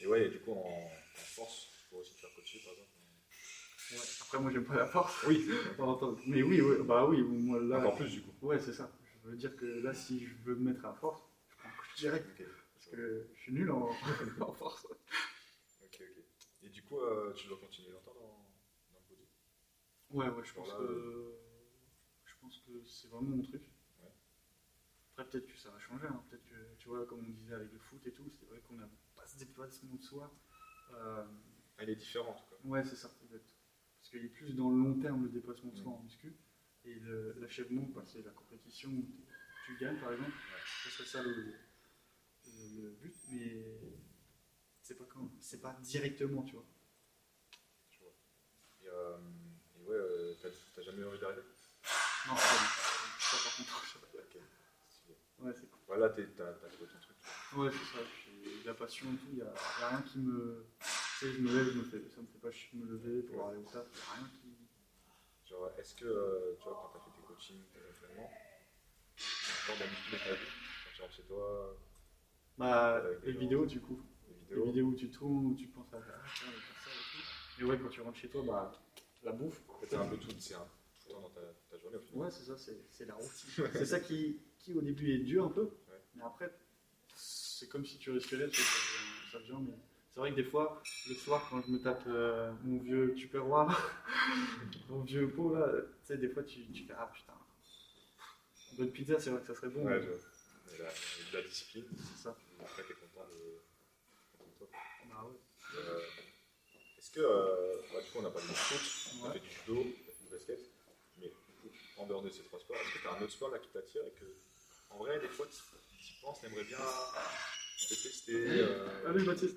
[SPEAKER 6] Et ouais, et du coup, en, en force, je pourrais aussi te faire coacher, par exemple.
[SPEAKER 5] Ouais. Après, moi, j'aime pas la force.
[SPEAKER 6] Oui,
[SPEAKER 5] On entend- Mais oui, ouais, bah oui, moi, là.
[SPEAKER 6] encore plus, du coup.
[SPEAKER 5] Ouais, c'est ça. Je veux dire que là, si je veux me mettre à la force, je prends un coup direct
[SPEAKER 6] Ok,
[SPEAKER 5] parce que je suis nul en, en force.
[SPEAKER 6] ok, ok. Et du coup, euh, tu dois continuer longtemps dans, dans le body
[SPEAKER 5] Ouais, ouais, je pense
[SPEAKER 6] Voilà.
[SPEAKER 5] que. Je pense que c'est vraiment mon truc.
[SPEAKER 6] Ouais.
[SPEAKER 5] Après, peut-être que ça va changer. hein. Peut-être que, tu vois, comme on disait avec le foot et tout, c'est vrai qu'on n'a pas ce déplacement de soi. Euh,
[SPEAKER 6] Ah, Il est différent, en tout cas.
[SPEAKER 5] Ouais, c'est ça, exact. Parce qu'il est plus dans le long terme le déplacement de soi en muscu. Et le- l'achèvement, bah, c'est la compétition où t- tu gagnes, par exemple. Ce serait ça le, le- le but. Mais c'est pas, quand- c'est pas directement, tu vois.
[SPEAKER 6] Tu vois. Et, euh, et ouais, euh, t'as- t'as jamais eu envie d'arrêter
[SPEAKER 5] Non, c'est pas par contre. je sais
[SPEAKER 6] Ok. Stylé.
[SPEAKER 5] pas. Ouais, c'est
[SPEAKER 6] Voilà, t'es- t'as t'as trouvé ton truc.
[SPEAKER 5] Ouais, c'est ça. Puis la passion et tout, il n'y a, y a rien qui me. Tu sais, je me lève, je me fais. Ça me fait pas chier de me lever pour
[SPEAKER 6] Ouais.
[SPEAKER 5] aller au taf. Y a rien qui.
[SPEAKER 6] Genre, est-ce que, euh, tu vois, quand t'as fait tes coachings, tes entraînements, encore dans le muscu dans ta vie, quand tu rentres chez toi,
[SPEAKER 5] Bah,
[SPEAKER 6] Avec des
[SPEAKER 5] les
[SPEAKER 6] gens.
[SPEAKER 5] vidéos, du coup.
[SPEAKER 6] les
[SPEAKER 5] Les
[SPEAKER 6] vidéos,
[SPEAKER 5] vidéos où tu tournes, où tu penses à Ah, tiens, on va faire ça et tout. Et ouais, quand tu rentres chez toi, bah, la bouffe.
[SPEAKER 6] c'est un peu tout, c'est un tout le temps dans ta, ta journée au final.
[SPEAKER 5] Ouais, c'est ça, c'est c'est la routine. c'est ça qui, qui, au début, est dur un peu. Mais après, c'est comme si tu respirais, tu sais, ça, devient- ça devient. Mais c'est vrai que des fois, le soir, quand je me tape euh, mon vieux tupperware, mon vieux pot, là, tu sais, des fois, tu, tu fais Ah putain, une bonne pizza, c'est vrai que ça serait bon.
[SPEAKER 6] Ouais,
[SPEAKER 5] mais
[SPEAKER 6] je vois. Mais la, la discipline,
[SPEAKER 5] c'est ça.
[SPEAKER 6] après t'es content de, content de toi.
[SPEAKER 5] Bah ouais.
[SPEAKER 6] Euh, Est-ce que, euh, bah, du coup, on n'a pas de foot, on
[SPEAKER 5] Ouais.
[SPEAKER 6] fait du judo, on fait du basket, mais en dehors de ces trois sports, est-ce que t'as un autre sport là qui t'attire et que, en vrai, des fois, tu t'y penses, t'aimerais bien te tester, euh,
[SPEAKER 5] Allez, Baptiste.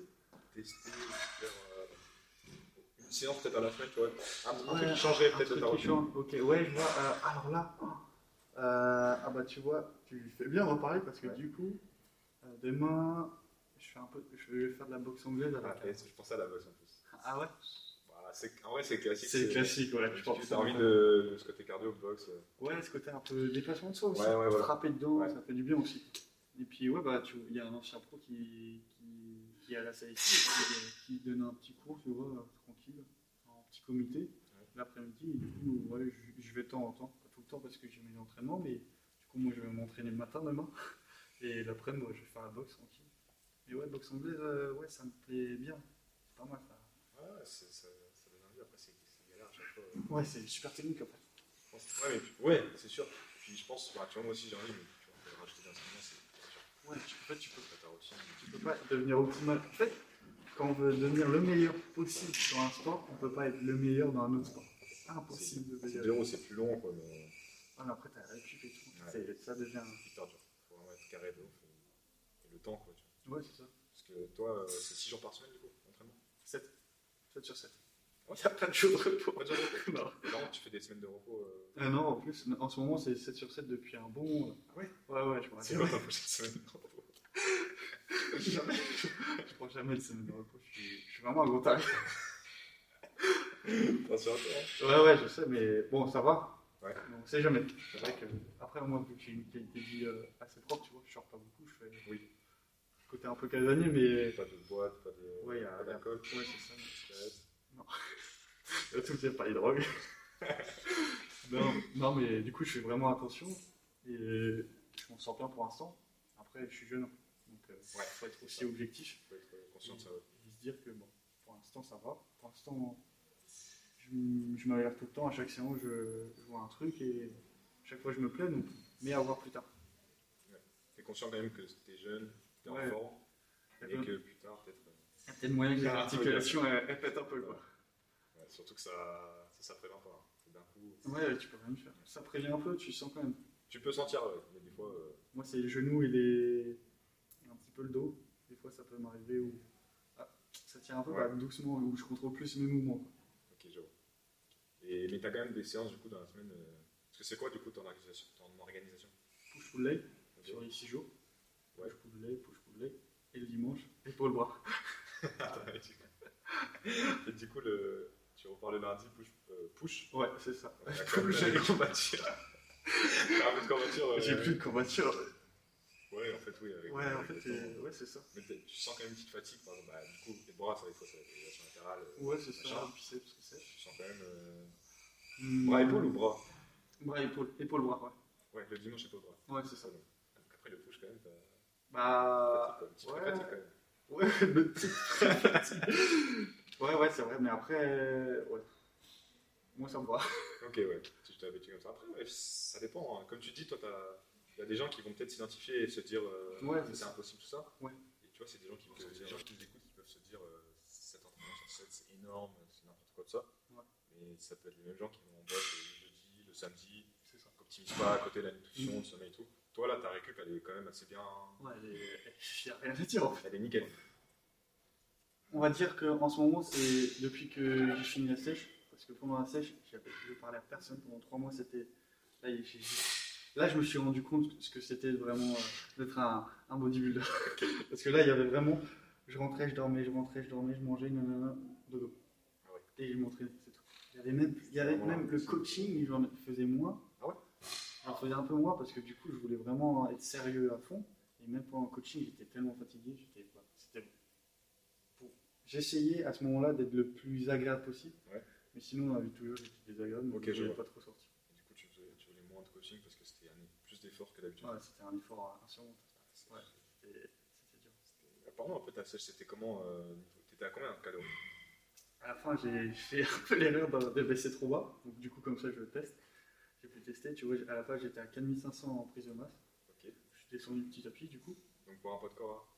[SPEAKER 6] tester, faire euh, une séance peut-être à la semaine, tu vois, un, un
[SPEAKER 5] Ouais,
[SPEAKER 6] truc qui changerait
[SPEAKER 5] Un
[SPEAKER 6] peut-être de
[SPEAKER 5] truc
[SPEAKER 6] ta
[SPEAKER 5] qui
[SPEAKER 6] routine.
[SPEAKER 5] change. Ok, ouais, je vois. euh, alors là, oh, euh, ah bah tu vois, tu fais bien d'en parler parce que du coup, euh, demain, je fais un peu, je vais faire de la boxe anglaise
[SPEAKER 6] Ah,
[SPEAKER 5] avec.
[SPEAKER 6] et je pensais à la boxe en plus.
[SPEAKER 5] Ah ouais.
[SPEAKER 6] Bah, c'est- en vrai, c'est classique.
[SPEAKER 5] ouais.
[SPEAKER 6] Tu
[SPEAKER 5] pense.
[SPEAKER 6] as envie de, de ce côté cardio, boxe. euh,
[SPEAKER 5] Ouais, ce côté un peu déplacement de soi aussi.
[SPEAKER 6] Ouais, ouais, ouais.
[SPEAKER 5] Frapper dedans,
[SPEAKER 6] Ouais.
[SPEAKER 5] ça fait du bien aussi. Et puis ouais, bah tu, il y a un ancien pro qui, qui, qui est à la salle ici, et qui, qui donne un petit cours, tu vois, euh, tranquille, en petit comité, l'après-midi. Et du coup, ouais, je, je vais de temps en temps, pas tout le temps parce que j'ai mes entraînements, mais du coup moi je vais m'entraîner le matin demain et l'après-midi, moi je vais faire la boxe tranquille. Mais ouais, boxe anglaise, euh, ouais, ça me plaît bien, c'est pas mal ça.
[SPEAKER 6] Ouais, c'est- ça, ça donne envie. Après, c'est c'est galère à chaque fois.
[SPEAKER 5] Ouais, c'est super technique en fait.
[SPEAKER 6] Je pense- Ouais, mais tu- ouais, c'est sûr. Puis je pense, bah, tu vois, moi aussi j'ai envie, mais tu vois, de rajouter des instruments, c'est c'est sûr.
[SPEAKER 5] Ouais, tu- en fait tu peux
[SPEAKER 6] T'as ta routine.
[SPEAKER 5] Tu peux pas devenir optimal. En fait, quand on veut devenir le meilleur possible dans un sport, on peut pas être le meilleur dans un autre sport. C'est impossible de
[SPEAKER 6] C'est
[SPEAKER 5] devenir.
[SPEAKER 6] bureau, c'est plus long, quoi, mais
[SPEAKER 5] Ah, mais après, t'as la récup et tout.
[SPEAKER 6] Ouais.
[SPEAKER 5] C'est- Ça devient.
[SPEAKER 6] c'est hyper dur. Faut vraiment être carré de ouf. Et, et le temps, quoi, tu vois.
[SPEAKER 5] Ouais, c'est ça.
[SPEAKER 6] Parce que toi, euh, c'est 6 jours par semaine, du coup, entraînement.
[SPEAKER 5] 7. 7 sur 7.
[SPEAKER 6] Ouais.
[SPEAKER 5] T'as pas de jours de repos.
[SPEAKER 6] Pas de jours de repos.
[SPEAKER 5] Non.
[SPEAKER 6] Et là, tu fais des semaines de repos. euh,
[SPEAKER 5] Ah non, en plus, en ce moment, c'est 7 sur 7 depuis un bon. euh,
[SPEAKER 6] Ah ouais
[SPEAKER 5] Ouais, ouais, je prends
[SPEAKER 6] C'est
[SPEAKER 5] jamais,
[SPEAKER 6] quoi ta prochaine semaine de repos
[SPEAKER 5] je prends jamais de semaine de repos. Je suis, je suis vraiment un gros taré.
[SPEAKER 6] Rassure-toi.
[SPEAKER 5] Ouais, ouais, je sais, mais bon, ça va.
[SPEAKER 6] Ouais.
[SPEAKER 5] Mais On sait jamais. C'est vrai que, après, moi, vu que j'ai une qualité de vie euh, assez propre, tu vois, je sors pas beaucoup, je fais.
[SPEAKER 6] Oui.
[SPEAKER 5] Côté un peu casanier, mais.
[SPEAKER 6] Pas de boîte, pas de.
[SPEAKER 5] Ouais, y a-
[SPEAKER 6] pas d'alcool.
[SPEAKER 5] Ouais, c'est ça.
[SPEAKER 6] cigarette.
[SPEAKER 5] Le truc, c'est pas les drogues. non, non, mais du coup, je fais vraiment attention et je m'en sors bien pour l'instant. Après, je suis jeune, donc euh,
[SPEAKER 6] Ouais.
[SPEAKER 5] faut être aussi objectif
[SPEAKER 6] Faut être euh, conscient de ça. ouais.
[SPEAKER 5] et se dire que bon, pour l'instant, ça va. Pour l'instant, je, m- je m'améliore tout le temps. À chaque séance, je, je vois un truc et à chaque fois, je me plais, donc, mais à voir plus tard.
[SPEAKER 6] T'es conscient quand même que t'es jeune, t'es
[SPEAKER 5] Ouais.
[SPEAKER 6] enfant,
[SPEAKER 5] Il y a
[SPEAKER 6] et
[SPEAKER 5] quand même-
[SPEAKER 6] que plus tard, peut-être. euh,
[SPEAKER 5] il y a peut-être moyen que
[SPEAKER 6] Il y a un
[SPEAKER 5] l'articulation elle, elle pète un peu, quoi.
[SPEAKER 6] Ouais. Surtout que ça, ça, ça prévient pas. hein. C'est D'un coup,
[SPEAKER 5] Ouais, tu peux rien faire. Ça prévient un peu, tu sens quand même.
[SPEAKER 6] tu peux sentir, ouais, mais des fois, euh,
[SPEAKER 5] Moi, c'est les genoux et, les... et un petit peu le dos. Des fois, ça peut m'arriver où ah, ça tire un peu
[SPEAKER 6] Ouais.
[SPEAKER 5] bah, doucement, où je contrôle plus mes mouvements. quoi.
[SPEAKER 6] ok, je vois. Et, mais t'as quand même des séances du coup dans la semaine. euh, Parce que c'est quoi du coup ton organisation, ton organisation
[SPEAKER 5] Push pull leg
[SPEAKER 6] Ok.
[SPEAKER 5] sur les 6 jours.
[SPEAKER 6] Ouais.
[SPEAKER 5] Push pull leg, push pull leg. Et le dimanche, épaule bras. Ah,
[SPEAKER 6] Et du coup- Et du coup, le... tu repars le lundi, push. euh, push.
[SPEAKER 5] Ouais, c'est ça.
[SPEAKER 6] Ouais,
[SPEAKER 5] Je
[SPEAKER 6] d'accord.
[SPEAKER 5] push
[SPEAKER 6] T'as des
[SPEAKER 5] avec-
[SPEAKER 6] combattures. T'as un peu de combattures, euh,
[SPEAKER 5] J'ai plus de combatture.
[SPEAKER 6] Ouais, en fait, oui. avec-
[SPEAKER 5] Ouais, en
[SPEAKER 6] avec le
[SPEAKER 5] fait,
[SPEAKER 6] temps.
[SPEAKER 5] euh, ouais, c'est ça.
[SPEAKER 6] Mais t'es- tu sens quand même une petite fatigue, par exemple, bah, du coup, les bras, ça, des fois, ça va être l'élévation latérale. euh,
[SPEAKER 5] Ouais, c'est ça.
[SPEAKER 6] machin.
[SPEAKER 5] Biceps, triceps.
[SPEAKER 6] Tu sens quand même. euh,
[SPEAKER 5] Hmm.
[SPEAKER 6] Bras, épaule ou bras
[SPEAKER 5] Bras, épaule. Épaule, bras, ouais.
[SPEAKER 6] Ouais, le dimanche, épaule, bras.
[SPEAKER 5] Ouais, c'est ça.
[SPEAKER 6] Donc après, le push, quand même, t'as.
[SPEAKER 5] Bah.
[SPEAKER 6] fatigue, quoi, une petite
[SPEAKER 5] ouais.
[SPEAKER 6] fatigue, quand même.
[SPEAKER 5] Ouais, le petit- ouais, ouais, c'est vrai, mais après, euh, ouais. Moi, ça me va.
[SPEAKER 6] Ok, ouais, tu t'es habitué comme ça. Après, ouais, ça dépend. hein. Comme tu dis, toi, il y a des gens qui vont peut-être s'identifier et se dire euh,
[SPEAKER 5] Ouais,
[SPEAKER 6] c'est
[SPEAKER 5] c'est ça.
[SPEAKER 6] impossible tout ça.
[SPEAKER 5] Ouais.
[SPEAKER 6] Et tu vois, c'est des gens qui vont se dire, des gens qui nous écoutent, qui peuvent se dire euh, cet entraînement sur 7, c'est énorme, c'est n'importe quoi de ça.
[SPEAKER 5] Ouais.
[SPEAKER 6] Mais ça peut être les mêmes gens qui vont en boîte le jeudi, le samedi, qui optimisent pas à côté de la nutrition,
[SPEAKER 5] Mm.
[SPEAKER 6] le sommeil et tout. Toi, là, ta récup, elle est quand même assez bien.
[SPEAKER 5] Ouais, il a rien à dire. en fait.
[SPEAKER 6] Elle est nickel.
[SPEAKER 5] On va dire qu'en ce moment, c'est depuis que j'ai fini la sèche, parce que pendant la sèche, j'avais- je parlais à personne pendant trois mois, c'était. Là, il- j'ai- là, je me suis rendu compte ce que c'était vraiment euh, d'être un, un bodybuilder. parce que là, il y avait vraiment. Je rentrais, je dormais, je rentrais, je dormais, je mangeais, nanana, dodo.
[SPEAKER 6] Ah ouais.
[SPEAKER 5] Et je m'entraînais, c'est tout. Il y avait même, il y avait
[SPEAKER 6] Vraiment,
[SPEAKER 5] même le coaching, j'en faisais moins.
[SPEAKER 6] Ah ouais
[SPEAKER 5] J'en faisais un peu moins parce que du coup, je voulais vraiment être sérieux à fond. Et même pendant le coaching, j'étais tellement fatigué, j'étais. voilà, C'était pour- J'essayais à ce moment-là d'être le plus agréable possible.
[SPEAKER 6] Ouais.
[SPEAKER 5] Mais sinon, la vie de toujours, j'étais désagréable.
[SPEAKER 6] Ok,
[SPEAKER 5] Donc, je
[SPEAKER 6] je
[SPEAKER 5] voulais
[SPEAKER 6] vois.
[SPEAKER 5] pas trop sortir.
[SPEAKER 6] Et du coup, tu faisais, tu faisais moins de coaching parce que c'était un- plus d'efforts que d'habitude.
[SPEAKER 5] Ouais, c'était un effort insurmontable.
[SPEAKER 6] C'est-
[SPEAKER 5] Ouais. C'était c'était dur.
[SPEAKER 6] Apparemment, après ta sèche, c'était comment euh, niveau- T'étais à combien en calories
[SPEAKER 5] À la fin, j'ai fait un peu l'erreur de, de baisser trop bas. Donc, du coup, comme ça, je teste. J'ai pu tester. Tu vois, à la fin, j'étais à 4500 en prise de masse.
[SPEAKER 6] Ok.
[SPEAKER 5] Je suis descendu petit à petit, du coup.
[SPEAKER 6] Donc pour un poids de corps,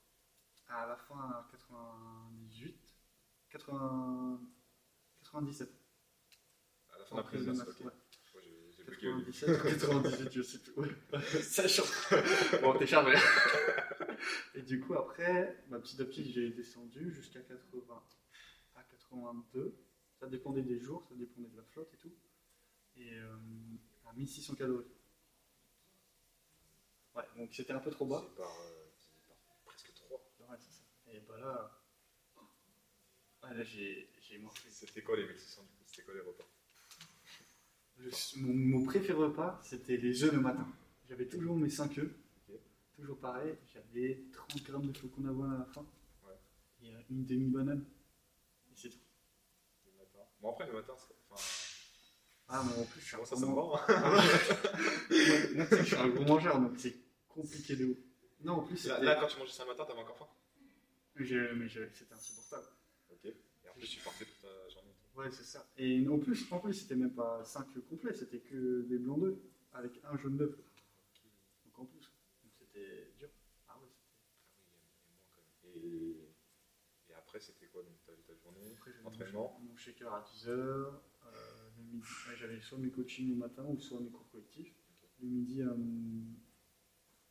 [SPEAKER 6] hein.
[SPEAKER 5] À la fin, à 98, 80, 97.
[SPEAKER 6] à la fin de la prise de masse, ok.
[SPEAKER 5] ouais.
[SPEAKER 6] Moi, j'ai- j'ai bugué au début.
[SPEAKER 5] 97 ou 98, je sais plus. Ouais. Ça change. Bon, t'es chargé. Et du coup, après, bah, petit à petit, j'ai descendu jusqu'à 80, à 82. Ça dépendait des jours, ça dépendait de la flotte et tout. Et euh, à 1600 calories. Ouais, donc c'était un peu trop bas.
[SPEAKER 6] C'est par, euh, c'est par presque 3.
[SPEAKER 5] Ouais, c'est ça. Et bah là, ah, là j'ai j'ai morflé.
[SPEAKER 6] C'était quoi les 1600 du coup C'était quoi les repas
[SPEAKER 5] Le- mon, mon préféré repas, c'était les œufs le matin. J'avais toujours mes 5 œufs.
[SPEAKER 6] Ok.
[SPEAKER 5] Toujours pareil, j'avais 30 grammes de flocons d'avoine à la fin.
[SPEAKER 6] Ouais.
[SPEAKER 5] Et euh, une demi-banane. Et c'est tout.
[SPEAKER 6] le matin Bon, après le matin, c'est- enfin,
[SPEAKER 5] Ah, mais en plus, je suis un
[SPEAKER 6] moi, ça,
[SPEAKER 5] gros
[SPEAKER 6] ça me
[SPEAKER 5] man-
[SPEAKER 6] va. hein.
[SPEAKER 5] Ouais, moi, tu sais que je suis un gros mangeur, donc c'est compliqué de ouf. Non, en plus,
[SPEAKER 6] Là,
[SPEAKER 5] c'était-
[SPEAKER 6] là, quand tu mangeais ça le matin, t'avais encore faim
[SPEAKER 5] je- mais je- c'était insupportable.
[SPEAKER 6] Ok. Et en plus, tu partais toute ta journée.
[SPEAKER 5] Ouais, c'est ça. Et en plus, en plus c'était même pas 5 complets, c'était que des blancs d'œufs avec un jaune d'œuf. Donc en plus, Donc, c'était dur. Ah ouais, c'était
[SPEAKER 6] Ah oui, il y a moins quand même. Et, et après, c'était quoi Donc, t'avais ta journée
[SPEAKER 5] Après, j'avais
[SPEAKER 6] Entraînement
[SPEAKER 5] mon, mon shaker à 10h, euh, le midi, ouais, j'avais soit mes coachings le matin ou soit mes cours collectifs. Le midi, euh,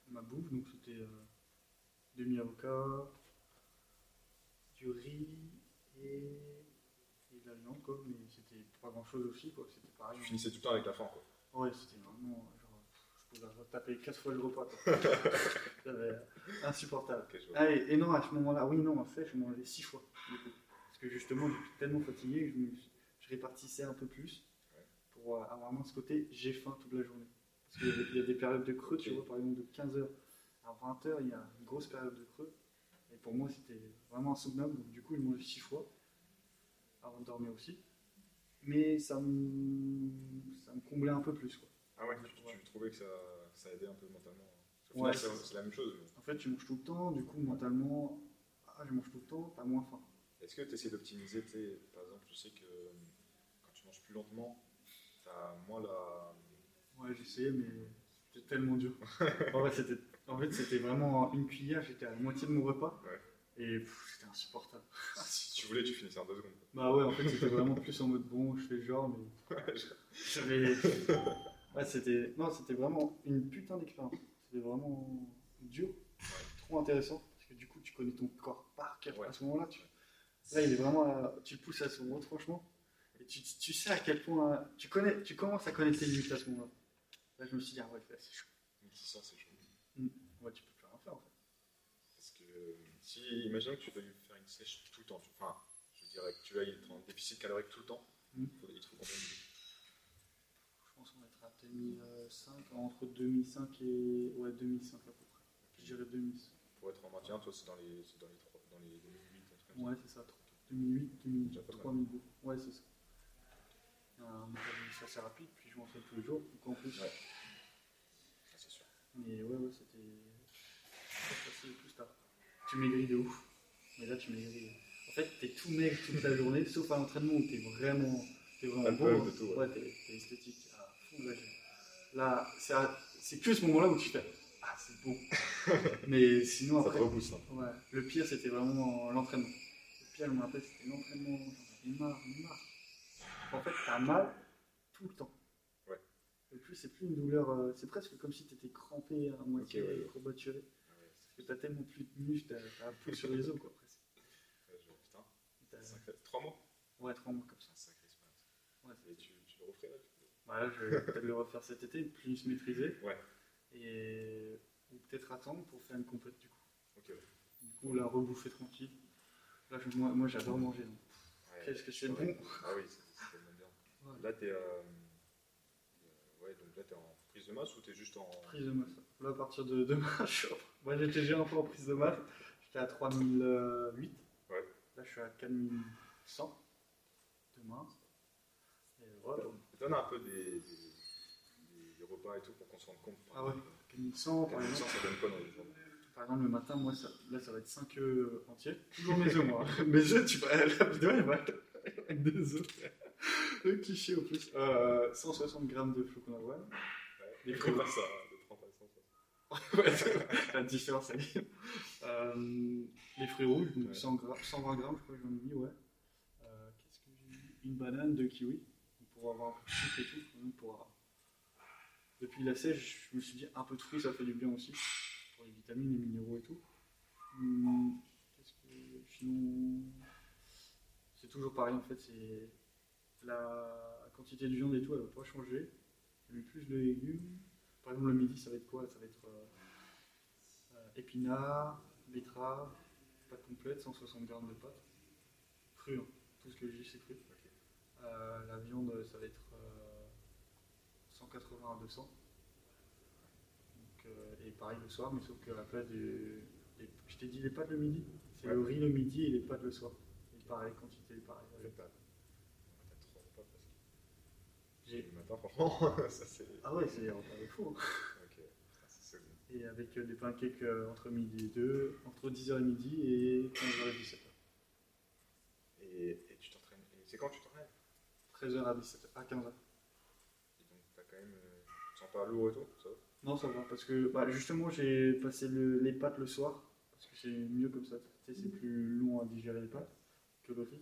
[SPEAKER 5] ma bouffe, donc c'était euh, demi-avocat, du riz et, et de la viande, quoi. Mais c'était pas grand chose aussi, quoi. C'était pareil. hein.
[SPEAKER 6] Tu finissais tout le temps avec la faim, quoi.
[SPEAKER 5] Ouais, c'était vraiment. Genre, je pouvais taper 4 fois le repas. quoi. J'avais- insupportable.
[SPEAKER 6] Ok, je vois.
[SPEAKER 5] Ah, et, et non, à ce moment-là, oui, non, en fait, je mangeais 6 fois. du coup. Parce que justement, j'étais tellement fatigué, que je, me- je répartissais un peu plus
[SPEAKER 6] Ouais.
[SPEAKER 5] pour euh, avoir moins ce côté j'ai faim toute la journée. Parce qu'il y, avait- il y a des périodes de creux, tu
[SPEAKER 6] Ok.
[SPEAKER 5] vois, par exemple de 15h à 20h, il y a une grosse période de creux. Et pour moi, c'était vraiment insoutenable. Donc, du coup, je mangeais 6 fois avant de dormir aussi. Mais ça me, ça me comblait un peu plus, quoi.
[SPEAKER 6] Ah ouais, tu, tu trouvais que ça, que ça aidait un peu mentalement Parce qu'au
[SPEAKER 5] Ouais,
[SPEAKER 6] final,
[SPEAKER 5] c'est
[SPEAKER 6] c'est- c'est la même chose. mais-
[SPEAKER 5] En fait, tu manges tout le temps, du coup, mentalement, ah, je mange tout le temps, t'as moins faim.
[SPEAKER 6] Est-ce que tu essaies d'optimiser, tu sais, par exemple, je sais que euh, quand tu manges plus lentement, t'as moins la...
[SPEAKER 5] Ouais, j'essayais, mais c'était tellement dur. en, vrai, c'était, en fait, c'était vraiment une cuillère, j'étais à la moitié de mon repas.
[SPEAKER 6] Ouais.
[SPEAKER 5] Et pff, c'était insupportable.
[SPEAKER 6] Si tu voulais, tu finissais en deux secondes.
[SPEAKER 5] Bah ouais, en fait, c'était vraiment plus en mode bon, je fais genre, mais. J'avais. Ouais, c'était. Non, c'était vraiment une putain d'expérience. C'était vraiment dur, trop intéressant, parce que du coup, tu connais ton corps par cœur
[SPEAKER 6] Ouais.
[SPEAKER 5] à ce moment-là. Tu... Là, il est vraiment. à- Tu le pousses à son retranchement, et tu, tu sais à quel point. euh, Tu, connais... tu commences à connaître tes limites à ce moment-là. Là, je me suis dit, ah ouais, c'est chaud.
[SPEAKER 6] Donc, c'est ça, c'est chaud.
[SPEAKER 5] Ouais, tu peux plus rien faire, en fait.
[SPEAKER 6] Parce que euh, si, imaginons que tu dois faire une sèche tout le temps, tu- enfin, je dirais que tu vas être en déficit calorique tout le temps,
[SPEAKER 5] Mm.
[SPEAKER 6] il faut, il te faut combien de-
[SPEAKER 5] Je pense qu'on va être à 2005, entre 2005 et. Ouais, 2005 à peu près. Je dirais 2005.
[SPEAKER 6] Pour être en maintien, toi, c'est dans les, c'est dans les, trois- dans les 2008, un truc comme ça.
[SPEAKER 5] Ouais, c'est ça, 2008, 2008,
[SPEAKER 6] Déjà pas mal.
[SPEAKER 5] 3000 bouts. Ouais, c'est ça. Euh, on a mis ça assez rapide, puis je m'en fais tous les jours, donc en plus.
[SPEAKER 6] Ouais. Ça, c'est sûr.
[SPEAKER 5] Mais ouais, ouais, c'était. pas facile plus tard. Tu maigris de ouf. Mais là, tu maigris. En fait, t'es tout maigre toute la journée, sauf à l'entraînement où t'es vraiment, t'es
[SPEAKER 6] T'as
[SPEAKER 5] vraiment
[SPEAKER 6] le
[SPEAKER 5] beau.
[SPEAKER 6] pump
[SPEAKER 5] hein.
[SPEAKER 6] et tout, ouais.
[SPEAKER 5] Ouais, t'es t'es esthétique. Ah, fou, là, j'ai- là c'est à- c'est que ce moment-là où tu fais Ah, c'est bon. Mais sinon,
[SPEAKER 6] Ça te
[SPEAKER 5] après.
[SPEAKER 6] rebooste, hein.
[SPEAKER 5] Ouais, le pire c'était vraiment l'entraînement. Le pire, je me rappelle, c'était l'entraînement. J'en avais marre, marre. En fait, t'as mal tout le temps.
[SPEAKER 6] Ouais.
[SPEAKER 5] Le plus, c'est plus une douleur. euh, c'est presque comme si t'étais crampé à moitié,
[SPEAKER 6] Ok, ouais, ouais.
[SPEAKER 5] courbaturé.
[SPEAKER 6] Ah Ouais,
[SPEAKER 5] Parce que t'as tellement plus de muscles, t'as t'as un peu sur les os, quoi, presque.
[SPEAKER 6] c'est- ouais, je- putain,
[SPEAKER 5] Et t'as-
[SPEAKER 6] sacré- trois mois
[SPEAKER 5] Ouais, trois mois comme ça.
[SPEAKER 6] C'est un sacré sprint.
[SPEAKER 5] Ouais,
[SPEAKER 6] Et tu, tu le referais, là, du coup
[SPEAKER 5] Bah là, je vais peut-être le refaire cet été, plus se maîtriser.
[SPEAKER 6] Ouais.
[SPEAKER 5] Et. Ou peut-être attendre pour faire une compète, du coup.
[SPEAKER 6] Ok, ouais.
[SPEAKER 5] Du coup, la rebouffer tranquille. Là, je- moi, moi j'adore manger. donc.
[SPEAKER 6] Ouais,
[SPEAKER 5] Qu'est-ce que c'est
[SPEAKER 6] ouais.
[SPEAKER 5] bon
[SPEAKER 6] Ah oui, c'est c'est tellement bien.
[SPEAKER 5] Ouais.
[SPEAKER 6] Là, t'es. Euh, euh, ouais, donc là, t'es en prise de masse ou t'es juste en.
[SPEAKER 5] Prise de masse. Là, à partir de demain, je suis en- Moi, j'étais déjà un peu en prise de masse. J'étais à 3008.
[SPEAKER 6] Ouais.
[SPEAKER 5] Là, je suis à 4100. Demain. Et voilà. donc,
[SPEAKER 6] Donne un peu des, des- des repas et tout pour qu'on se rende compte.
[SPEAKER 5] Ah ouais. 4100, par
[SPEAKER 6] Comme ça,
[SPEAKER 5] exemple.
[SPEAKER 6] ça donne quoi dans les journées
[SPEAKER 5] Par exemple, le matin, moi, ça- là, ça va être 5 œufs entiers. Toujours mes œufs, moi. mes œufs, tu vois, la vidéo, elle va avec des œufs. Le cliché, au plus. Euh, 160 grammes de flocons d'avoine.
[SPEAKER 6] Des
[SPEAKER 5] prends
[SPEAKER 6] pas ça, ne prends pas ça.
[SPEAKER 5] Ouais, la différence, elle est. Euh, les fruits rouges, donc
[SPEAKER 6] Ouais.
[SPEAKER 5] 100 gra- 120 grammes, je crois que j'en ai mis, ouais. Euh, Qu'est-ce que j'ai mis Une banane, deux kiwis, pour avoir un peu de sucre et tout. vraiment pour, euh, Depuis la sèche, je me suis dit un peu de fruits, ça fait du bien aussi, pour les vitamines, les minéraux et tout. Hum, Qu'est-ce que. Sinon. C'est toujours pareil en fait, c'est. La quantité de viande et tout, elle va pas changer. Le plus de légumes. Par exemple, le midi, ça va être quoi Ça va être euh, euh, épinards, betteraves, pâte complète, 160 grammes de pâte. Cru, hein. tout ce que j'ai, c'est cru. Euh, la viande, ça va être euh, 180 à 200. Donc, euh, et pareil le soir, mais sauf que la place des. des- je t'ai dit les pâtes le midi C'est
[SPEAKER 6] Ouais.
[SPEAKER 5] le riz le midi et les pâtes le soir. Et pareil, quantité, pareil.
[SPEAKER 6] En fait, t'as t'as trois repas parce que
[SPEAKER 5] J'ai-
[SPEAKER 6] le matin, franchement, ça c'est.
[SPEAKER 5] Ah ouais, c'est un peu fou. hein.
[SPEAKER 6] Ok, putain, c'est solide.
[SPEAKER 5] Et avec euh, des pancakes euh, entre midi et 2, entre 10h et midi et 15h et 17h.
[SPEAKER 6] Et, et tu t'entraînes. et C'est quand tu t'entraînes
[SPEAKER 5] 13h à 17h, à 15h.
[SPEAKER 6] Et donc, t'as quand même. euh, Tu te sens pas lourd et tout, ça va
[SPEAKER 5] Non, ça va, parce que bah, justement, j'ai passé le- les pâtes le soir, parce que c'est mieux comme ça. Tu sais, c'est plus long à digérer les pâtes que le riz.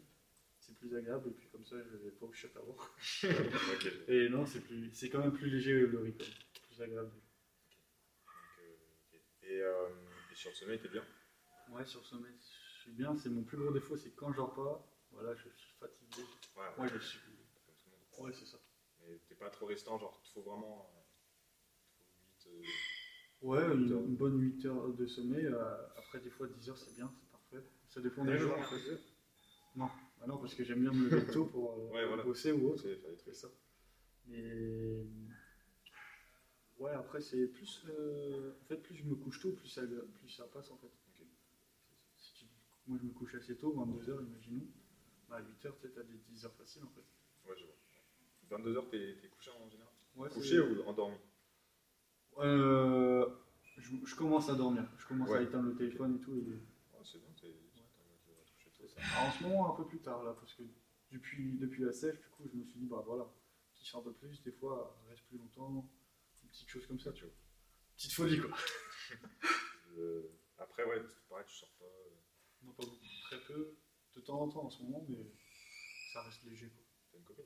[SPEAKER 5] C'est plus agréable, et puis comme ça, je vais pas au choc avant.
[SPEAKER 6] Ok. Donc,
[SPEAKER 5] Et non, c'est plus, c'est quand même plus léger euh, le riz, quoi. plus agréable.
[SPEAKER 6] euh, ok. Et, euh, et sur le sommeil, t'es bien
[SPEAKER 5] Ouais, sur le sommeil, je suis bien. C'est mon plus gros défaut, c'est quand je dors pas, voilà, je suis fatigué.
[SPEAKER 6] Ouais, ouais,
[SPEAKER 5] Ouais, je suis.
[SPEAKER 6] comme tout le monde.
[SPEAKER 5] Ouais, c'est ça.
[SPEAKER 6] Mais t'es pas trop restant, genre, faut vraiment. euh, faut vite, euh,
[SPEAKER 5] Ouais, une, une bonne 8 heures de sommeil. euh, après, des fois, 10 heures, c'est bien, c'est parfait. Ça dépend des
[SPEAKER 6] Ouais,
[SPEAKER 5] jours.
[SPEAKER 6] ouais.
[SPEAKER 5] en fait. Non, bah non, parce que j'aime bien me lever tôt pour euh,
[SPEAKER 6] Ouais, voilà.
[SPEAKER 5] bosser ou autre.
[SPEAKER 6] faut faire des trucs.
[SPEAKER 5] C'est ça. Mais ouais, après c'est plus, euh, en fait, plus je me couche tôt, plus ça, plus ça passe en fait. Si tu- Moi, je me couche assez tôt, 22 h imaginons. Bah, à 8 h peut-être à des 10 h faciles en fait.
[SPEAKER 6] Ouais, je vois. 22h, t'es t'es couché en général
[SPEAKER 5] Ouais,
[SPEAKER 6] Couché ou endormi
[SPEAKER 5] c'est- Euh, je, je commence à dormir. Je commence à
[SPEAKER 6] Ouais.
[SPEAKER 5] éteindre le téléphone et tout. et-
[SPEAKER 6] Ouais, c'est bien, t'es euh, t'es touché tout ça.
[SPEAKER 5] Alors, en ce moment, un peu plus tard là, parce que depuis, depuis la sèche, du coup, je me suis dit, bah voilà, qui un peu plus, des fois, reste plus longtemps, une petite chose comme ça, tu vois. Petite folie quoi.
[SPEAKER 6] Euh, après, ouais, c'est pareil, tu sors pas. euh,
[SPEAKER 5] Non, pas beaucoup. Très peu. De temps en temps en ce moment, mais ça reste léger. quoi.
[SPEAKER 6] T'as une copine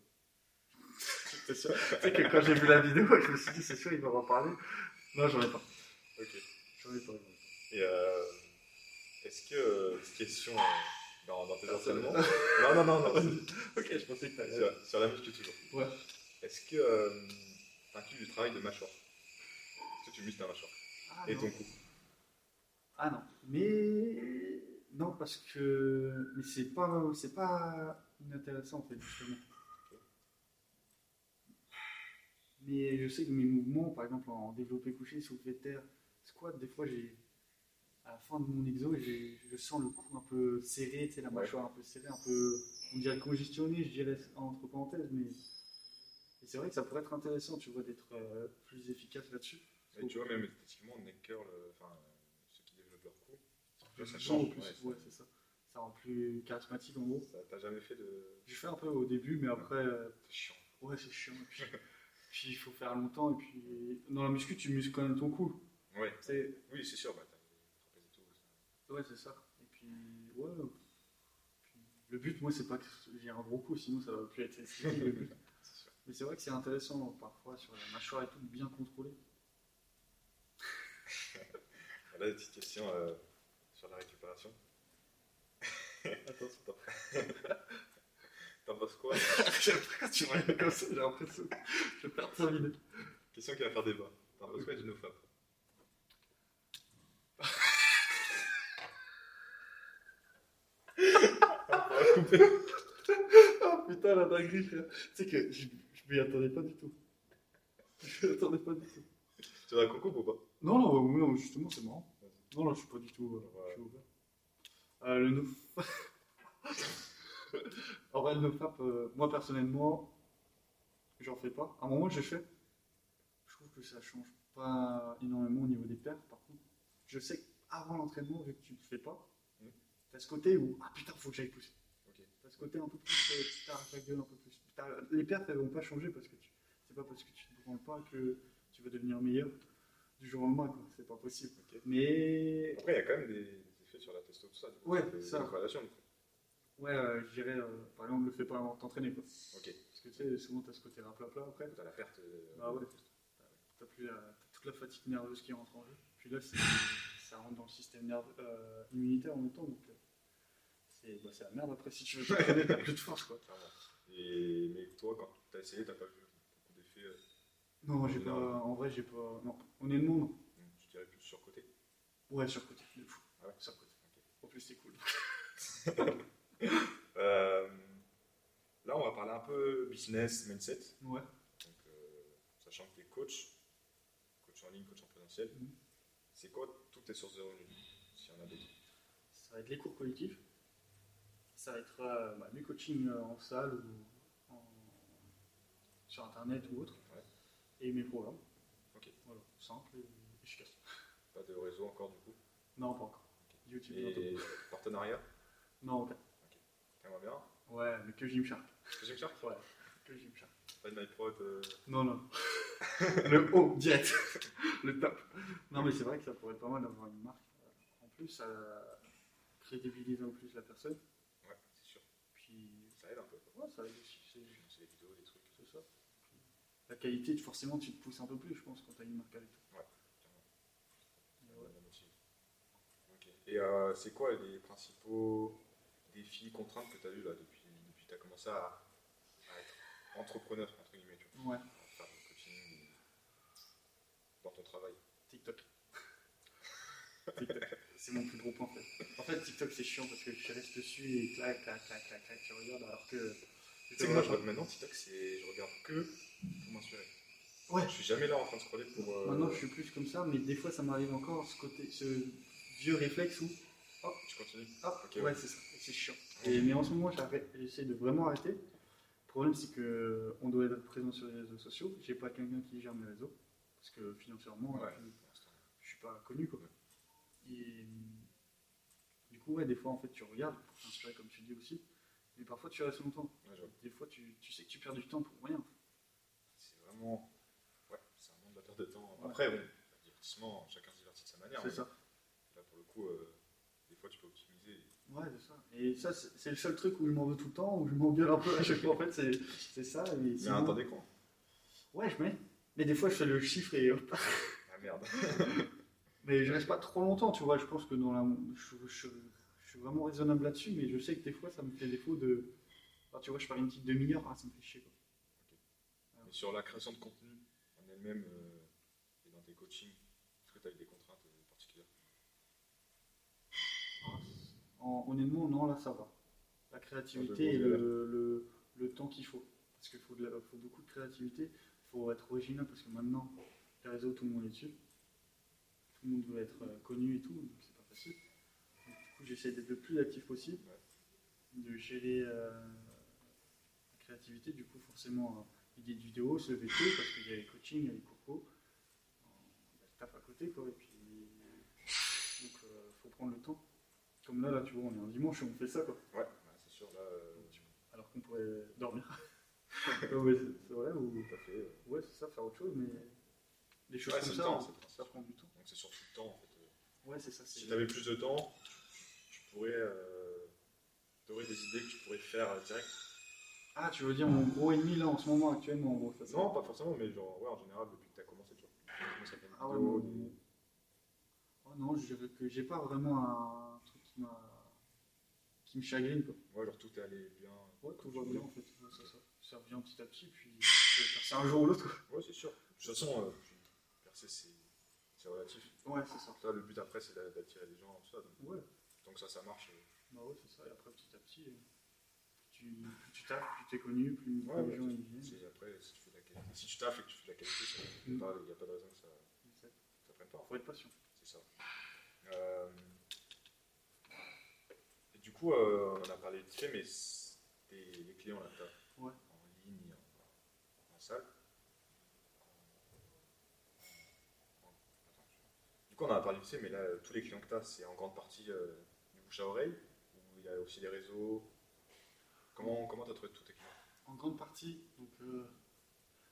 [SPEAKER 5] C'est sûr. tu sais que quand j'ai vu la vidéo, je me suis dit, c'est sûr, il va en parler. Non, j'en ai pas.
[SPEAKER 6] Ok.
[SPEAKER 5] J'en ai pas. non.
[SPEAKER 6] Et euh, est-ce que. euh, petite question. euh, dans, dans tes entraînements Non, non, non, non.
[SPEAKER 5] Ok, je pensais que t'allais.
[SPEAKER 6] sur, sur la muscu toujours.
[SPEAKER 5] Ouais.
[SPEAKER 6] Est-ce que. Euh, Fais-tu du travail de mâchoire Est-ce que tu muscles ta mâchoire
[SPEAKER 5] Ah,
[SPEAKER 6] Et
[SPEAKER 5] non.
[SPEAKER 6] ton cou
[SPEAKER 5] Ah non, mais non parce que mais c'est pas c'est pas inintéressant en fait justement. Mais je sais que mes mouvements, par exemple en développé couché, soulevé de terre, squat, des fois j'ai à la fin de mon exo, j'ai- je sens le cou un peu serré, tu sais, la mâchoire un peu serrée, un peu on dirait congestionné, je dirais entre parenthèses, mais et c'est vrai que ça pourrait être intéressant, tu vois, d'être euh, plus efficace là-dessus.
[SPEAKER 6] Et tu vois, même esthétiquement, neck curl, euh, enfin, euh, ceux qui développent leur cou,
[SPEAKER 5] Plus
[SPEAKER 6] ça
[SPEAKER 5] beau,
[SPEAKER 6] change.
[SPEAKER 5] plus-
[SPEAKER 6] ouais,
[SPEAKER 5] ouais, c'est ça. Ça rend plus charismatique en gros.
[SPEAKER 6] ça- T'as jamais fait de.
[SPEAKER 5] Je fais un peu au début, mais après, euh,
[SPEAKER 6] C'est chiant.
[SPEAKER 5] ouais, c'est chiant. Et Puis, puis il faut faire longtemps. Et puis, dans la muscu, tu muscles quand même ton cou.
[SPEAKER 6] Ouais.
[SPEAKER 5] Tu sais,
[SPEAKER 6] Oui, c'est sûr, bah, t'as une trapèze et tout.
[SPEAKER 5] ouais, c'est ça. Et puis, ouais. Puis, le but, moi, c'est pas que j'ai un gros cou, sinon ça va plus être esthétique, le but.
[SPEAKER 6] C'est sûr.
[SPEAKER 5] Mais c'est vrai que c'est intéressant parfois sur la mâchoire et tout, de bien contrôler.
[SPEAKER 6] Là, des petites questions euh, sur la récupération. Attends, T'en penses quoi
[SPEAKER 5] tu me regardes comme ça, j'ai l'impression que je vais perdre 5 minutes.
[SPEAKER 6] Question qui va faire débat. T'en penses quoi du nofap
[SPEAKER 5] Ah putain, la dinguerie, frère. Tu sais que je, je m'y attendais pas du tout. Je m'y attendais pas du tout.
[SPEAKER 6] Tu vas à Coco ou pas
[SPEAKER 5] Non, non, ouais, non, justement, c'est marrant. Non, là, je suis pas du tout. euh,
[SPEAKER 6] Ouais.
[SPEAKER 5] je suis ouvert. Euh, le no... en vrai, le no-flap, euh, moi personnellement, j'en fais pas. À un moment, j'ai fait. Je trouve que ça change pas énormément au niveau des perfs, par contre. Je sais qu'avant l'entraînement, vu que tu le fais pas,
[SPEAKER 6] Mhm.
[SPEAKER 5] t'as ce côté où, ah putain, faut que j'aille pousser.
[SPEAKER 6] Ok.
[SPEAKER 5] T'as ce côté un peu plus, euh, tu t'arraches la gueule un peu plus. T'as- Euh, Les perfs, elles vont pas changer parce que tu... c'est pas parce que tu te branles pas que tu vas devenir meilleur du jour au lendemain, quoi. C'est pas possible.
[SPEAKER 6] Ok.
[SPEAKER 5] Mais
[SPEAKER 6] Après, il y a quand même des, des effets sur la testo, tout ça. Du coup,
[SPEAKER 5] Ouais,
[SPEAKER 6] des-
[SPEAKER 5] ça.
[SPEAKER 6] Des corrélations, du coup.
[SPEAKER 5] Ouais, euh, je dirais, euh, par exemple, le fais pas avant de t'entraîner, quoi.
[SPEAKER 6] Ok.
[SPEAKER 5] Parce que tu sais, souvent t'as ce côté raplapla après.
[SPEAKER 6] T'as la perte. euh,
[SPEAKER 5] Bah ouais, t'as plus la, t'as toute la fatigue nerveuse qui rentre en jeu. Puis là, c'est- ça rentre dans le système nerveux, euh, immunitaire en même temps, donc euh, c'est bah, c'est la merde après si tu veux t'entraîner, t'as plus de force, quoi.
[SPEAKER 6] clairement. Et, mais toi, quand t'as essayé, t'as pas vu beaucoup d'effets. euh,
[SPEAKER 5] Non, j'ai pas,
[SPEAKER 6] Non.
[SPEAKER 5] en vrai, j'ai pas, non, honnêtement, non.
[SPEAKER 6] je dirais plus surcoté.
[SPEAKER 5] Ouais, surcoté, de fou.
[SPEAKER 6] Ah ouais.
[SPEAKER 5] Surcoté.
[SPEAKER 6] Ok.
[SPEAKER 5] En plus, c'est cool.
[SPEAKER 6] Euh, là, on va parler un peu business, mindset.
[SPEAKER 5] Ouais.
[SPEAKER 6] Donc, euh, sachant que tu es coach, coach en ligne, coach en présentiel,
[SPEAKER 5] Mhm.
[SPEAKER 6] c'est quoi toutes tes sources de revenus S'il y en a des.
[SPEAKER 5] Ça va être les cours collectifs. Ça va être euh, bah, du coaching euh, en salle ou en- sur internet ou autre.
[SPEAKER 6] Ouais.
[SPEAKER 5] Et mes programmes.
[SPEAKER 6] Ok.
[SPEAKER 5] Voilà, simple et efficace.
[SPEAKER 6] Pas de réseau encore du coup.
[SPEAKER 5] Non, pas encore. YouTube bientôt.
[SPEAKER 6] Et partenariat,
[SPEAKER 5] Non, ok.
[SPEAKER 6] t'aimerais bien.
[SPEAKER 5] Ouais, mais que Jim Shark.
[SPEAKER 6] Deuxième charte,
[SPEAKER 5] Ouais, que Jim Shark.
[SPEAKER 6] pas de MyProd. euh,
[SPEAKER 5] Non, non. le haut, direct. le top. Non, mais c'est vrai que ça pourrait être pas mal d'avoir une marque. euh, En plus, ça crédibilise en plus la personne.
[SPEAKER 6] Ouais, c'est sûr.
[SPEAKER 5] Puis,
[SPEAKER 6] Ça aide un peu. quoi.
[SPEAKER 5] ouais, ça aide aussi. c'est-
[SPEAKER 6] C'est des vidéos, des trucs.
[SPEAKER 5] C'est ça. La qualité, tu- forcément, tu te pousses un peu plus, je pense, quand t'as une marque avec toi.
[SPEAKER 6] Ouais,
[SPEAKER 5] Mais ouais.
[SPEAKER 6] ça motive. Ok. Et euh, c'est quoi les principaux défis, contraintes que tu as eu là depuis, depuis que tu as commencé à, à être entrepreneur, entre guillemets, tu vois,
[SPEAKER 5] Ouais,
[SPEAKER 6] à faire du coaching euh, dans ton travail
[SPEAKER 5] TikTok. TikTok. c'est mon plus gros point, en fait. En fait, TikTok, c'est chiant parce que tu restes dessus et clac, clac, clac, clac, clac, tu regardes alors que.
[SPEAKER 6] Tu sais que moi, je regarde maintenant TikTok, c'est je regarde que pour m'inspirer.
[SPEAKER 5] Ouais.
[SPEAKER 6] Je suis jamais là en train de scroller pour. euh,
[SPEAKER 5] Maintenant, je suis plus comme ça, mais des fois, ça m'arrive encore ce côté, ce vieux réflexe où.
[SPEAKER 6] Hop, tu continues.
[SPEAKER 5] Ah,
[SPEAKER 6] Ok,
[SPEAKER 5] ouais,
[SPEAKER 6] ouais.
[SPEAKER 5] c'est ça. Et C'est chiant. Et, mais en ce moment, j'arrête- j'essaie de vraiment arrêter. Le problème, c'est que on doit être présent sur les réseaux sociaux. J'ai pas quelqu'un qui gère mes réseaux. Parce que financièrement,
[SPEAKER 6] Ouais.
[SPEAKER 5] je, je suis pas connu. Quoi. Et euh, du coup, ouais, des fois, en fait, tu regardes pour t'inspirer, comme tu dis aussi. Mais parfois, tu restes longtemps.
[SPEAKER 6] Ouais, je vois.
[SPEAKER 5] Des fois, tu, tu sais que tu perds du temps pour rien.
[SPEAKER 6] C'est vraiment. Ouais, c'est un monde de la perte de temps.
[SPEAKER 5] Ouais.
[SPEAKER 6] Après, bon, le divertissement, chacun se divertit de sa manière.
[SPEAKER 5] C'est
[SPEAKER 6] mais
[SPEAKER 5] ça.
[SPEAKER 6] Là, pour le coup, euh, des fois, tu peux optimiser. et
[SPEAKER 5] Ouais, c'est ça. Et ça, c'est c'est le seul truc où je m'en veux tout le temps, où je m'engueule un peu à chaque fois. En fait, c'est c'est ça. et
[SPEAKER 6] Mais
[SPEAKER 5] sinon-
[SPEAKER 6] attendez quoi
[SPEAKER 5] Ouais, je mets. Mais des fois, je fais le chiffre et hop.
[SPEAKER 6] Ah merde.
[SPEAKER 5] Mais je reste pas trop longtemps, tu vois. Je pense que dans la. Je, je- je suis vraiment raisonnable là-dessus, mais je sais que des fois, ça me fait défaut de. Enfin, tu vois, je pars une petite demi-heure, ah, ça me fait chier. Quoi.
[SPEAKER 6] Et sur la création de contenu en elle-même euh, et dans tes coachings, est-ce que tu as eu des contraintes euh, particulières
[SPEAKER 5] En- honnêtement, non, là, ça va. La créativité et le, le- le temps qu'il faut. Parce qu'il faut, de la- faut beaucoup de créativité, il faut être original, parce que maintenant, les réseaux, tout le monde est dessus. Tout le monde veut être euh, connu et tout, donc c'est pas facile. Donc, du coup, j'essaie d'être le plus actif possible, de gérer euh, la créativité, du coup, forcément, euh, idée de vidéo, se lever tôt, parce qu'il y a les coachings, il y a les cours co. Il y a le taf à côté, quoi, et puis. Donc, euh, faut prendre le temps. Comme là, là, tu vois, on est un dimanche et on fait ça, quoi.
[SPEAKER 6] Ouais, ouais, c'est sûr, là, euh, tu
[SPEAKER 5] Alors qu'on pourrait dormir. Non, mais c'est c'est vrai, ou...
[SPEAKER 6] as fait. euh,
[SPEAKER 5] Ouais, c'est ça, faire autre chose, mais... Des choses
[SPEAKER 6] Ouais,
[SPEAKER 5] comme
[SPEAKER 6] c'est le
[SPEAKER 5] ça,
[SPEAKER 6] temps,
[SPEAKER 5] hein,
[SPEAKER 6] c'est le temps.
[SPEAKER 5] ça prend du temps.
[SPEAKER 6] donc c'est surtout le temps en fait. euh,
[SPEAKER 5] Ouais, c'est ça,
[SPEAKER 6] Si
[SPEAKER 5] c'est...
[SPEAKER 6] tu avais plus de temps, tu pourrais. Euh, t'aurais des idées que tu pourrais faire euh, direct.
[SPEAKER 5] Ah, tu veux dire mon gros ennemi, là, en ce moment, actuellement, en gros, c'est ça
[SPEAKER 6] Non, pas forcément, mais genre, ouais, en général, depuis que tu as commencé, tu vois. Comment ça fait
[SPEAKER 5] Ah ouais,
[SPEAKER 6] Vidéo,
[SPEAKER 5] mais-
[SPEAKER 6] des-
[SPEAKER 5] Oh non, je dirais que j'ai pas vraiment un truc qui m'a... qui me chagrine, quoi.
[SPEAKER 6] Ouais, genre tout est allé bien.
[SPEAKER 5] Ouais, tout va bien, en fait. Ouais, c'est ça. Ça revient petit à petit, puis... je vais faire ça un jour ou l'autre, quoi.
[SPEAKER 6] Ouais, c'est sûr. De toute façon, euh, puis, percer, c'est c'est relatif.
[SPEAKER 5] Ouais, c'est ça.
[SPEAKER 6] Là, le but après, c'est d'a- d'attirer des gens, tout ça. Donc,
[SPEAKER 5] Ouais.
[SPEAKER 6] tant que ça, ça marche. euh,
[SPEAKER 5] Bah ouais, c'est ça. Et après, petit à petit, euh, tu, plus tu tapes, plus t'es connu, plus, plus
[SPEAKER 6] Ouais, ouais,
[SPEAKER 5] les gens ils viennent.
[SPEAKER 6] c'est après, si tu fais de la qualité. Si tu taffes et que tu fais de la qualité, ça- il
[SPEAKER 5] Mm.
[SPEAKER 6] n'y a, pas- il y a pas de raison que ça
[SPEAKER 5] Il
[SPEAKER 6] ne prenne pas. en fait.
[SPEAKER 5] faut être patient.
[SPEAKER 6] C'est ça. Euh, Et du coup, euh, on en a parlé vite fait, mais c'est- tes- les clients là, t'as
[SPEAKER 5] Ouais.
[SPEAKER 6] en ligne, en, en salle. Attends, je- Du coup, on en a parlé vite fait, mais là, tous les clients que t'as, c'est en grande partie euh, du bouche à oreille, ou il y a aussi des réseaux. Comment comment t'as trouvé tous tes clients
[SPEAKER 5] En grande partie, donc, euh,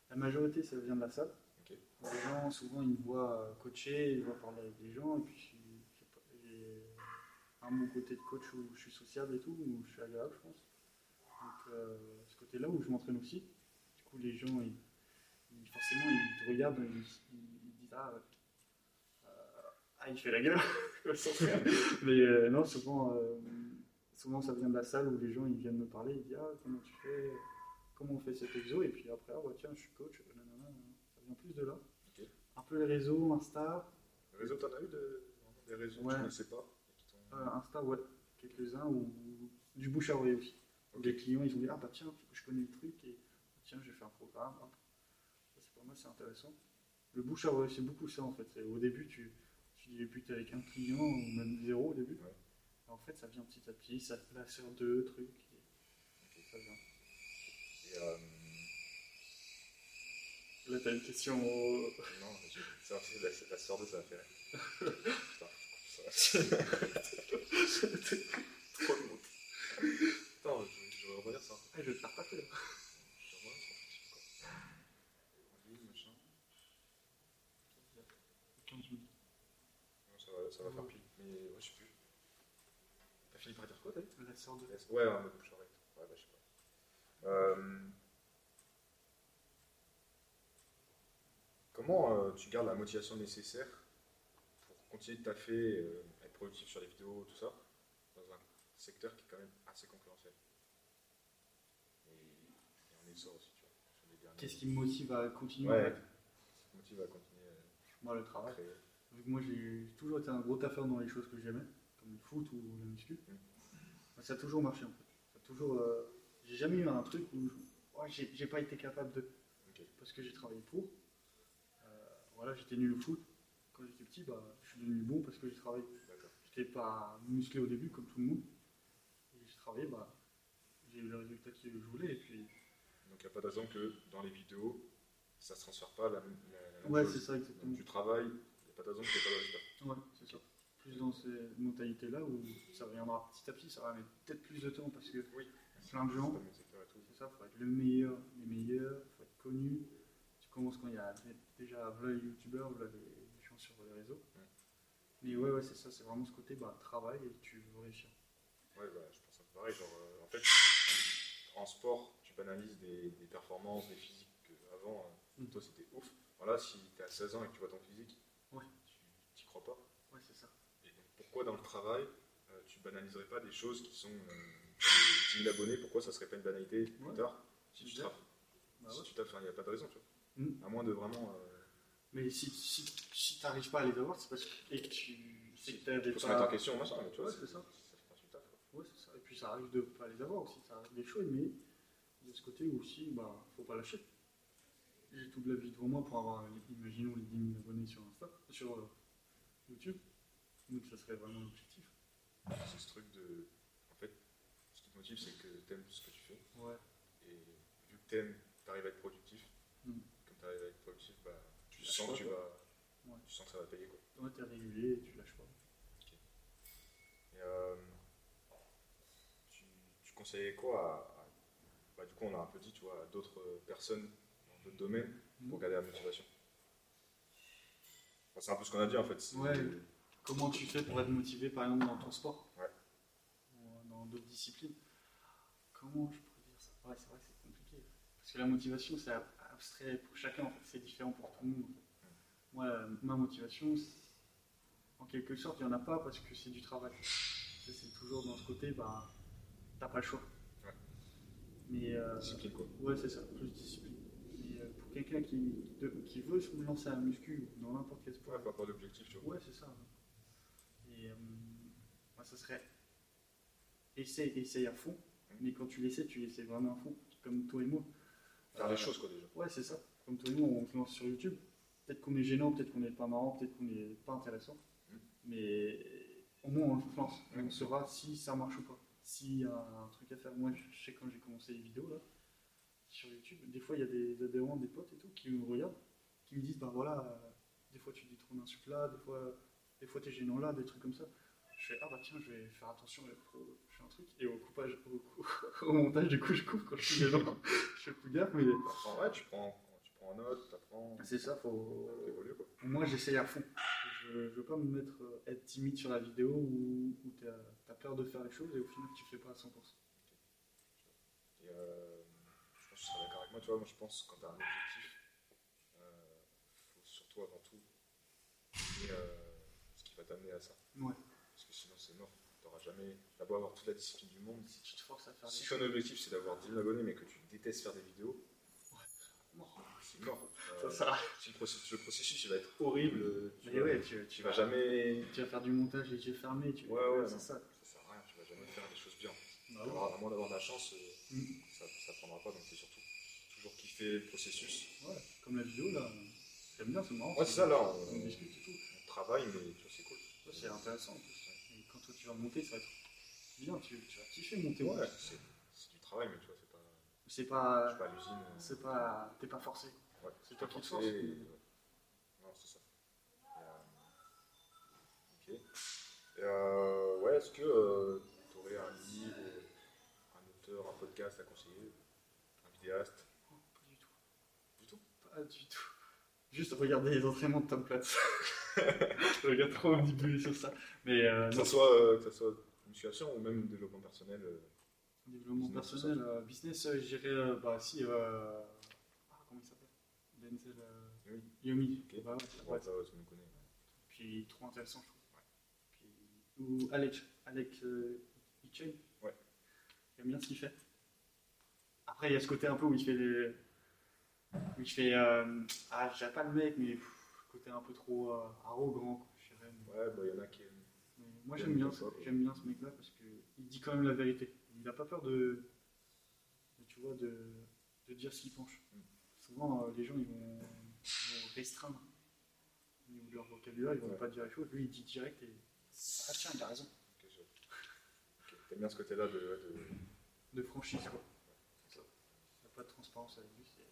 [SPEAKER 5] la majorité, ça vient de la salle.
[SPEAKER 6] Ok.
[SPEAKER 5] Les gens, souvent, ils me voient euh, coacher, ils me voient parler avec des gens, et puis j'ai pas- j'ai un bon côté de coach où je suis sociable et tout, où je suis agréable, je pense. Donc, euh, ce côté-là où je m'entraîne aussi. Du coup, les gens, ils, ils- forcément, ils te regardent, ils, ils- ils disent ah, euh, ah, il fait la gueule. Comme son frère. Mais euh, non, souvent, euh, souvent, ça vient de la salle où les gens ils viennent me parler, ils disent ah, comment tu fais, comment on fait cet exo, et puis après, ah, ouais, tiens, je suis coach, euh, nanana, nanana. ça vient plus de là.
[SPEAKER 6] Ok.
[SPEAKER 5] Un peu les réseaux, Insta,
[SPEAKER 6] Les réseaux, t'en as eu de- vraiment des réseaux
[SPEAKER 5] Ouais.
[SPEAKER 6] que tu ne sais pas et qui t'ont-
[SPEAKER 5] euh, Insta, ouais, quelques-uns, ou du bouche à oreille aussi.
[SPEAKER 6] Ok.
[SPEAKER 5] Les clients, ils ont dit, ah bah tiens, je connais le truc, et tiens, j'ai fait un programme. hop. Ça, c'est pas mal, c'est intéressant. Le bouche à oreille, c'est beaucoup ça en fait. C'est- Au début, tu, tu débutes avec un client, ou même zéro au début.
[SPEAKER 6] Ouais.
[SPEAKER 5] Et en fait, ça vient petit à petit, ça te place sur deux trucs. et ça vient.
[SPEAKER 6] Et, euh,
[SPEAKER 5] Là, t'as une question. euh,
[SPEAKER 6] Non, j'ai- c'est un- c'est la, c'est la sœur de ça a fait rire. Putain, ça- Trop long. Putain, je, je vais rebondir sur un truc.
[SPEAKER 5] Ah, je vais te faire passer. là.
[SPEAKER 6] Je vais rebondir sur un truc, quoi. En ligne, machin. Non, ça va, ça va faire pile. Mais ouais, je sais plus. T'as fini par dire quoi, David
[SPEAKER 5] La sœur de.
[SPEAKER 6] Ouais, ouais, mais bon, je arrête. Ouais, bah, je sais pas. Euh, Comment euh, tu gardes la motivation nécessaire pour continuer de taffer, euh, être productif sur les vidéos, tout ça, dans un secteur qui est quand même assez concurrentiel Et, et en essor aussi, tu vois. sur les derniers-
[SPEAKER 5] Qu'est-ce qui me motive Ah. à continuer
[SPEAKER 6] Ouais.
[SPEAKER 5] en fait
[SPEAKER 6] qui te motive à continuer euh,
[SPEAKER 5] Moi, le
[SPEAKER 6] à
[SPEAKER 5] travail.
[SPEAKER 6] créer
[SPEAKER 5] Vu que moi j'ai toujours été un gros taffeur dans les choses que j'aimais, comme le foot ou la muscu, bah, ça a toujours marché en fait. Ça a toujours, euh, j'ai jamais eu un truc où je- ouais, j'ai j'ai pas été capable de.
[SPEAKER 6] Ok.
[SPEAKER 5] Parce que j'ai travaillé pour. Euh, voilà, j'étais nul au foot. Quand j'étais petit, bah, je suis devenu bon parce que j'ai travaillé.
[SPEAKER 6] D'accord.
[SPEAKER 5] J'étais pas musclé au début comme tout le monde. Et j'ai travaillé, bah, j'ai eu le résultat que je voulais. Et puis,
[SPEAKER 6] Donc il n'y a pas de raison que dans les vidéos, ça se transfère pas la, même- la- la même
[SPEAKER 5] ouais,
[SPEAKER 6] chose.
[SPEAKER 5] c'est ça
[SPEAKER 6] Donc
[SPEAKER 5] exactement.
[SPEAKER 6] tu travailles, il n'y a pas de raison que tu pas de résultat.
[SPEAKER 5] Ouais, c'est ça. Plus dans ces mentalités-là où ça viendra petit à petit, ça va mettre peut-être plus de temps parce que
[SPEAKER 6] Oui.
[SPEAKER 5] plein de gens,
[SPEAKER 6] C'est pas mon secteur et tout.
[SPEAKER 5] c'est ça, faut être le meilleur, les meilleurs, faut être connu. Tu commences quand il y a dé- déjà v'là les youtubeurs, v'là les les gens sur les réseaux.
[SPEAKER 6] Ouais.
[SPEAKER 5] Mais ouais, ouais, c'est ça, c'est vraiment ce côté, bah, travail et tu veux réussir.
[SPEAKER 6] Ouais, bah, je pense un peu pareil. Genre, euh, en fait, en sport, tu banalises des, des performances, des physiques que avant, euh,
[SPEAKER 5] Mm.
[SPEAKER 6] toi c'était ouf. Voilà, si t'es à 16 ans et que tu vois ton physique,
[SPEAKER 5] Ouais.
[SPEAKER 6] tu t'y crois pas.
[SPEAKER 5] Ouais, c'est ça.
[SPEAKER 6] Et donc, pourquoi dans le travail, euh, tu banaliserais pas des choses qui sont euh, 10 000 abonnés Pourquoi ça serait pas une banalité plus
[SPEAKER 5] Ouais.
[SPEAKER 6] tard si tu
[SPEAKER 5] Bizarre.
[SPEAKER 6] tapes
[SPEAKER 5] Bah
[SPEAKER 6] Si
[SPEAKER 5] ouais.
[SPEAKER 6] tu tapes, il n'y a pas de raison, tu vois.
[SPEAKER 5] Mm.
[SPEAKER 6] À moins de vraiment. euh,
[SPEAKER 5] Mais si, si, si t'arrives pas à les avoir, c'est parce que, et que tu c'est que t'avais
[SPEAKER 6] faut se
[SPEAKER 5] pas-
[SPEAKER 6] mettre en question, machin, mais tu vois,
[SPEAKER 5] Ouais, c'est ça.
[SPEAKER 6] Ça fait partie du taf, quoi.
[SPEAKER 5] Ouais, c'est ça. Et puis ça arrive de pas les avoir aussi, ça arrive des choses, mais de ce côté aussi, bah, faut pas lâcher. J'ai toute la vie devant moi pour avoir, euh, imaginons, les 10 000 abonnés sur Insta, sur euh, YouTube. Donc ça serait vraiment l'objectif.
[SPEAKER 6] C'est ce truc de. En fait, ce qui te motive, c'est que t'aimes ce que tu fais.
[SPEAKER 5] Ouais.
[SPEAKER 6] Et vu que t'aimes, t'arrives à être productif.
[SPEAKER 5] Mm.
[SPEAKER 6] Comme t'arrives à être productif, bah, tu
[SPEAKER 5] Lâche
[SPEAKER 6] sens
[SPEAKER 5] pas,
[SPEAKER 6] que tu vas.
[SPEAKER 5] Ouais.
[SPEAKER 6] Tu sens que ça va payer, quoi.
[SPEAKER 5] Toi, t'es régulier et tu lâches pas.
[SPEAKER 6] Et, euh, tu, tu conseillais quoi à- à- bah, Du coup, on a un peu dit, tu vois, à d'autres euh, personnes dans d'autres domaines pour
[SPEAKER 5] Mm.
[SPEAKER 6] garder la motivation. Enfin, c'est un peu ce qu'on a dit, en fait. c'est-
[SPEAKER 5] Ouais. Comment tu fais pour être motivé, par exemple, dans ton sport
[SPEAKER 6] Ouais.
[SPEAKER 5] Ou dans d'autres disciplines Comment je pourrais dire ça Ouais, c'est vrai que c'est compliqué. Parce que la motivation, c'est ab- abstrait pour chacun, en fait. c'est différent pour tout le monde. en fait. Moi, la- ma motivation, c'est- en quelque sorte, il n'y en a pas parce que c'est du travail. Ça, C'est toujours dans ce côté, bah, t'as pas le choix.
[SPEAKER 6] Ouais.
[SPEAKER 5] Mais euh,
[SPEAKER 6] Discipline, quoi.
[SPEAKER 5] Ouais, c'est ça, plus discipline. Mais euh, pour quelqu'un qui, de- qui veut se lancer à la muscu ou dans n'importe quel sport,
[SPEAKER 6] Ouais, pas pour l'objectif, tu vois.
[SPEAKER 5] Ouais, c'est ça. hein. Et euh, moi, ça serait essaye, essaye à fond. Mais quand tu l'essaies, tu l'essaies vraiment à fond, comme toi et moi.
[SPEAKER 6] Faire
[SPEAKER 5] Euh,
[SPEAKER 6] les choses, quoi, déjà.
[SPEAKER 5] Ouais, c'est ça. Comme toi et moi, on se lance sur YouTube. Peut-être qu'on est gênant, peut-être qu'on n'est pas marrant, peut-être qu'on n'est pas intéressant.
[SPEAKER 6] Mm.
[SPEAKER 5] Mais au moins, on se lance.
[SPEAKER 6] Ouais.
[SPEAKER 5] On saura si ça marche ou pas. S'il y a un truc à faire. Moi, je sais quand j'ai commencé les vidéos, là, sur YouTube, des fois, il y a des adhérents, des potes et tout, qui me regardent, qui me disent, bah voilà, euh, des fois, tu dis trop d'insultes là, des fois, des fois, t'es gênant là, des trucs comme ça. Je fais, ah bah tiens, je vais faire attention, je vais- je fais un truc. Et au coupage, au, cou- au montage, du coup, je coupe quand je suis gênant. je fais plus gaffe, mais.
[SPEAKER 6] Enfin, ouais, tu prends, tu prends en note, t'apprends,
[SPEAKER 5] C'est ça, faut.
[SPEAKER 6] t'évolues quoi.
[SPEAKER 5] Pour moi, j'essaye à fond. Je, je veux pas me mettre euh, être timide sur la vidéo où, où t'as t'as peur de faire les choses et au final tu fais pas à 100%.
[SPEAKER 6] Et euh, je pense que tu seras d'accord avec moi, tu vois, moi je pense que quand t'as un objectif, euh, faut surtout avant tout et ce qui va t'amener à ça.
[SPEAKER 5] Ouais.
[SPEAKER 6] Parce que sinon c'est mort, t'auras jamais, t'as beau avoir toute la discipline du monde.
[SPEAKER 5] Si tu te forces à faire
[SPEAKER 6] Si
[SPEAKER 5] les
[SPEAKER 6] ton objectif c'est d'avoir 10 000 abonnés mais que tu détestes faire des vidéos,
[SPEAKER 5] choses,
[SPEAKER 6] c'est mort.
[SPEAKER 5] ça
[SPEAKER 6] Euh,
[SPEAKER 5] sert à rien.
[SPEAKER 6] si le, processus, le processus, il va être horrible, euh, tu,
[SPEAKER 5] Mais
[SPEAKER 6] vas,
[SPEAKER 5] ouais, tu,
[SPEAKER 6] tu vas jamais...
[SPEAKER 5] tu vas faire du montage les yeux fermés. Tu,
[SPEAKER 6] Ouais, ouais,
[SPEAKER 5] c'est
[SPEAKER 6] non.
[SPEAKER 5] ça.
[SPEAKER 6] Ça sert à rien, tu vas jamais faire les choses bien.
[SPEAKER 5] Bah ouais.
[SPEAKER 6] Alors, à moins d'avoir de la chance, euh,
[SPEAKER 5] Mm.
[SPEAKER 6] ça, ça prendra pas, donc c'est surtout toujours kiffer le processus.
[SPEAKER 5] Ouais, Comme la vidéo là, j'aime bien, c'est marrant.
[SPEAKER 6] Ouais, c'est ça, là,
[SPEAKER 5] On
[SPEAKER 6] on,
[SPEAKER 5] discute et tout.
[SPEAKER 6] on travaille, mais tu vois, c'est cool.
[SPEAKER 5] Ça, C'est intéressant en plus. Et quand toi tu vas monter, ça va être bien, tu, tu vas kiffer monter.
[SPEAKER 6] Ouais, c'est c'est du travail, mais tu vois, c'est pas,
[SPEAKER 5] C'est
[SPEAKER 6] je
[SPEAKER 5] pas.
[SPEAKER 6] suis pas à l'usine. euh,
[SPEAKER 5] C'est pas. T'es pas forcé.
[SPEAKER 6] ouais,
[SPEAKER 5] c'est toi qui te forces.
[SPEAKER 6] forcé, et- ouais. Non, c'est ça. Et, euh, ok. Et, euh, ouais, est-ce que tu aurais un livre, euh, un auteur, un podcast à conseiller, un vidéaste
[SPEAKER 5] Oh, Pas du tout.
[SPEAKER 6] Du tout
[SPEAKER 5] Pas du tout. Juste regarder les entraînements de Tom Platz. je regarde trop début sur ça. Mais euh,
[SPEAKER 6] que
[SPEAKER 5] non.
[SPEAKER 6] ça, soit, euh, que ça soit musculation ou même développement personnel. euh,
[SPEAKER 5] Développement
[SPEAKER 6] Business,
[SPEAKER 5] personnel, euh, business, euh, je dirais, euh, bah si, euh, ah, comment il s'appelle Denzel euh,
[SPEAKER 6] oui,
[SPEAKER 5] Yomi.
[SPEAKER 6] Ok.
[SPEAKER 5] Bah ouais, ça
[SPEAKER 6] ouais,
[SPEAKER 5] pourrait être
[SPEAKER 6] ça, ouais, tu me connais.
[SPEAKER 5] ça. Puis trop intéressant, je trouve. Puis- ou Alex, Alex euh, Hitchens.
[SPEAKER 6] Ouais.
[SPEAKER 5] J'aime bien ce qu'il fait. Après, il y a ce côté un peu où il fait les... Où il fait... euh, ah, j'ai pas le mec, mais pff, côté un peu trop euh, arrogant, quoi, je dirais. Mais-
[SPEAKER 6] Ouais, bah, il y en a qui. aiment.
[SPEAKER 5] Mais moi
[SPEAKER 6] Ouais,
[SPEAKER 5] j'aime bien,
[SPEAKER 6] mais
[SPEAKER 5] ce-
[SPEAKER 6] pas, quoi.
[SPEAKER 5] j'aime bien ce mec-là parce qu'il dit quand même la vérité. Il n'a pas peur de, de, tu vois, de, de dire ce qu'il pense.
[SPEAKER 6] Mm.
[SPEAKER 5] Souvent euh, les gens ils vont, ils vont restreindre au niveau de leur vocabulaire, ils vont
[SPEAKER 6] Ouais.
[SPEAKER 5] pas dire les choses. Lui il dit direct et ah tiens il a raison.
[SPEAKER 6] Ok, je- ok. T'aimes bien ce côté-là de, de-
[SPEAKER 5] De franchise quoi. Ça. Il n'y a pas de transparence avec lui. c'est-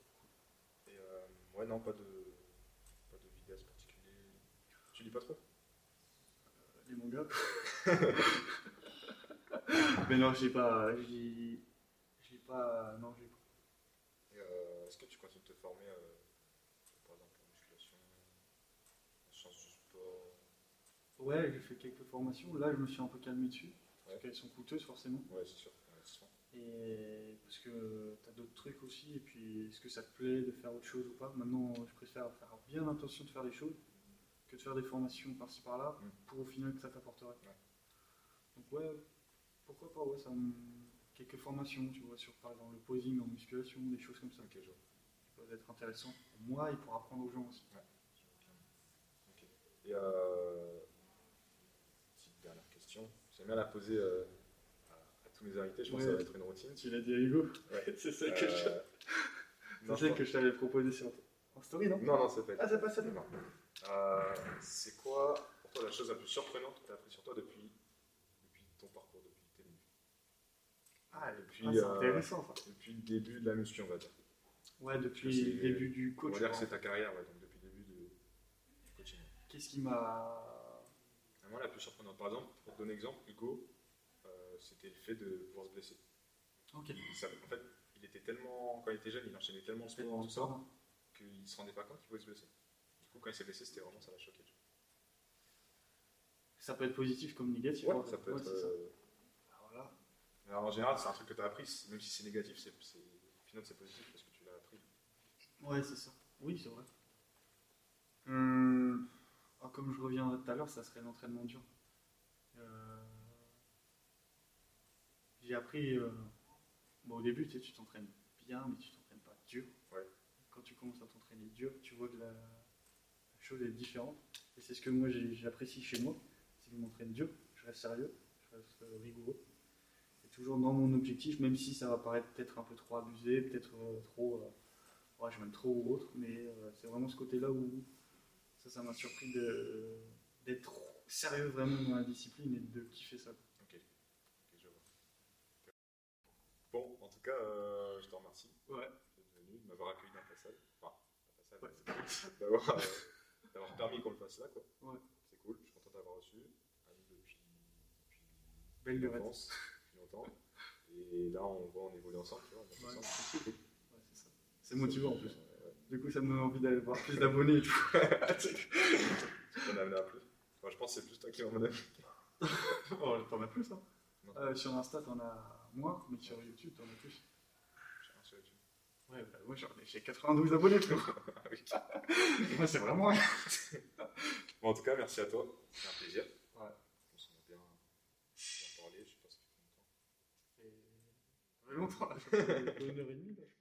[SPEAKER 6] Et, euh, ouais, non, pas de, pas de vidéaste particulier. Tu lis pas trop
[SPEAKER 5] Les mangas. Mais non j'ai pas, j'ai, j'ai pas, non j'ai
[SPEAKER 6] Et, euh, Est-ce que tu continues de te former, euh, par exemple, en musculation, en sciences du sport
[SPEAKER 5] Ouais, j'ai fait quelques formations. Là, je me suis un peu calmé dessus. parce qu'elles sont coûteuses forcément.
[SPEAKER 6] Ouais, c'est sûr. Ouais, c'est sûr.
[SPEAKER 5] Et parce que tu as d'autres trucs aussi, et puis est-ce que ça te plaît de faire autre chose ou pas Maintenant, je préfère faire bien attention de faire des choses que de faire des formations par-ci par-là
[SPEAKER 6] Mm.
[SPEAKER 5] pour au final que ça t'apporterait.
[SPEAKER 6] Ouais.
[SPEAKER 5] Donc, ouais, pourquoi pas, ouais, ça me- quelques formations, tu vois, sur par exemple le posing en musculation, des choses comme ça
[SPEAKER 6] Ok, je vois.
[SPEAKER 5] qui peuvent être intéressantes pour moi et pour apprendre aux gens aussi.
[SPEAKER 6] Ok. Et euh, petite dernière question. J'aime bien la poser euh, à, à tous mes invités. Je pense
[SPEAKER 5] Ouais.
[SPEAKER 6] que ça va être une routine.
[SPEAKER 5] Tu l'as dit à Hugo
[SPEAKER 6] Ouais.
[SPEAKER 5] C'est ça
[SPEAKER 6] Euh,
[SPEAKER 5] que je,
[SPEAKER 6] non,
[SPEAKER 5] c'est
[SPEAKER 6] je
[SPEAKER 5] ça que je t'avais proposé sur... en story, non
[SPEAKER 6] pense- non, non, c'est pas.
[SPEAKER 5] Ah, c'est pas ça,
[SPEAKER 6] Non. Euh, c'est quoi pour toi la chose la plus surprenante que tu as appris sur toi depuis, depuis ton parcours, depuis tes débuts
[SPEAKER 5] Ah,
[SPEAKER 6] depuis,
[SPEAKER 5] ah, c'est
[SPEAKER 6] euh,
[SPEAKER 5] intéressant ça.
[SPEAKER 6] depuis le début de la muscu, on va dire.
[SPEAKER 5] Ouais,
[SPEAKER 6] c'est-
[SPEAKER 5] depuis le début du
[SPEAKER 6] On
[SPEAKER 5] coach. hein.
[SPEAKER 6] va dire que
[SPEAKER 5] quoi.
[SPEAKER 6] c'est ta carrière, ouais, donc depuis le début de du coaching.
[SPEAKER 5] Qu'est-ce qui m'a.
[SPEAKER 6] Vraiment la plus surprenante. Par exemple, pour te donner exemple, Hugo, euh, c'était le fait de pouvoir se blesser.
[SPEAKER 5] Ok.
[SPEAKER 6] Il savait- en fait, il était tellement, quand il était jeune, il enchaînait tellement le sport, tout ça, qu'il se rendait pas compte qu'il pouvait se blesser. Du coup, quand il s'est blessé, c'était vraiment ça l'a choqué. tu vois.
[SPEAKER 5] Ça peut être positif comme négatif. en fait.
[SPEAKER 6] ça peut
[SPEAKER 5] Ouais,
[SPEAKER 6] être.
[SPEAKER 5] c'est ça. Ah,
[SPEAKER 6] euh,
[SPEAKER 5] Alors là,
[SPEAKER 6] Alors, en général, c'est un truc que tu as appris, c- même si c'est négatif, c'est, c'est... au final, c'est positif parce que tu l'as appris.
[SPEAKER 5] Ouais, c'est ça. Oui, c'est vrai. Hum, ah, comme je reviens tout à l'heure, ça serait l'entraînement dur. Euh, J'ai appris. euh, bon, au début, tu sais, tu t'entraînes bien, mais tu t'entraînes pas dur.
[SPEAKER 6] Ouais.
[SPEAKER 5] Quand tu commences à t'entraîner dur, tu vois que la, la chose est différente. Et c'est ce que moi j'ai- j'apprécie chez moi. C'est que je m'entraîne dur, je reste sérieux, je reste euh, rigoureux. Et toujours dans mon objectif, même si ça va paraître peut-être un peu trop abusé, peut-être euh, trop. euh, ouais, je m'aime trop ou autre, mais euh, c'est vraiment ce côté-là où ça, ça m'a surpris de- d'être sérieux vraiment dans la discipline et de kiffer ça.
[SPEAKER 6] Ok, je vois. Bon, en tout cas, euh, je te remercie
[SPEAKER 5] Ouais,
[SPEAKER 6] d'être venu, de m'avoir accueilli dans ta salle. Enfin, dans ta salle.
[SPEAKER 5] ouais, c'est cool.
[SPEAKER 6] d'avoir, euh, d'avoir permis qu'on le fasse là, quoi.
[SPEAKER 5] Ouais.
[SPEAKER 6] C'est cool, je suis content d'avoir reçu. Ami depuis,
[SPEAKER 5] Belle
[SPEAKER 6] depuis
[SPEAKER 5] lurette. Ouais,
[SPEAKER 6] l'enfance, depuis longtemps. Et là, on voit, on évolue ensemble, tu vois. On
[SPEAKER 5] Ouais.
[SPEAKER 6] monte ensemble.
[SPEAKER 5] c'est ça. C'est motivant en plus.
[SPEAKER 6] Euh,
[SPEAKER 5] Du coup, ça me donne envie d'aller voir plus d'abonnés et tout.
[SPEAKER 6] ouais. On a amené à plus. Enfin, je pense que c'est plus toi qui m'en as
[SPEAKER 5] oh, t'en as plus, hein
[SPEAKER 6] Non.
[SPEAKER 5] Euh, Sur Insta, t'en as moins, mais sur YouTube, t'en as plus. Ouais, bah, moi, j'en ai- j'ai 92 abonnés, frérot. moi, c'est vraiment rien.
[SPEAKER 6] Bon, en tout cas, merci à toi. C'est un plaisir.
[SPEAKER 5] Ouais.
[SPEAKER 6] On s'en a bien, bien parlé, je sais pas si fait
[SPEAKER 5] Ça
[SPEAKER 6] longtemps.
[SPEAKER 5] fait longtemps, là, ça fait une heure et demie, là, je crois.